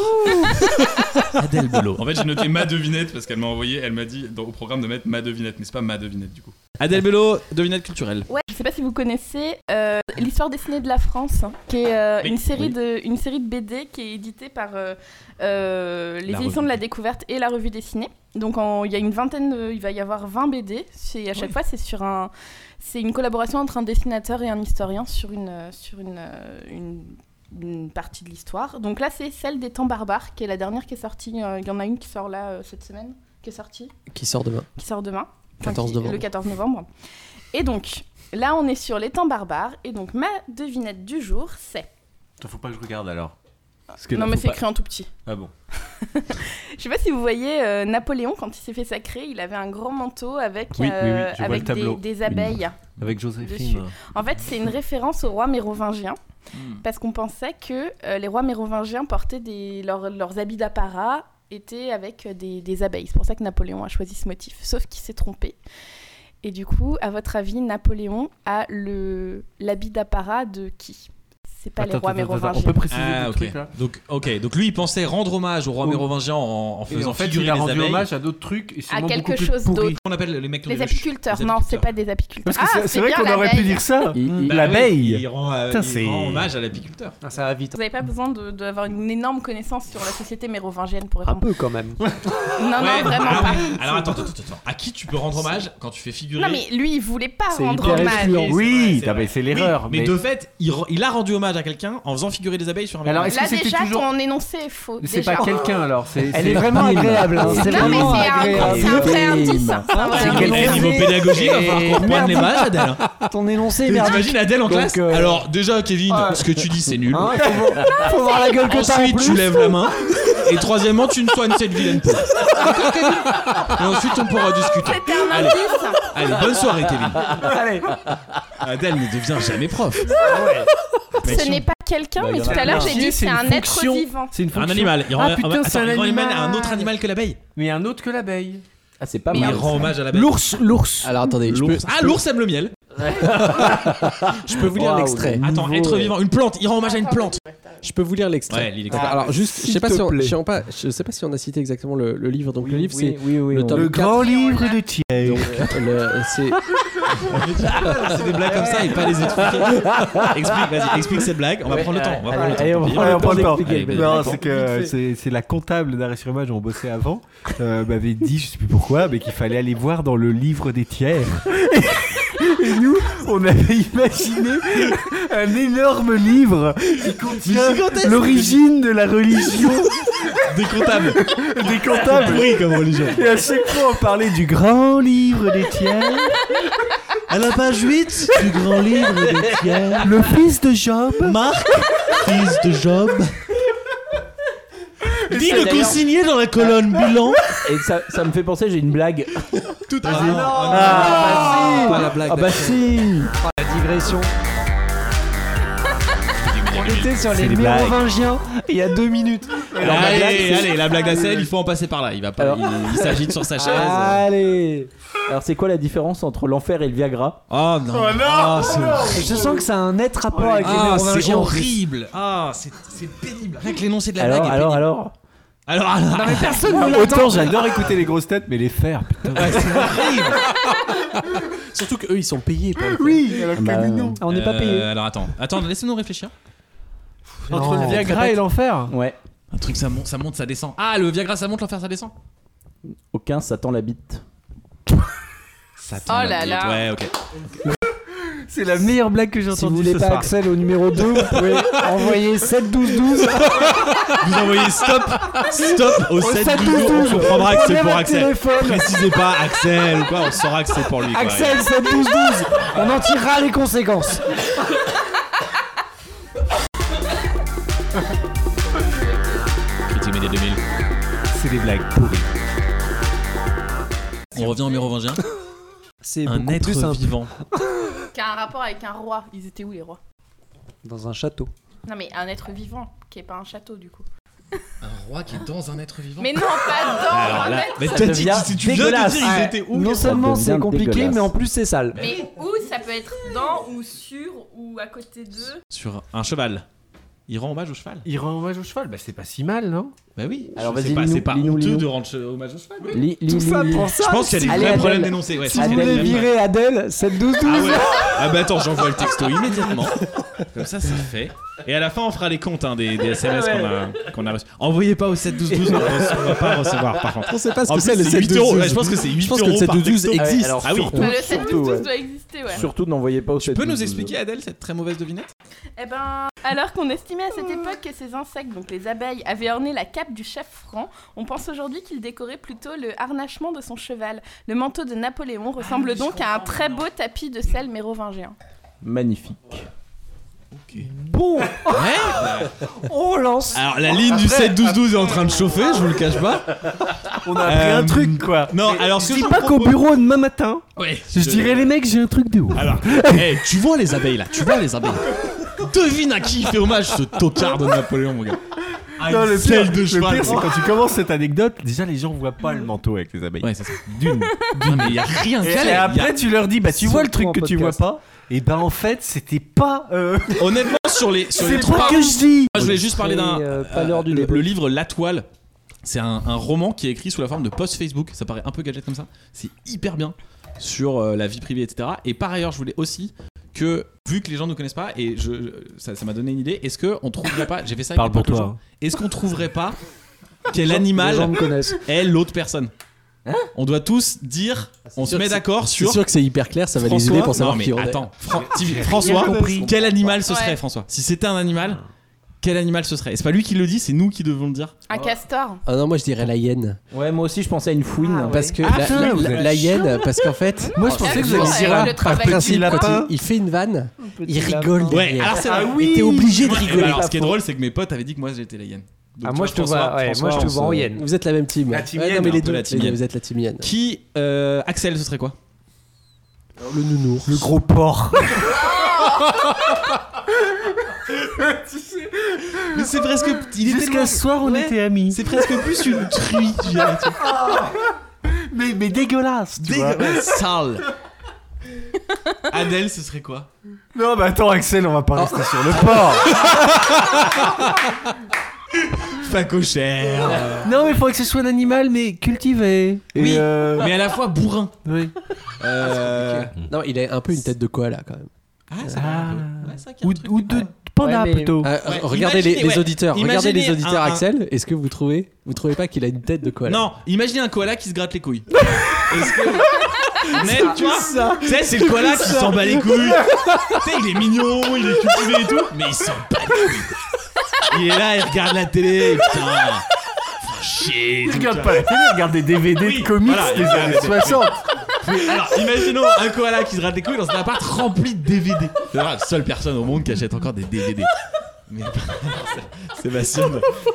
Speaker 15: Adèle Boulot. En fait, j'ai noté ma devinette parce qu'elle m'a envoyé, elle m'a dit dans- au programme de mettre ma devinette, mais c'est pas ma devinette du coup. Adèle Bello, devinette culturelle.
Speaker 5: Ouais, je sais pas si vous connaissez euh, l'histoire dessinée de la France, qui est euh,
Speaker 15: Oui,
Speaker 5: une, série
Speaker 15: oui.
Speaker 5: de, une série de BD qui est éditée par euh, euh, les
Speaker 16: La
Speaker 5: éditions
Speaker 16: Revue.
Speaker 5: de la Découverte et la Revue dessinée. Donc en- il y a une vingtaine, de- il va y avoir 20 BD. C'est à chaque
Speaker 16: Oui.
Speaker 5: fois c'est sur un, c'est une collaboration entre un dessinateur et un historien sur une euh, sur une euh, une, une partie de l'histoire. Donc là c'est celle des temps barbares qui est la dernière qui est sortie. Euh, Il y en a une qui sort là euh, cette semaine, qui est sortie
Speaker 2: Qui sort demain.
Speaker 5: qui sort demain.
Speaker 2: 14
Speaker 5: qui-
Speaker 2: novembre.
Speaker 5: Le 14 novembre. Et donc, là, on est sur les temps barbares. Et donc, ma devinette du jour, c'est.
Speaker 6: Faut pas que je regarde alors.
Speaker 5: Non, mais c'est écrit en tout petit.
Speaker 6: Ah bon
Speaker 5: Je sais pas si vous voyez euh, Napoléon, quand il s'est fait sacrer, il avait un grand manteau avec,
Speaker 6: Oui, oui, oui,
Speaker 5: euh,
Speaker 6: je vois
Speaker 5: avec
Speaker 6: le tableau.
Speaker 5: des, des abeilles.
Speaker 6: Oui. Avec Joséphine.
Speaker 5: dessus. En fait, c'est une référence aux rois mérovingiens.
Speaker 1: Hmm.
Speaker 5: Parce qu'on pensait que euh, les rois mérovingiens portaient des, leurs- leurs habits d'apparat étaient avec euh, des, des abeilles. C'est pour ça que Napoléon a choisi ce motif. Sauf qu'il s'est trompé. Et du coup, à votre avis, Napoléon a le l'habit d'apparat de qui C'est pas les
Speaker 1: Attends,
Speaker 5: rois
Speaker 1: attends, attends,
Speaker 5: mérovingiens.
Speaker 1: on peut
Speaker 5: préciser
Speaker 1: Ah, ok. Donc, ok. Donc lui, il pensait rendre hommage au roi mérovingien en, en
Speaker 17: Et
Speaker 1: faisant
Speaker 17: en fait,
Speaker 1: figurer
Speaker 17: il a
Speaker 1: les
Speaker 17: rendu
Speaker 1: abeilles.
Speaker 17: hommage à d'autres trucs et
Speaker 5: À
Speaker 17: sûrement
Speaker 5: quelque
Speaker 17: beaucoup plus
Speaker 5: chose
Speaker 17: pourris.
Speaker 5: d'autres.
Speaker 1: On appelle les mecs qui ont
Speaker 5: Les
Speaker 1: des vaches.
Speaker 5: apiculteurs, non, c'est pas des apiculteurs.
Speaker 1: Parce que c'est-
Speaker 5: ah,
Speaker 1: c'est
Speaker 5: c'est
Speaker 1: vrai
Speaker 5: bien
Speaker 1: qu'on aurait pu
Speaker 5: l'abeille.
Speaker 1: dire ça.
Speaker 6: Il-
Speaker 1: Bah
Speaker 6: L'abeille.
Speaker 1: oui, Il rend, euh,
Speaker 6: Putain,
Speaker 1: il
Speaker 6: c'est-
Speaker 1: rend hommage à l'apiculteur.
Speaker 8: ça va vite.
Speaker 5: Vous n'avez pas besoin de- d'avoir une énorme connaissance sur la société mérovingienne pour
Speaker 8: Un
Speaker 5: répondre.
Speaker 8: peu quand même.
Speaker 5: Non, non, vraiment
Speaker 1: ah
Speaker 5: pas.
Speaker 1: oui. Alors attends, attends, attends, attends. À qui tu peux rendre hommage quand tu fais figurer
Speaker 5: Non, mais lui, il voulait pas
Speaker 1: C'est
Speaker 5: rendre
Speaker 1: hyper hein.
Speaker 5: hommage.
Speaker 1: excluant. Oui,
Speaker 6: c'est vrai, c'est l'erreur,
Speaker 1: Oui, mais,
Speaker 6: mais-
Speaker 1: de fait, il, re- il a rendu hommage à quelqu'un en faisant figurer des abeilles sur un
Speaker 6: Alors,
Speaker 1: médaillon.
Speaker 5: Là, déjà, ton énoncé est faux.
Speaker 6: C'est
Speaker 5: déjà.
Speaker 6: pas quelqu'un alors. c'est-
Speaker 1: Elle
Speaker 6: c'est-
Speaker 1: est vraiment agréable, hein. C'est
Speaker 5: Non, mais
Speaker 1: vraiment
Speaker 5: c'est un,
Speaker 1: agréable.
Speaker 5: c'est un vrai indice. hein.
Speaker 1: Bim.
Speaker 5: C'est un vrai
Speaker 1: C'est
Speaker 5: indice.
Speaker 1: quel Eh, niveau pédagogie, il va falloir qu'on reprenne les maths, Adèle.
Speaker 8: Ton énoncé est merdique.
Speaker 1: T'imagines Adèle en
Speaker 8: Donc,
Speaker 1: classe
Speaker 8: euh,
Speaker 1: Alors déjà Kevin, ce que tu dis c'est nul.
Speaker 8: Hein, faut voir- faut voir la gueule que t'as en
Speaker 1: Ensuite tu
Speaker 8: plus.
Speaker 1: lèves la main. Et troisièmement tu ne soignes cette vilaine peau. D'accord, Kevin Et ensuite on pourra discuter. Allez. Allez, bonne soirée Kevin.
Speaker 8: Allez.
Speaker 1: Adèle ne devient jamais prof. Mais
Speaker 5: Ce
Speaker 1: si
Speaker 5: n'est
Speaker 1: on-
Speaker 5: pas quelqu'un,
Speaker 1: Bah,
Speaker 5: mais
Speaker 1: y en
Speaker 5: tout
Speaker 1: a
Speaker 5: à l'heure
Speaker 1: plein.
Speaker 5: j'ai dit c'est un
Speaker 1: une
Speaker 5: être
Speaker 1: fonction.
Speaker 5: vivant.
Speaker 1: C'est une fonction. Un animal. Il rend-
Speaker 6: Ah putain,
Speaker 1: attends,
Speaker 6: c'est un
Speaker 1: il rend
Speaker 6: animal.
Speaker 1: hommage à un autre animal que l'abeille.
Speaker 6: Mais un autre que l'abeille.
Speaker 7: Ah, c'est pas
Speaker 1: Mais
Speaker 7: mal.
Speaker 1: il rend hommage à l'abeille.
Speaker 7: L'ours,
Speaker 6: Ah l'ours.
Speaker 2: Alors attendez, je peux-
Speaker 1: L'ours. Ah, l'ours aime le miel.
Speaker 2: Je peux vous lire l'extrait.
Speaker 1: Attends, être vivant, une plante. Il rend hommage à une plante.
Speaker 2: Je peux vous lire
Speaker 1: Ouais,
Speaker 2: l'extrait.
Speaker 1: lis l'extrait.
Speaker 2: Alors juste, je sais pas
Speaker 1: Ah, S'il
Speaker 2: si
Speaker 1: te
Speaker 2: on,
Speaker 1: plaît.
Speaker 2: je sais pas, je sais pas si on a cité exactement le, le livre. Donc le livre
Speaker 6: oui,
Speaker 2: c'est
Speaker 6: oui, oui,
Speaker 2: le
Speaker 6: on-
Speaker 2: tome
Speaker 6: Le
Speaker 2: 4.
Speaker 6: grand livre de Thiers.
Speaker 2: Donc, le- euh, c'est
Speaker 1: Ah, C'est des blagues comme ça et pas les expliquer. explique, vas-y, explique cette blague. On va prendre le temps. On va prendre le temps.
Speaker 17: Oh,
Speaker 6: Ouais, on prend le temps.
Speaker 1: Allez, vas-y.
Speaker 6: Ah, Non, c'est que c'est c'est la comptable d'arrêt sur image où on bossait avant euh, m'avait dit, je sais plus pourquoi, mais qu'il fallait aller voir dans le livre des tiers. Et nous, on avait imaginé un énorme livre qui contient l'origine de la religion
Speaker 1: des comptables.
Speaker 6: Des comptables.
Speaker 1: Oui, comme religion.
Speaker 6: Et à chaque fois, on parlait du grand livre des tiers.
Speaker 1: À la page 8 du grand livre des
Speaker 7: Ah.
Speaker 1: tiers.
Speaker 6: Le fils de Job.
Speaker 1: Marc, fils de Job.
Speaker 7: Dis le
Speaker 1: consigné dans la colonne bilan.
Speaker 7: Et ça, ça me fait penser, j'ai une blague.
Speaker 1: Tout
Speaker 7: à fait.
Speaker 8: Ah,
Speaker 7: Ah,
Speaker 8: bah si. Pas la blague,
Speaker 7: Ah bah
Speaker 8: d'accord.
Speaker 7: si.
Speaker 8: Ah, La digression. On était sur
Speaker 7: C'est
Speaker 8: les
Speaker 7: des blagues.
Speaker 8: mérovingiens il y a deux minutes.
Speaker 1: Allez, allez, la blague d'Assel, il faut en passer par là. Il va pas,
Speaker 7: Alors-
Speaker 1: il, il s'agite sur sa chaise.
Speaker 7: Allez Ah, Alors c'est quoi la différence entre l'enfer et le Viagra
Speaker 1: Oh non
Speaker 7: Oh
Speaker 1: Ah, c'est
Speaker 8: Je sens que ça a un net rapport avec les
Speaker 1: Ah, c'est
Speaker 8: neurologies en plus.
Speaker 1: horrible. Ah, c'est c'est pénible. Rien que l'énoncé de la
Speaker 7: Alors,
Speaker 1: blague. est
Speaker 7: alors,
Speaker 1: pénible.
Speaker 7: alors
Speaker 1: Alors, alors.
Speaker 7: Non, mais personne ne Ah,
Speaker 6: Autant j'adore écouter les grosses têtes, mais les faire, putain.
Speaker 2: Surtout qu'eux, ils sont payés. Pour
Speaker 6: Oui, alors
Speaker 2: que Bah, nous, non.
Speaker 8: On n'est pas
Speaker 1: Euh,
Speaker 8: payés.
Speaker 1: Alors attends, attends, laissez-nous réfléchir.
Speaker 8: Entre le Viagra et l'enfer
Speaker 7: Ouais.
Speaker 1: Un truc, ça monte, ça monte, ça descend. Ah, le Viagra, ça monte, l'enfer, ça descend.
Speaker 7: Aucun Satan l'habite.
Speaker 5: Oh là là.
Speaker 1: Ouais, ok.
Speaker 8: C'est la meilleure blague que j'ai entendue. Si vous voulez pas Axel au numéro 2, vous pouvez envoyer 7 12 12.
Speaker 1: Vous envoyez stop, stop au
Speaker 8: Au
Speaker 1: 7
Speaker 8: 7
Speaker 1: 12, on
Speaker 8: 12,
Speaker 1: comprendra que c'est
Speaker 8: prenez
Speaker 1: pour
Speaker 8: votre
Speaker 1: Axel.
Speaker 8: téléphone.
Speaker 1: Précisez pas Axel ou quoi, on saura que c'est pour lui. quoi.
Speaker 8: Axel 7 12 12. On en tirera les conséquences.
Speaker 1: Critique Média 2000.
Speaker 6: C'est des blagues pourries.
Speaker 1: On revient au mérovingien.
Speaker 8: C'est
Speaker 1: un
Speaker 8: beaucoup
Speaker 1: être
Speaker 8: plus simple.
Speaker 1: vivant.
Speaker 5: Qui a un rapport avec un roi. Ils étaient où les rois
Speaker 8: Dans un château.
Speaker 5: Non mais un être vivant, qui est pas un château du coup.
Speaker 1: Un roi qui est dans un être vivant.
Speaker 5: Mais non, pas
Speaker 8: Ah,
Speaker 5: dans
Speaker 1: Alors
Speaker 5: un
Speaker 1: là,
Speaker 5: être.
Speaker 1: mais
Speaker 5: Ça
Speaker 1: t'as dit-
Speaker 5: devient-
Speaker 1: si tu viens de dire, ils étaient où
Speaker 8: Non
Speaker 1: les
Speaker 8: seulement
Speaker 1: rois
Speaker 8: c'est compliqué,
Speaker 1: Dégueulasse.
Speaker 8: mais en plus c'est sale.
Speaker 5: Mais où ça peut être dans ou sur ou à côté de.
Speaker 1: Sur un cheval. Il rend hommage au cheval.
Speaker 6: Il rend hommage au cheval, bah c'est pas si mal, non
Speaker 1: Bah oui.
Speaker 6: Alors
Speaker 1: Je sais
Speaker 6: vas-y,
Speaker 1: pas,
Speaker 6: lis-nous,
Speaker 1: c'est pas
Speaker 6: lis-nous,
Speaker 1: honteux
Speaker 6: lis-nous.
Speaker 1: de rendre hommage au cheval. oui.
Speaker 7: Li- li- li- li-
Speaker 1: Je pense qu'il y a des
Speaker 8: Allez,
Speaker 1: vrais
Speaker 8: Adèle.
Speaker 1: problèmes d'énoncés. Ouais,
Speaker 8: Ah, Si
Speaker 1: c'est
Speaker 8: vous
Speaker 1: vrai.
Speaker 8: voulez virer Adèle, 7 12 12.
Speaker 1: Ah ouais. Ah bah attends, j'envoie le texto immédiatement. Comme ça, c'est fait. Et à la fin, on fera les comptes hein, des, des SMS qu'on a, qu'on a reçus. Envoyez pas au 7 12 12, on ne va pas recevoir par contre.
Speaker 2: On sait pas ce
Speaker 1: En
Speaker 2: que
Speaker 1: plus,
Speaker 2: c'est le 7
Speaker 1: 8
Speaker 2: 12
Speaker 1: euros. Ouais, je pense que c'est 8
Speaker 2: Je pense que
Speaker 1: euros
Speaker 2: le 7
Speaker 1: par
Speaker 2: 12 12
Speaker 1: texto.
Speaker 2: existe.
Speaker 1: Alors, Ah oui.
Speaker 7: surtout,
Speaker 5: Bah, le 7 12
Speaker 7: surtout, ouais.
Speaker 5: doit exister, ouais.
Speaker 7: Surtout n'envoyez pas au 7
Speaker 1: Tu peux nous expliquer, Adèle, cette très mauvaise devinette
Speaker 5: Eh ben, alors qu'on estimait à cette époque que ces insectes, donc les abeilles, avaient orné la cape du chef franc, on pense aujourd'hui qu'il décorait plutôt le harnachement de son cheval. Le manteau de Napoléon ressemble
Speaker 10: oui, Ah, je
Speaker 5: donc à un
Speaker 10: comprends
Speaker 5: très beau tapis de sel mérovingien.
Speaker 7: Magnifique.
Speaker 8: Bon, on lance.
Speaker 1: Alors la ligne du
Speaker 8: Après-
Speaker 1: 7 12 12 est en train de chauffer, je vous le cache pas. Euh,
Speaker 6: On a appris un truc, quoi.
Speaker 1: Non, alors ce
Speaker 8: Je
Speaker 1: que
Speaker 8: dis
Speaker 1: je
Speaker 8: pas
Speaker 1: vous
Speaker 8: qu'au
Speaker 1: propose-
Speaker 8: bureau demain matin,
Speaker 1: Ouais,
Speaker 8: je dirais les mecs, j'ai un truc de ouf.
Speaker 1: Alors, eh, tu vois les abeilles là, tu vois les abeilles. Devine à qui il fait hommage ce tocard de Napoléon, mon gars. À
Speaker 6: Non,
Speaker 1: Ah, une
Speaker 6: le
Speaker 1: selle
Speaker 6: pire,
Speaker 1: de
Speaker 6: le
Speaker 1: cheval.
Speaker 6: pire, c'est
Speaker 1: quoi.
Speaker 6: quand tu commences cette anecdote, déjà les gens voient pas le manteau avec les abeilles.
Speaker 1: Ouais, c'est ça.
Speaker 6: D'une.
Speaker 1: Non, mais il y a rien
Speaker 6: Et,
Speaker 1: qu'à
Speaker 6: et
Speaker 1: l'air, y a-
Speaker 6: après, tu leur dis, bah tu vois le truc
Speaker 8: Surtout
Speaker 6: que
Speaker 8: en
Speaker 6: tu vois
Speaker 8: podcast.
Speaker 6: pas, et bah en fait, c'était pas. euh,
Speaker 1: Honnêtement, sur les. Sur
Speaker 6: C'est
Speaker 1: les
Speaker 6: trop
Speaker 1: trois-
Speaker 6: que je dis.
Speaker 1: Moi, je voulais juste parler d'un.
Speaker 8: euh, pas l'heure du
Speaker 1: le,
Speaker 8: débat.
Speaker 1: le livre La Toile. C'est un, un roman qui est écrit sous la forme de post Facebook. Ça paraît un peu gadget comme ça. C'est hyper bien sur euh, la vie privée, etc. Et par ailleurs, je voulais aussi que, vu que les gens ne connaissent pas, et je, je- ça ça m'a donné une idée, est-ce qu'on trouverait pas. J'ai fait ça avec
Speaker 6: Parle
Speaker 1: des potes
Speaker 6: pour
Speaker 1: aux
Speaker 6: toi,
Speaker 1: gens.
Speaker 6: hein.
Speaker 1: Est-ce qu'on trouverait pas quel
Speaker 8: Les gens- Les gens
Speaker 1: animal
Speaker 8: me connaissent. Hein?
Speaker 1: est l'autre personne On doit tous dire, on se
Speaker 2: sûr
Speaker 1: met
Speaker 2: que Ah, c'est-
Speaker 1: d'accord
Speaker 2: C'est
Speaker 1: sur.
Speaker 2: sûr que c'est hyper clair, ça va les aider
Speaker 1: François-
Speaker 2: pour savoir
Speaker 1: non, mais
Speaker 2: qui on est.
Speaker 1: attends, Fran- Tim- François,
Speaker 2: compris.
Speaker 1: quel animal ce
Speaker 5: Ouais.
Speaker 1: serait, François Si c'était un animal, quel animal ce serait Et C'est pas lui qui le dit, c'est nous qui devons le dire.
Speaker 8: Oh.
Speaker 5: Un castor
Speaker 2: Ah non, moi je dirais la hyène.
Speaker 7: Ouais, moi aussi je pensais à une fouine.
Speaker 2: Parce que
Speaker 6: Ah,
Speaker 2: la,
Speaker 6: putain,
Speaker 2: la-
Speaker 6: vous
Speaker 2: la-
Speaker 6: êtes
Speaker 2: la hyène, parce qu'en fait,
Speaker 6: Moi, je pensais que vous alliez dire
Speaker 5: un
Speaker 2: par
Speaker 5: petit
Speaker 2: principe, quand
Speaker 6: lapin.
Speaker 2: il, il fait une vanne,
Speaker 8: petit
Speaker 2: il rigole.
Speaker 8: lapin.
Speaker 1: Ouais,
Speaker 2: derrière.
Speaker 1: alors c'est vrai.
Speaker 2: Et t'es obligé de
Speaker 1: Moi,
Speaker 2: rigoler.
Speaker 1: bah Alors, ce qui est drôle, c'est que mes potes avaient dit que moi j'étais la hyène. Donc,
Speaker 8: Ah,
Speaker 1: tu
Speaker 8: moi, je te vois, ouais, moi, je te
Speaker 1: on
Speaker 8: vois en
Speaker 1: se-
Speaker 8: hyène.
Speaker 2: Vous êtes la même team.
Speaker 6: La team
Speaker 2: Ouais, non,
Speaker 6: hyène,
Speaker 2: mais
Speaker 1: un
Speaker 2: les
Speaker 1: peu
Speaker 2: deux,
Speaker 1: la
Speaker 2: les
Speaker 1: team
Speaker 2: deux,
Speaker 1: hyène.
Speaker 2: vous êtes la team hyène.
Speaker 1: Qui, euh, Axel, ce serait quoi
Speaker 2: Le
Speaker 6: ah,
Speaker 2: nounours.
Speaker 8: Le gros porc.
Speaker 1: Mais c'est presque. Il est
Speaker 8: Jusqu'à
Speaker 1: tellement.
Speaker 8: ce soir, on était amis.
Speaker 1: C'est presque plus une truie, tu vois, tu vois.
Speaker 8: Mais, mais dégueulasse, tu vois.
Speaker 1: Dégueulasse, sale. Adèle, ce serait quoi
Speaker 6: Non, mais attends, Axel, on va pas rester sur le port.
Speaker 1: Facochère.
Speaker 8: Non, mais faudrait que ce soit un animal, mais cultivé.
Speaker 6: Et,
Speaker 1: Oui.
Speaker 6: euh,
Speaker 1: Mais à la fois bourrin.
Speaker 8: Oui.
Speaker 1: Euh,
Speaker 2: Non, il a un peu une tête de koala quand même.
Speaker 1: Ah, ça
Speaker 8: Ah.
Speaker 1: Ouais, c'est vrai qu'il y a
Speaker 8: Ou,
Speaker 1: un truc
Speaker 8: ou
Speaker 1: de-
Speaker 8: de panda,
Speaker 2: Ouais, mais- Euh,
Speaker 8: plutôt.
Speaker 1: Ouais,
Speaker 2: regardez les,
Speaker 1: imaginez-
Speaker 2: les
Speaker 1: ouais,
Speaker 2: auditeurs, regardez les
Speaker 1: imaginez
Speaker 2: auditeurs,
Speaker 1: un- un-
Speaker 2: Axel. Est-ce que vous trouvez, vous trouvez pas qu'il a une tête de koala
Speaker 1: Non, imaginez un koala qui se gratte les couilles. Est-ce que. Même toi, tu sais, c'est le koala qui s'en bat les couilles. tu sais, il est mignon, il est cultivé et tout, mais il s'en bat les couilles. Il est là, il regarde la télé, putain. Faut Chier.
Speaker 6: Il regarde pas la télé, il regarde des DVD
Speaker 1: Oui,
Speaker 6: de comics
Speaker 1: voilà,
Speaker 6: des
Speaker 1: il regarde
Speaker 6: années
Speaker 1: des-
Speaker 6: 60.
Speaker 1: Alors, imaginons un koala qui se gratte les couilles dans un appart rempli de DVD. C'est la seule personne au monde qui achète encore des DVD. Mais Sébastien.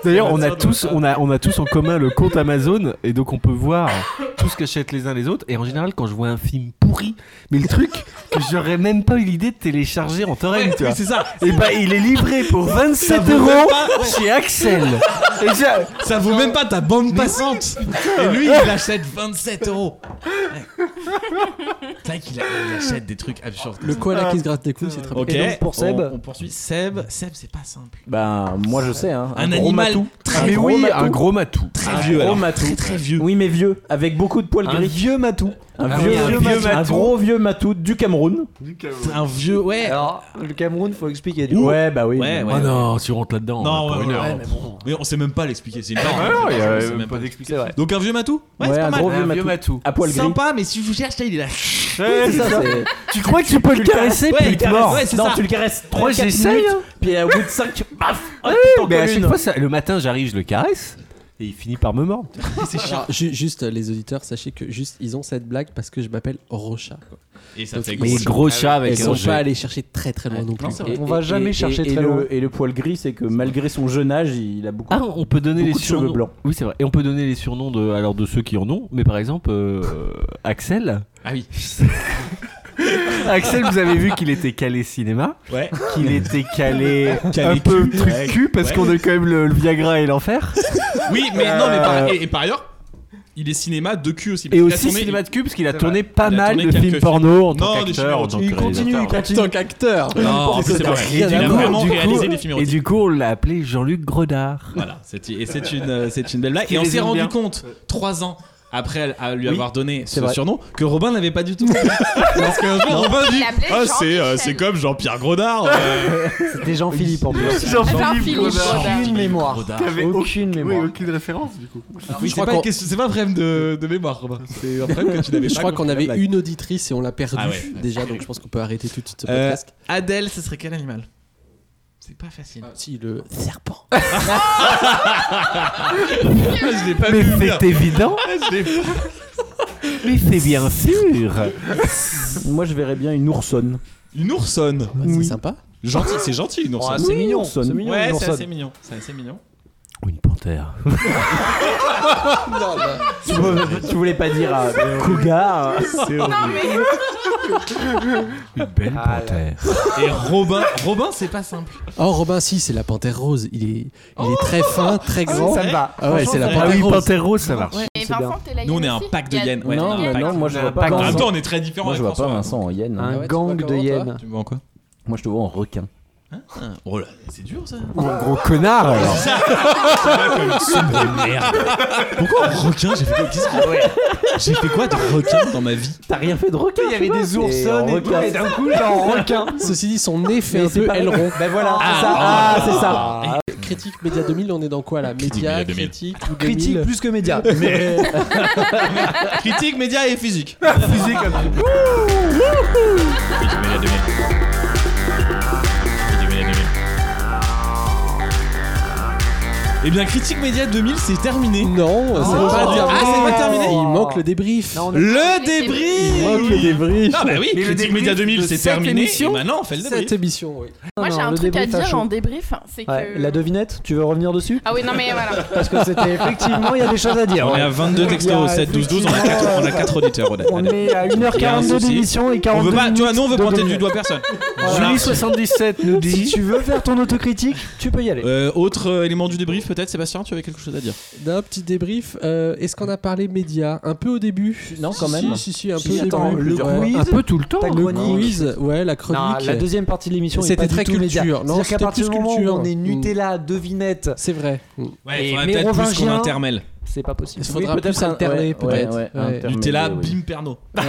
Speaker 6: D'ailleurs, on a tous, on a, on a tous en commun le compte Amazon et donc on peut voir tout ce qu'achètent les uns les autres. Et en général, quand je vois un film pourri, mais le truc que j'aurais même pas eu l'idée de télécharger en torrent, tu vois.
Speaker 1: c'est ça.
Speaker 6: Et bah, il est livré pour 27
Speaker 1: Ça vaut
Speaker 6: euros
Speaker 1: même pas-
Speaker 6: chez Axel. Et ça,
Speaker 1: ça vaut même pas ta bande passante.
Speaker 6: putain.
Speaker 1: Et lui, il achète 27 euros. Ouais. C'est vrai qu'il a- il achète des trucs absurdes.
Speaker 2: Le koala qui se gratte les couilles, c'est très
Speaker 1: Ok,
Speaker 2: bien. Et donc, pour Seb
Speaker 1: on, on poursuit. Seb, Seb, c'est pas simple.
Speaker 7: Bah, moi je sais, hein.
Speaker 1: Un
Speaker 7: gros
Speaker 1: animal
Speaker 7: matou.
Speaker 1: très Ah, mais gros oui, matou. un gros
Speaker 6: matou.
Speaker 1: Très
Speaker 7: un
Speaker 1: vieux,
Speaker 7: Gros
Speaker 1: alors.
Speaker 7: matou.
Speaker 1: Très, très vieux.
Speaker 7: Oui, mais vieux, avec beaucoup de poils
Speaker 1: Un
Speaker 7: gris.
Speaker 8: vieux matou.
Speaker 7: Un
Speaker 1: Ah
Speaker 7: vieux,
Speaker 1: oui, un vieux
Speaker 7: matou. Un
Speaker 1: matou.
Speaker 7: gros vieux matou du Cameroun.
Speaker 1: Un vieux, ouais.
Speaker 8: Alors, le Cameroun, faut expliquer du coup.
Speaker 7: Ouais, bah oui.
Speaker 1: Ouais, ouais.
Speaker 6: Oh non, tu rentres là-dedans.
Speaker 1: Non,
Speaker 6: pour
Speaker 1: ouais,
Speaker 6: une
Speaker 1: ouais,
Speaker 6: heure.
Speaker 1: ouais, mais bon. Mais on sait même pas l'expliquer. C'est une
Speaker 6: Eh ben
Speaker 1: barbe.
Speaker 6: non, il y a,
Speaker 1: On sait
Speaker 6: euh,
Speaker 1: même
Speaker 6: pas d'explication.
Speaker 1: l'expliquer. Donc un vieux matou Ouais,
Speaker 7: Ouais,
Speaker 1: c'est pas
Speaker 7: un
Speaker 1: mal.
Speaker 7: gros vieux matou. À poil gris.
Speaker 1: Sympa, mais si je vous cherche, là, il est là.
Speaker 6: Ouais,
Speaker 7: c'est ça, c'est-
Speaker 6: Tu crois que tu peux le caresser,
Speaker 1: Ouais,
Speaker 6: puis
Speaker 1: il
Speaker 6: il te
Speaker 1: caresse,
Speaker 6: mord
Speaker 1: ouais, c'est
Speaker 7: non,
Speaker 1: ça.
Speaker 7: tu le caresses
Speaker 6: Moi,
Speaker 7: 3 4
Speaker 6: j'essaye,
Speaker 7: minutes,
Speaker 6: hein.
Speaker 7: puis au bout de 5 tu paf. hop, t'en
Speaker 6: Mais à
Speaker 7: colles
Speaker 6: chaque
Speaker 7: une.
Speaker 6: fois, ça- le matin, j'arrive, je le caresse et il finit par me mordre.
Speaker 1: C'est chiant.
Speaker 2: Alors, ju- juste euh, les auditeurs, sachez que juste ils ont cette blague parce que je m'appelle Rocha. quoi.
Speaker 1: Et ça
Speaker 2: Donc,
Speaker 1: fait
Speaker 2: ils
Speaker 1: gros
Speaker 2: sont-
Speaker 6: gros chat avec
Speaker 2: Ils sont
Speaker 6: Roger.
Speaker 2: pas allés chercher très très loin non plus.
Speaker 1: c'est
Speaker 7: Et-
Speaker 8: On va
Speaker 7: et-
Speaker 8: jamais
Speaker 7: et-
Speaker 8: chercher
Speaker 7: et
Speaker 8: très
Speaker 7: le-
Speaker 8: loin.
Speaker 7: Et le poil gris, c'est que malgré son jeune âge, il a beaucoup.
Speaker 6: Ah, on peut donner les
Speaker 7: Beaucoup de
Speaker 6: surnoms.
Speaker 7: cheveux blancs.
Speaker 6: Oui, c'est vrai. Et on peut donner les surnoms de, alors de ceux qui en ont. Mais par exemple, euh, Axel.
Speaker 1: Ah oui.
Speaker 6: Axel, vous avez vu qu'il était calé cinéma,
Speaker 1: Ouais.
Speaker 6: qu'il était calé,
Speaker 1: Calé
Speaker 6: un peu
Speaker 1: cul.
Speaker 6: truc
Speaker 1: Ouais.
Speaker 6: cul parce
Speaker 1: Ouais.
Speaker 6: qu'on a quand même le, le Viagra et l'enfer.
Speaker 1: Oui, mais non, mais par,
Speaker 6: Euh,
Speaker 1: et, et par ailleurs, il est cinéma de cul aussi. parce
Speaker 6: Et
Speaker 1: qu'il a
Speaker 6: aussi
Speaker 1: tourné-
Speaker 6: cinéma de cul parce qu'il a
Speaker 1: C'est vrai.
Speaker 6: tourné pas
Speaker 1: Il a
Speaker 6: mal
Speaker 1: tourné
Speaker 6: de
Speaker 1: quelques
Speaker 6: films porno en
Speaker 1: Non,
Speaker 6: tant
Speaker 1: des
Speaker 6: qu'acteur,
Speaker 1: films
Speaker 6: en tant
Speaker 1: porno.
Speaker 6: que
Speaker 1: Il continue,
Speaker 6: réalisateur.
Speaker 2: En tant qu'acteur.
Speaker 1: Non, en plus, c'est
Speaker 2: Ça
Speaker 1: pas
Speaker 2: n'a
Speaker 1: vrai.
Speaker 2: rien
Speaker 1: Il
Speaker 2: à
Speaker 1: a
Speaker 2: voir.
Speaker 1: vraiment
Speaker 6: Du coup-
Speaker 1: réalisé des films
Speaker 6: Et
Speaker 1: érotiques.
Speaker 6: du coup, on l'a appelé Jean-Luc Gredard.
Speaker 1: Voilà, c'est et c'est une, euh, c'est une belle blague.
Speaker 6: Qui
Speaker 1: Et on s'est
Speaker 6: résume
Speaker 1: rendu
Speaker 6: bien.
Speaker 1: compte, trois ans après à lui
Speaker 6: Oui,
Speaker 1: avoir donné
Speaker 2: c'est
Speaker 1: ce
Speaker 2: vrai.
Speaker 1: surnom, que Robin n'avait pas du tout. Parce que un jour, Robin dit
Speaker 5: Il l'appelait
Speaker 1: Ah, c'est euh,
Speaker 5: Jean-Michel.
Speaker 1: c'est comme Jean-Pierre Grodard. euh.
Speaker 8: C'était Jean-Philippe en plus.
Speaker 5: Jean-Philippe Godard.
Speaker 8: Aucune mémoire.
Speaker 1: Godard.
Speaker 3: T'avais
Speaker 8: Aucune
Speaker 3: Oui,
Speaker 8: mémoire.
Speaker 3: aucune référence du coup.
Speaker 1: Alors,
Speaker 2: oui,
Speaker 1: c'est
Speaker 2: je crois
Speaker 1: pas,
Speaker 2: qu'on-
Speaker 1: une question- c'est pas un problème de, de mémoire, Robin. C'est un problème que tu n'avais
Speaker 2: Je
Speaker 1: pas
Speaker 2: crois qu'on
Speaker 1: compris la
Speaker 2: avait
Speaker 1: blague.
Speaker 2: une auditrice et on l'a perdue
Speaker 1: Ah ouais.
Speaker 2: déjà, donc je pense qu'on peut arrêter tout de suite ce
Speaker 1: Euh,
Speaker 2: podcast.
Speaker 1: Adèle, ce serait quel animal C'est pas facile.
Speaker 2: Si le bah, Ah, serpent.
Speaker 1: Je l'ai pas
Speaker 6: Mais
Speaker 1: vu
Speaker 6: c'est
Speaker 1: venir.
Speaker 6: évident,
Speaker 1: Je l'ai pas-
Speaker 6: mais c'est bien sûr.
Speaker 7: Moi, je verrais bien une oursonne.
Speaker 1: Une oursonne.
Speaker 2: Bah, c'est sympa.
Speaker 1: Gentil, c'est gentil une oursonne.
Speaker 8: c'est mignon.
Speaker 7: Orson.
Speaker 8: C'est mignon.
Speaker 1: ouais,
Speaker 8: une
Speaker 1: c'est
Speaker 8: oursonne.
Speaker 1: assez mignon. C'est assez mignon.
Speaker 6: Ou une panthère.
Speaker 7: tu, veux- tu voulais pas dire à Cougar Ah
Speaker 6: Une belle panthère.
Speaker 1: Et Robin, Robin, c'est pas simple.
Speaker 2: Oh Robin, si, c'est la panthère rose. Il est, il est très fin, très grand.
Speaker 1: ça me va.
Speaker 2: Oh. Ah ouais, c'est la
Speaker 1: Franchement,
Speaker 6: Ah
Speaker 2: panthère
Speaker 6: oui,
Speaker 2: rose.
Speaker 6: panthère rose, ça marche.
Speaker 5: Et
Speaker 8: Oh, C'est
Speaker 5: Vincent,
Speaker 8: bien.
Speaker 5: t'es la
Speaker 1: Nous, on
Speaker 5: hyène
Speaker 1: est un
Speaker 5: aussi.
Speaker 1: pack de
Speaker 5: Ah, Il y a-
Speaker 1: hyènes. Ouais,
Speaker 7: Non,
Speaker 1: on est un
Speaker 7: bah
Speaker 1: pack.
Speaker 7: non, moi je vois pas.
Speaker 1: En même
Speaker 7: Vincent.
Speaker 1: temps, on est très différents.
Speaker 7: Moi, je
Speaker 1: avec
Speaker 7: vois pas
Speaker 1: François.
Speaker 7: Vincent en hyène. hein.
Speaker 8: Un
Speaker 2: ouais, tu vois
Speaker 8: gang de
Speaker 2: comment, toi
Speaker 8: hyènes.
Speaker 1: Tu me vois en quoi
Speaker 7: Moi, je te vois en requin.
Speaker 1: Hein Oh là, c'est dur ça.
Speaker 6: Mon gros connard alors.
Speaker 1: Pourquoi en requin J'ai fait quoi Qu'est-ce que- J'ai fait quoi de requin dans ma vie
Speaker 7: T'as rien fait de requin
Speaker 8: Il y avait des oursons et tout, et d'un coup, là, en requin.
Speaker 2: Ceci dit, son nez fait
Speaker 7: Mais
Speaker 2: un
Speaker 7: c'est
Speaker 2: peu
Speaker 7: pas-
Speaker 2: aileron.
Speaker 8: Ben voilà,
Speaker 1: Ah,
Speaker 8: c'est ça.
Speaker 1: ah,
Speaker 8: Ah, c'est ça.
Speaker 2: Critique Média 2000, on est dans quoi là
Speaker 1: Critique
Speaker 2: Média,
Speaker 1: Média 2000.
Speaker 2: critique, ou 2000.
Speaker 8: Critique plus que média.
Speaker 1: Critique, média et physique.
Speaker 3: Physique un peu.
Speaker 12: Critique Média 2000. Critique Média 2000.
Speaker 1: Eh bien, Critique Média 2000, c'est terminé.
Speaker 2: Non, c'est pas
Speaker 1: Ah,
Speaker 2: terminé.
Speaker 1: c'est pas terminé
Speaker 2: Il manque le débrief.
Speaker 8: Non, on
Speaker 1: Le débrief
Speaker 2: Il manque le débrief.
Speaker 1: Ah bah oui, Critique
Speaker 3: débrief
Speaker 1: Média 2000,
Speaker 3: de
Speaker 1: c'est
Speaker 3: cette
Speaker 1: terminé. Et
Speaker 3: émission,
Speaker 1: maintenant, on fait le débrief.
Speaker 2: Cette émission, oui.
Speaker 5: Moi, j'ai
Speaker 8: Non,
Speaker 5: un
Speaker 8: le
Speaker 5: truc à
Speaker 8: débrief à
Speaker 5: dire
Speaker 8: chaud.
Speaker 5: en débrief. C'est
Speaker 8: Ouais,
Speaker 5: que.
Speaker 8: La devinette, tu veux revenir dessus
Speaker 5: Ah oui, non, mais voilà.
Speaker 8: Parce que c'était effectivement, il y a des choses à dire.
Speaker 1: On est à 22 textos au
Speaker 8: Il y a
Speaker 1: 7 12 12, on a 4 on a quatre auditeurs au
Speaker 8: On est à
Speaker 1: Il y a un
Speaker 8: 1h42
Speaker 1: souci.
Speaker 8: d'émission et
Speaker 1: On
Speaker 8: 42
Speaker 1: veut pas, tu vois, nous on veut
Speaker 8: minutes de
Speaker 1: pointer du
Speaker 8: devinette.
Speaker 1: doigt personne. Voilà.
Speaker 6: Julie77 nous
Speaker 8: Si
Speaker 6: dit
Speaker 8: tu veux faire ton autocritique, tu peux y aller.
Speaker 1: Euh, autre euh, élément du débrief, peut-être, Sébastien, tu avais quelque chose à dire
Speaker 2: D'un petit débrief, euh, est-ce qu'on a parlé média un peu au début
Speaker 7: Non, quand
Speaker 2: Si,
Speaker 7: même.
Speaker 2: Si, si, si, un
Speaker 8: Si,
Speaker 2: peu au
Speaker 8: attends,
Speaker 2: début.
Speaker 8: le
Speaker 2: Ouais.
Speaker 8: quiz,
Speaker 6: un peu tout le temps.
Speaker 8: ta
Speaker 2: Le
Speaker 8: chronique.
Speaker 2: quiz, ouais, la chronique.
Speaker 8: Non, la deuxième partie de l'émission, est
Speaker 2: C'était
Speaker 8: pas du
Speaker 2: très
Speaker 8: tout
Speaker 2: culture.
Speaker 8: média.
Speaker 2: Non,
Speaker 8: C'est-à-dire qu'à
Speaker 2: c'était
Speaker 8: partir du
Speaker 2: plus
Speaker 8: moment où
Speaker 2: culture.
Speaker 8: on est
Speaker 2: Mm.
Speaker 8: Nutella, devinette,
Speaker 2: C'est vrai.
Speaker 1: Ouais,
Speaker 8: Et
Speaker 1: faudrait peut-être plus qu'on
Speaker 8: mérovingien.
Speaker 1: intermèle.
Speaker 8: c'est pas possible.
Speaker 2: Il faudra
Speaker 7: Oui,
Speaker 2: plus
Speaker 7: peut-être un-
Speaker 2: alterner,
Speaker 7: ouais,
Speaker 2: peut-être.
Speaker 7: ouais, ouais,
Speaker 2: Ouais.
Speaker 7: intermédiaire.
Speaker 1: Nutella,
Speaker 7: oui.
Speaker 1: bim, Pernod.
Speaker 2: Ouais.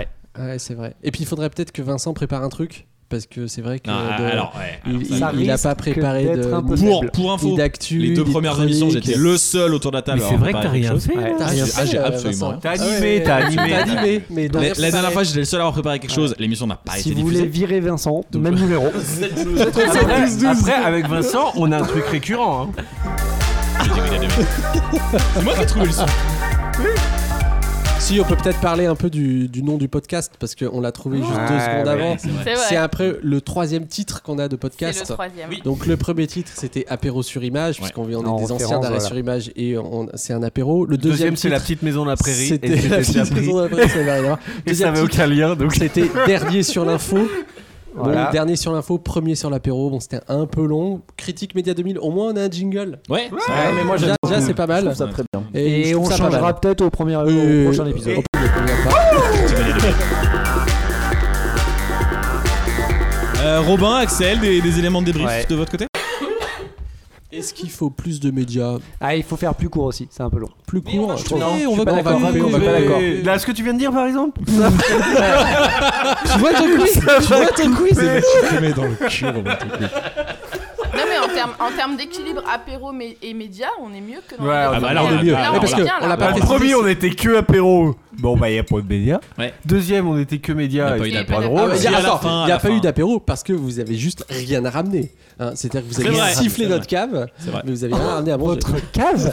Speaker 8: Ouais.
Speaker 2: Ouais, c'est vrai. Et puis il faudrait peut-être que Vincent prépare un truc parce que c'est vrai que
Speaker 1: Non,
Speaker 2: de-
Speaker 1: alors, ouais. alors, ça-
Speaker 2: il, il-
Speaker 8: Ça
Speaker 2: il a
Speaker 8: risque
Speaker 2: pas préparé
Speaker 8: d'être
Speaker 2: de
Speaker 8: impossible.
Speaker 1: pour, pour info,
Speaker 2: ni d'actu,
Speaker 1: les deux
Speaker 2: ni de
Speaker 1: premières émissions,
Speaker 2: chroniques.
Speaker 1: j'étais le seul autour de la
Speaker 6: Mais
Speaker 1: table. à
Speaker 6: c'est vrai que
Speaker 1: préparer
Speaker 6: t'as
Speaker 1: quelque
Speaker 6: rien
Speaker 1: chose.
Speaker 6: fait.
Speaker 8: Ouais.
Speaker 2: T'as
Speaker 1: Ah,
Speaker 2: rien
Speaker 1: j'ai-
Speaker 2: fait,
Speaker 1: ah, j'ai
Speaker 2: euh,
Speaker 1: absolument
Speaker 2: Vincent.
Speaker 6: T'as
Speaker 2: Ah ouais,
Speaker 6: animé, t'as
Speaker 2: ouais,
Speaker 6: animé.
Speaker 2: T'as animé, mais donc-
Speaker 1: La, la dernière fois, j'étais le seul à avoir préparé quelque chose. L'émission n'a pas
Speaker 8: Si
Speaker 1: été
Speaker 8: vous voulez
Speaker 1: diffusée.
Speaker 8: virer Vincent,
Speaker 1: Donc-
Speaker 8: même numéro.
Speaker 6: Après, après, avec Vincent, on a un truc récurrent. hein.
Speaker 12: Critique Média 2000.
Speaker 1: C'est moi qui ai trouvé le son.
Speaker 2: Si, on peut peut-être parler un peu du, du nom du podcast parce qu'on l'a trouvé juste
Speaker 6: Ouais,
Speaker 2: deux secondes
Speaker 6: ouais,
Speaker 2: avant.
Speaker 6: c'est vrai.
Speaker 2: C'est,
Speaker 6: C'est vrai.
Speaker 2: après le troisième titre qu'on a de podcast.
Speaker 6: C'est le troisième. Oui.
Speaker 2: Donc le premier titre c'était apéro sur image puisqu'on vient
Speaker 6: En
Speaker 2: des anciens
Speaker 6: référence,
Speaker 2: d'arrêt
Speaker 6: voilà.
Speaker 2: sur image et on- c'est un apéro. Le
Speaker 6: Le deuxième,
Speaker 2: deuxième,
Speaker 6: c'est la
Speaker 2: titre,
Speaker 6: petite maison de la prairie, et
Speaker 2: C'était
Speaker 6: c'était
Speaker 2: la
Speaker 6: déjà
Speaker 2: petite
Speaker 6: pris.
Speaker 2: maison de la prairie, ça n'avait rien à voir.
Speaker 6: Et ça
Speaker 2: Deuxième
Speaker 6: avait
Speaker 2: titre,
Speaker 6: aucun lien, donc.
Speaker 2: c'était dernier sur l'info. Bon,
Speaker 6: Voilà.
Speaker 2: dernier sur l'info, premier sur l'apéro. Bon, c'était un peu long. Critique Média 2000, au moins on a un jingle.
Speaker 1: Ouais,
Speaker 2: Ouais, mais moi, déjà, déjà, c'est pas mal.
Speaker 7: Je trouve ça très bien.
Speaker 2: je
Speaker 8: Et
Speaker 2: trouve
Speaker 8: on
Speaker 2: ça pas mal.
Speaker 8: changera peut-être au, premier, au
Speaker 2: Euh,
Speaker 8: prochain épisode.
Speaker 2: au premier pas.
Speaker 1: Euh, Robin, Axel, des, des éléments de débrief de votre
Speaker 6: Ah,
Speaker 1: côté
Speaker 2: Est-ce qu'il faut plus de médias
Speaker 8: Ah, il faut faire plus court aussi, c'est un peu long.
Speaker 2: Plus court
Speaker 8: je trouve.
Speaker 2: Non,
Speaker 8: Non,
Speaker 2: on
Speaker 8: je
Speaker 2: va couper,
Speaker 8: suis pas d'accord,
Speaker 2: on va
Speaker 8: je suis
Speaker 2: couper.
Speaker 8: pas d'accord.
Speaker 6: Là, ce que tu viens de dire, par exemple
Speaker 2: Tu vois ton quiz Tu vois ton quiz
Speaker 6: Mais-
Speaker 1: Je te mets dans le cul, Robin. ton quiz.
Speaker 5: Non, mais en termes en termes d'équilibre apéro mé- et média, on est mieux que dans
Speaker 3: Ouais,
Speaker 5: les
Speaker 1: Ah,
Speaker 3: on
Speaker 6: bah,
Speaker 5: autres.
Speaker 1: bah,
Speaker 3: est-
Speaker 5: Là,
Speaker 3: on est mieux.
Speaker 5: là,
Speaker 3: Mais parce
Speaker 5: est
Speaker 3: que
Speaker 5: bien,
Speaker 3: on
Speaker 5: là.
Speaker 2: Ah,
Speaker 3: l'a pas
Speaker 5: Par
Speaker 3: fait.
Speaker 5: contre,
Speaker 3: Premier, on était que apéro. Bon, bah, il n'y a pas de média. Deuxième, on était que média.
Speaker 2: Ah, Il
Speaker 3: et
Speaker 2: n'y a
Speaker 3: c'était pas drôle.
Speaker 2: pas eu d'apéro parce que vous avez juste rien à ramener. Hein, C'est-à-dire que vous
Speaker 3: C'est
Speaker 2: avez
Speaker 3: vrai. C'est
Speaker 2: sifflé
Speaker 3: vrai.
Speaker 2: notre cave,
Speaker 1: vrai.
Speaker 2: mais vous avez rien ramené à manger. Votre
Speaker 8: cave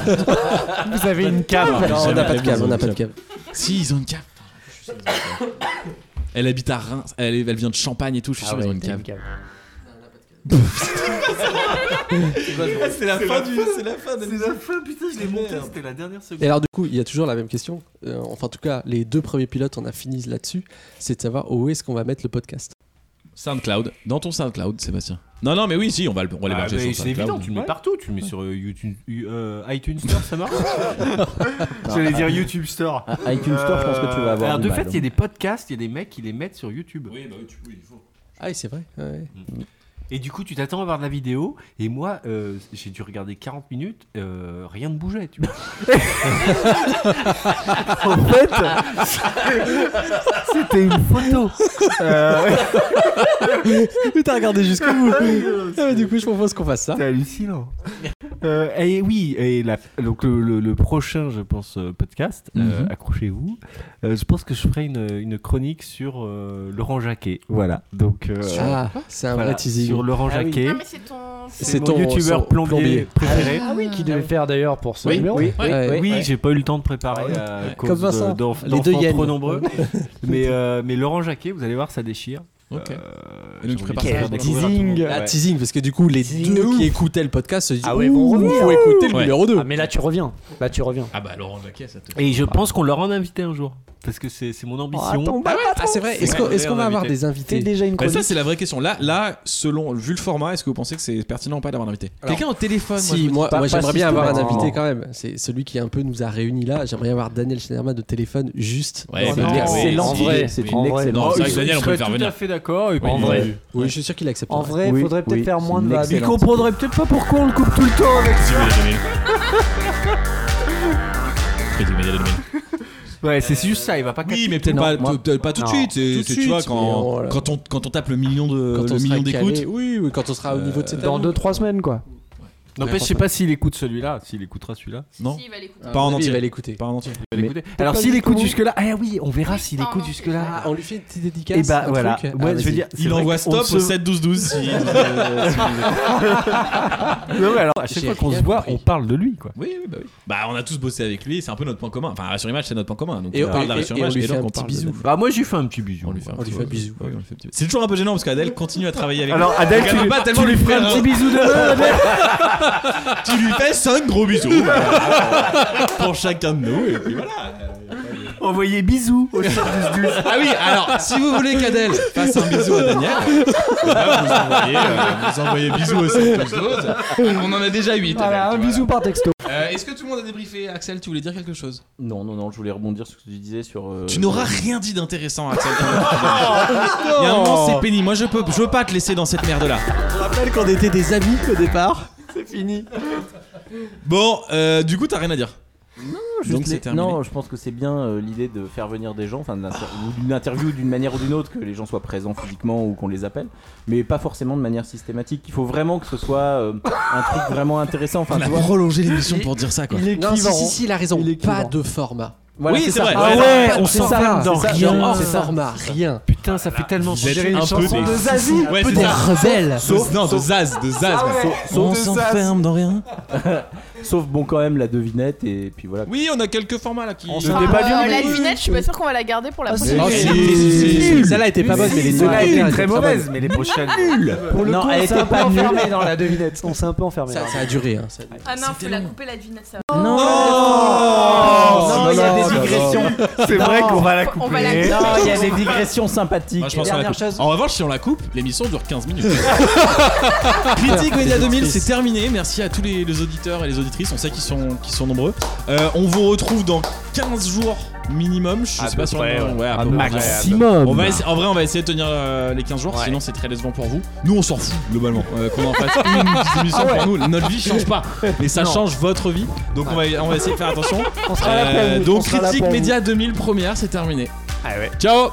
Speaker 8: Vous avez une cave
Speaker 2: Non, on n'a pas de cave, on n'a pas de cave.
Speaker 1: Si, ils ont une cave. Elle habite à Reims, elle, est- elle vient de Champagne et tout, je
Speaker 6: Ah
Speaker 1: suis sûr qu'ils ont une cave.
Speaker 6: C'est la fin du. C'est la fin C'est la fin, putain, je l'ai monté, c'était la dernière seconde.
Speaker 2: Et alors du coup, il y a toujours la même question. Euh, enfin, en tout cas, les deux premiers pilotes, on a fini là-dessus. C'est de savoir où est-ce qu'on va mettre le podcast.
Speaker 1: Soundcloud, dans ton Soundcloud, Sébastien. Non, non, mais oui, si, on va le- on va
Speaker 6: Ah,
Speaker 1: l'héberger
Speaker 6: mais
Speaker 1: sur
Speaker 6: c'est évident,
Speaker 1: Soundcloud.
Speaker 6: tu le mets partout, tu le mets sur euh, YouTube, U- euh, iTunes Store, ça marche
Speaker 3: J'allais dire YouTube Store.
Speaker 7: Ah, iTunes Store, je pense que tu vas avoir
Speaker 6: Alors,
Speaker 7: du
Speaker 6: Euh, de
Speaker 7: mal. hein.
Speaker 6: fait, il y a des podcasts, il y a des mecs qui les mettent sur YouTube. Oui, bah oui, il faut.
Speaker 2: Ah oui, c'est vrai. ouais.
Speaker 6: Et du coup, tu t'attends à voir de la vidéo, et moi, euh, j'ai dû regarder 40 minutes, euh, rien ne bougeait, tu vois.
Speaker 3: En fait, c'était une photo. Euh,
Speaker 2: Mais t'as regardé jusqu'au bout. Ah, mais du coup, je propose qu'on fasse ça.
Speaker 6: C'est hallucinant. Euh, et oui, et la- donc le, le- le prochain, je pense, euh, podcast, euh,
Speaker 3: Mhm.
Speaker 6: accrochez-vous. Euh, je pense que je ferai une, une chronique sur euh, Laurent Jacquet. Voilà. Donc, euh,
Speaker 2: Sur- Ah, c'est un vrai teasing.
Speaker 6: Sur Laurent
Speaker 2: Ah oui.
Speaker 6: Jacquet.
Speaker 2: Ah, mais
Speaker 5: c'est ton-
Speaker 2: c'est
Speaker 6: mon
Speaker 2: ton-
Speaker 6: youtubeur
Speaker 2: son
Speaker 6: plombier,
Speaker 2: plombier.
Speaker 6: préféré.
Speaker 8: Ah oui, qui devait faire d'ailleurs pour ce
Speaker 6: oui,
Speaker 8: numéro.
Speaker 6: Oui, oui,
Speaker 8: Ouais.
Speaker 6: oui,
Speaker 8: Ouais.
Speaker 6: j'ai pas eu le temps de préparer
Speaker 8: Ouais.
Speaker 6: à
Speaker 8: Ouais.
Speaker 6: cause
Speaker 8: Comme Vincent,
Speaker 6: de- d'enf-
Speaker 8: les
Speaker 6: d'enfants
Speaker 8: deux hyènes.
Speaker 6: trop nombreux. mais, euh, mais Laurent Jacquet, vous allez voir, ça déchire. Euh,
Speaker 1: Ok.
Speaker 6: Et
Speaker 1: donc, tu prépares ça pour découvrir
Speaker 2: Ah, teasing, parce que du coup, les deux qui écoutaient le podcast se disent
Speaker 8: Ah
Speaker 2: ah
Speaker 8: ouais,
Speaker 2: ouais,
Speaker 8: vont
Speaker 2: Ouh,
Speaker 8: revenir.
Speaker 2: faut écouter le
Speaker 8: Ouais.
Speaker 2: numéro 2.
Speaker 8: Ah, mais là, tu reviens. Là, tu reviens.
Speaker 1: Ah bah Laurent Jacquet, ça te
Speaker 6: Et je pense qu'on l'aura en invité un jour. Parce que c'est c'est mon ambition.
Speaker 8: attends, bah, Ah ouais
Speaker 2: Ah, c'est vrai. Est-ce qu'on est-ce qu'on va avoir des invités
Speaker 1: Bah, Ça, c'est la vraie question. Là, là, selon, vu le format, est-ce que vous pensez que c'est pertinent ou pas d'avoir un invité
Speaker 2: Alors,
Speaker 1: Quelqu'un au téléphone moi, je
Speaker 2: Si,
Speaker 1: me dis
Speaker 2: moi,
Speaker 1: pas-
Speaker 2: moi,
Speaker 1: pas
Speaker 2: j'aimerais bien avoir un
Speaker 1: systématiquement.
Speaker 2: invité quand même. C'est celui qui un peu nous a réunis là. J'aimerais bien avoir Daniel Schneiderman au téléphone juste.
Speaker 1: Ouais,
Speaker 2: dans
Speaker 1: bah,
Speaker 2: une
Speaker 1: oui,
Speaker 2: excellente
Speaker 1: en
Speaker 2: idée.
Speaker 1: vrai,
Speaker 2: C'est
Speaker 1: en
Speaker 2: une
Speaker 1: vrai.
Speaker 2: excellente.
Speaker 1: Non, c'est vrai que Daniel, on peut le faire
Speaker 6: oh, tout à
Speaker 1: venir.
Speaker 6: fait d'accord. et puis- euh,
Speaker 2: En vrai. Oui, je suis sûr qu'il accepte.
Speaker 8: En vrai, il
Speaker 2: il
Speaker 8: faudrait peut-être faire moins de
Speaker 2: vagues.
Speaker 8: vagues.
Speaker 2: Il
Speaker 8: comprendrait peut-être pas pourquoi on le coupe tout le temps avec
Speaker 1: Critique Média 2000.
Speaker 6: Ouais, c'est juste ça, il va pas
Speaker 1: Oui, mais peut-être pas, peut-être pas tout de
Speaker 2: Non.
Speaker 1: suite. c'est-
Speaker 2: Tout de
Speaker 1: c'est-
Speaker 2: suite,
Speaker 1: tu vois,
Speaker 2: mais
Speaker 1: quand,
Speaker 2: on- voilà.
Speaker 1: quand, on, quand on tape le million
Speaker 2: Quand
Speaker 1: de-
Speaker 2: on
Speaker 1: le
Speaker 2: sera
Speaker 1: million d'écoutes. Euh,
Speaker 2: calé, oui, oui, quand on sera au niveau de cette
Speaker 8: Dans 2-3 semaines, quoi.
Speaker 6: N'empêche, je sais pas s'il écoute celui-là, s'il écoutera celui-là.
Speaker 1: Non.
Speaker 5: il va l'écouter.
Speaker 1: Pas en entier.
Speaker 2: Ah Il va l'écouter.
Speaker 1: Pas en entier.
Speaker 6: Il va l'écouter. Alors s'il écoute jusque-là, ah oui, on verra s'il écoute jusque-là.
Speaker 2: On lui fait une petite dédicace.
Speaker 6: Et bah
Speaker 2: un
Speaker 6: voilà.
Speaker 2: truc.
Speaker 6: Ouais,
Speaker 2: Ah,
Speaker 6: je veux
Speaker 2: vas-y.
Speaker 6: dire, c'est
Speaker 1: Il
Speaker 6: vrai
Speaker 1: envoie
Speaker 6: qu'on
Speaker 1: stop
Speaker 6: se-
Speaker 1: au 7 12 12 si- euh, si-
Speaker 6: Non, mais alors, à chaque
Speaker 1: Ah, J'ai
Speaker 6: fois qu'on
Speaker 1: rien
Speaker 6: se voit, on parle de lui, quoi.
Speaker 1: Oui, oui, bah oui. Bah, on a tous bossé avec lui, c'est un peu notre point commun. Enfin, Arrêt sur Image, c'est notre point commun. Donc,
Speaker 2: Et
Speaker 1: on
Speaker 2: on-
Speaker 1: parle
Speaker 2: et-
Speaker 1: d'Arrêt sur
Speaker 2: et on
Speaker 1: Image
Speaker 2: lui
Speaker 1: et
Speaker 2: fait
Speaker 1: donc on
Speaker 2: un petit
Speaker 1: parle. de-
Speaker 2: bisou.
Speaker 6: Bah moi, je lui fais un petit bisou.
Speaker 1: On lui fait un
Speaker 2: On lui
Speaker 1: petit-
Speaker 2: fait un bisou.
Speaker 1: ouais, on lui fait un petit- C'est toujours un peu gênant parce qu'Adèle continue à travailler avec
Speaker 3: Alors,
Speaker 1: nous.
Speaker 3: Adèle, tu
Speaker 1: Donc, elle veut
Speaker 3: lui-
Speaker 1: pas tellement
Speaker 3: tu lui
Speaker 2: Ah.
Speaker 3: ferais un petit bisou demain, Adèle
Speaker 1: Tu lui fais 5 gros bisous. Pour chacun de nous. Et puis voilà.
Speaker 6: Envoyez bisous au 12
Speaker 1: Ah oui, alors, si vous voulez qu'Adèle fasse un bisou à Daniel, bah, vous, envoyez, euh, vous envoyez bisous au 7 12 12. On en a déjà 8.
Speaker 8: Voilà, un bisou par texto.
Speaker 1: Est-ce que tout le monde a débriefé Axel, tu voulais dire quelque chose
Speaker 7: Non, non, non, je voulais rebondir sur ce que tu disais sur. euh,
Speaker 1: Tu n'auras rien dit d'intéressant, Axel. Il y a un moment, c'est pénible. Moi, je peux, je veux pas te laisser dans cette merde là.
Speaker 2: Je rappelle qu'on était des amis au départ.
Speaker 8: C'est fini.
Speaker 1: Bon, euh, du coup, t'as rien à dire.
Speaker 7: Juste
Speaker 1: Donc,
Speaker 7: les-
Speaker 1: c'est terminé.
Speaker 7: Non, je pense que c'est bien euh, l'idée de faire venir des gens, enfin de l'inter- ou d'une interview d'une manière ou d'une autre, que les gens soient présents physiquement ou qu'on les appelle, mais pas forcément de manière systématique. Il faut vraiment que ce soit euh, un truc vraiment intéressant. Enfin,
Speaker 1: On a prolongé l'émission pour dire ça, quoi.
Speaker 2: Non, si, si, si, il a raison. Pas de format. Voilà,
Speaker 1: oui,
Speaker 2: c'est
Speaker 1: c'est
Speaker 2: ça.
Speaker 1: vrai.
Speaker 2: Ah
Speaker 1: Ouais,
Speaker 2: ouais,
Speaker 1: ça,
Speaker 2: on
Speaker 1: c'est
Speaker 2: s'enferme
Speaker 1: ça,
Speaker 2: dans
Speaker 1: c'est ça,
Speaker 2: rien,
Speaker 1: genre hors
Speaker 2: c'est ça.
Speaker 1: format,
Speaker 2: rien.
Speaker 1: Putain, ça fait tellement gérer une chanson de Zazie.
Speaker 2: un peu
Speaker 1: c'est
Speaker 2: des
Speaker 1: ça. Ah
Speaker 2: rebelles.
Speaker 1: Sauf, non, de Zaz, de Zaz.
Speaker 7: on s'enferme dans rien. Sauf bon quand même la devinette et puis voilà.
Speaker 1: Oui, on a quelques formats là qui.
Speaker 7: On s'en débat bien,
Speaker 5: Euh, Ah, la
Speaker 7: mais-
Speaker 5: lunette, je suis pas sûr qu'on va la garder pour la prochaine.
Speaker 7: Oh,
Speaker 1: Ah, si,
Speaker 7: c'est nul.
Speaker 1: si, si.
Speaker 2: Ah,
Speaker 7: Celle-là était pas
Speaker 1: Mais
Speaker 7: bonne,
Speaker 1: si,
Speaker 7: mais les
Speaker 1: celle-là
Speaker 7: autres
Speaker 1: était
Speaker 7: étaient
Speaker 1: très
Speaker 7: bonnes.
Speaker 1: mauvaise,
Speaker 7: mais les prochaines. Nul.
Speaker 8: Pour le
Speaker 7: Non,
Speaker 8: coup,
Speaker 7: elle
Speaker 8: on s'est
Speaker 7: était
Speaker 8: un peu
Speaker 7: pas nulle.
Speaker 8: enfermé dans la devinette. On s'est un peu enfermé.
Speaker 2: Ça,
Speaker 8: dans la
Speaker 2: ça a
Speaker 8: devinette.
Speaker 2: duré. Hein, ça a
Speaker 5: Ah non, faut la couper la devinette, ça.
Speaker 8: Non. Non.
Speaker 7: Non, il y a
Speaker 8: non,
Speaker 7: des
Speaker 8: non,
Speaker 7: digressions.
Speaker 8: non. C'est vrai
Speaker 7: Non.
Speaker 8: qu'on va
Speaker 1: la
Speaker 7: Non,
Speaker 1: couper.
Speaker 7: il y a des digressions sympathiques.
Speaker 1: Moi, Bah, je pense qu'on la
Speaker 7: Dernière
Speaker 1: coupe.
Speaker 7: chose.
Speaker 1: En revanche, si on la coupe, l'émission dure 15 minutes. Critique Média
Speaker 7: C'est
Speaker 1: 2000,
Speaker 7: triste.
Speaker 1: c'est terminé. Merci à tous les, les auditeurs et les auditrices. On sait qu'ils sont, qu'ils sont nombreux. Euh, on vous retrouve dans 15 jours minimum. Je
Speaker 12: À
Speaker 1: sais
Speaker 12: peu
Speaker 1: pas si on
Speaker 12: près, ouais.
Speaker 1: ouais, à
Speaker 12: Un
Speaker 1: peu près.
Speaker 12: maximum.
Speaker 1: On va essa- en vrai, on va essayer de tenir euh, les 15 jours. Sinon, c'est très décevant pour vous. Nous, on s'en fout globalement euh, qu'on en fasse une petite émission
Speaker 12: Ah ouais.
Speaker 1: pour nous. Notre vie change pas, mais ça
Speaker 12: Non.
Speaker 1: change votre vie. Donc, on va, on va essayer de faire attention. Euh,
Speaker 12: On sera là pour vous. Ah On
Speaker 1: donc,
Speaker 12: sera là
Speaker 1: Critique
Speaker 12: pour vous.
Speaker 1: Média 2000 première, c'est terminé. Ciao.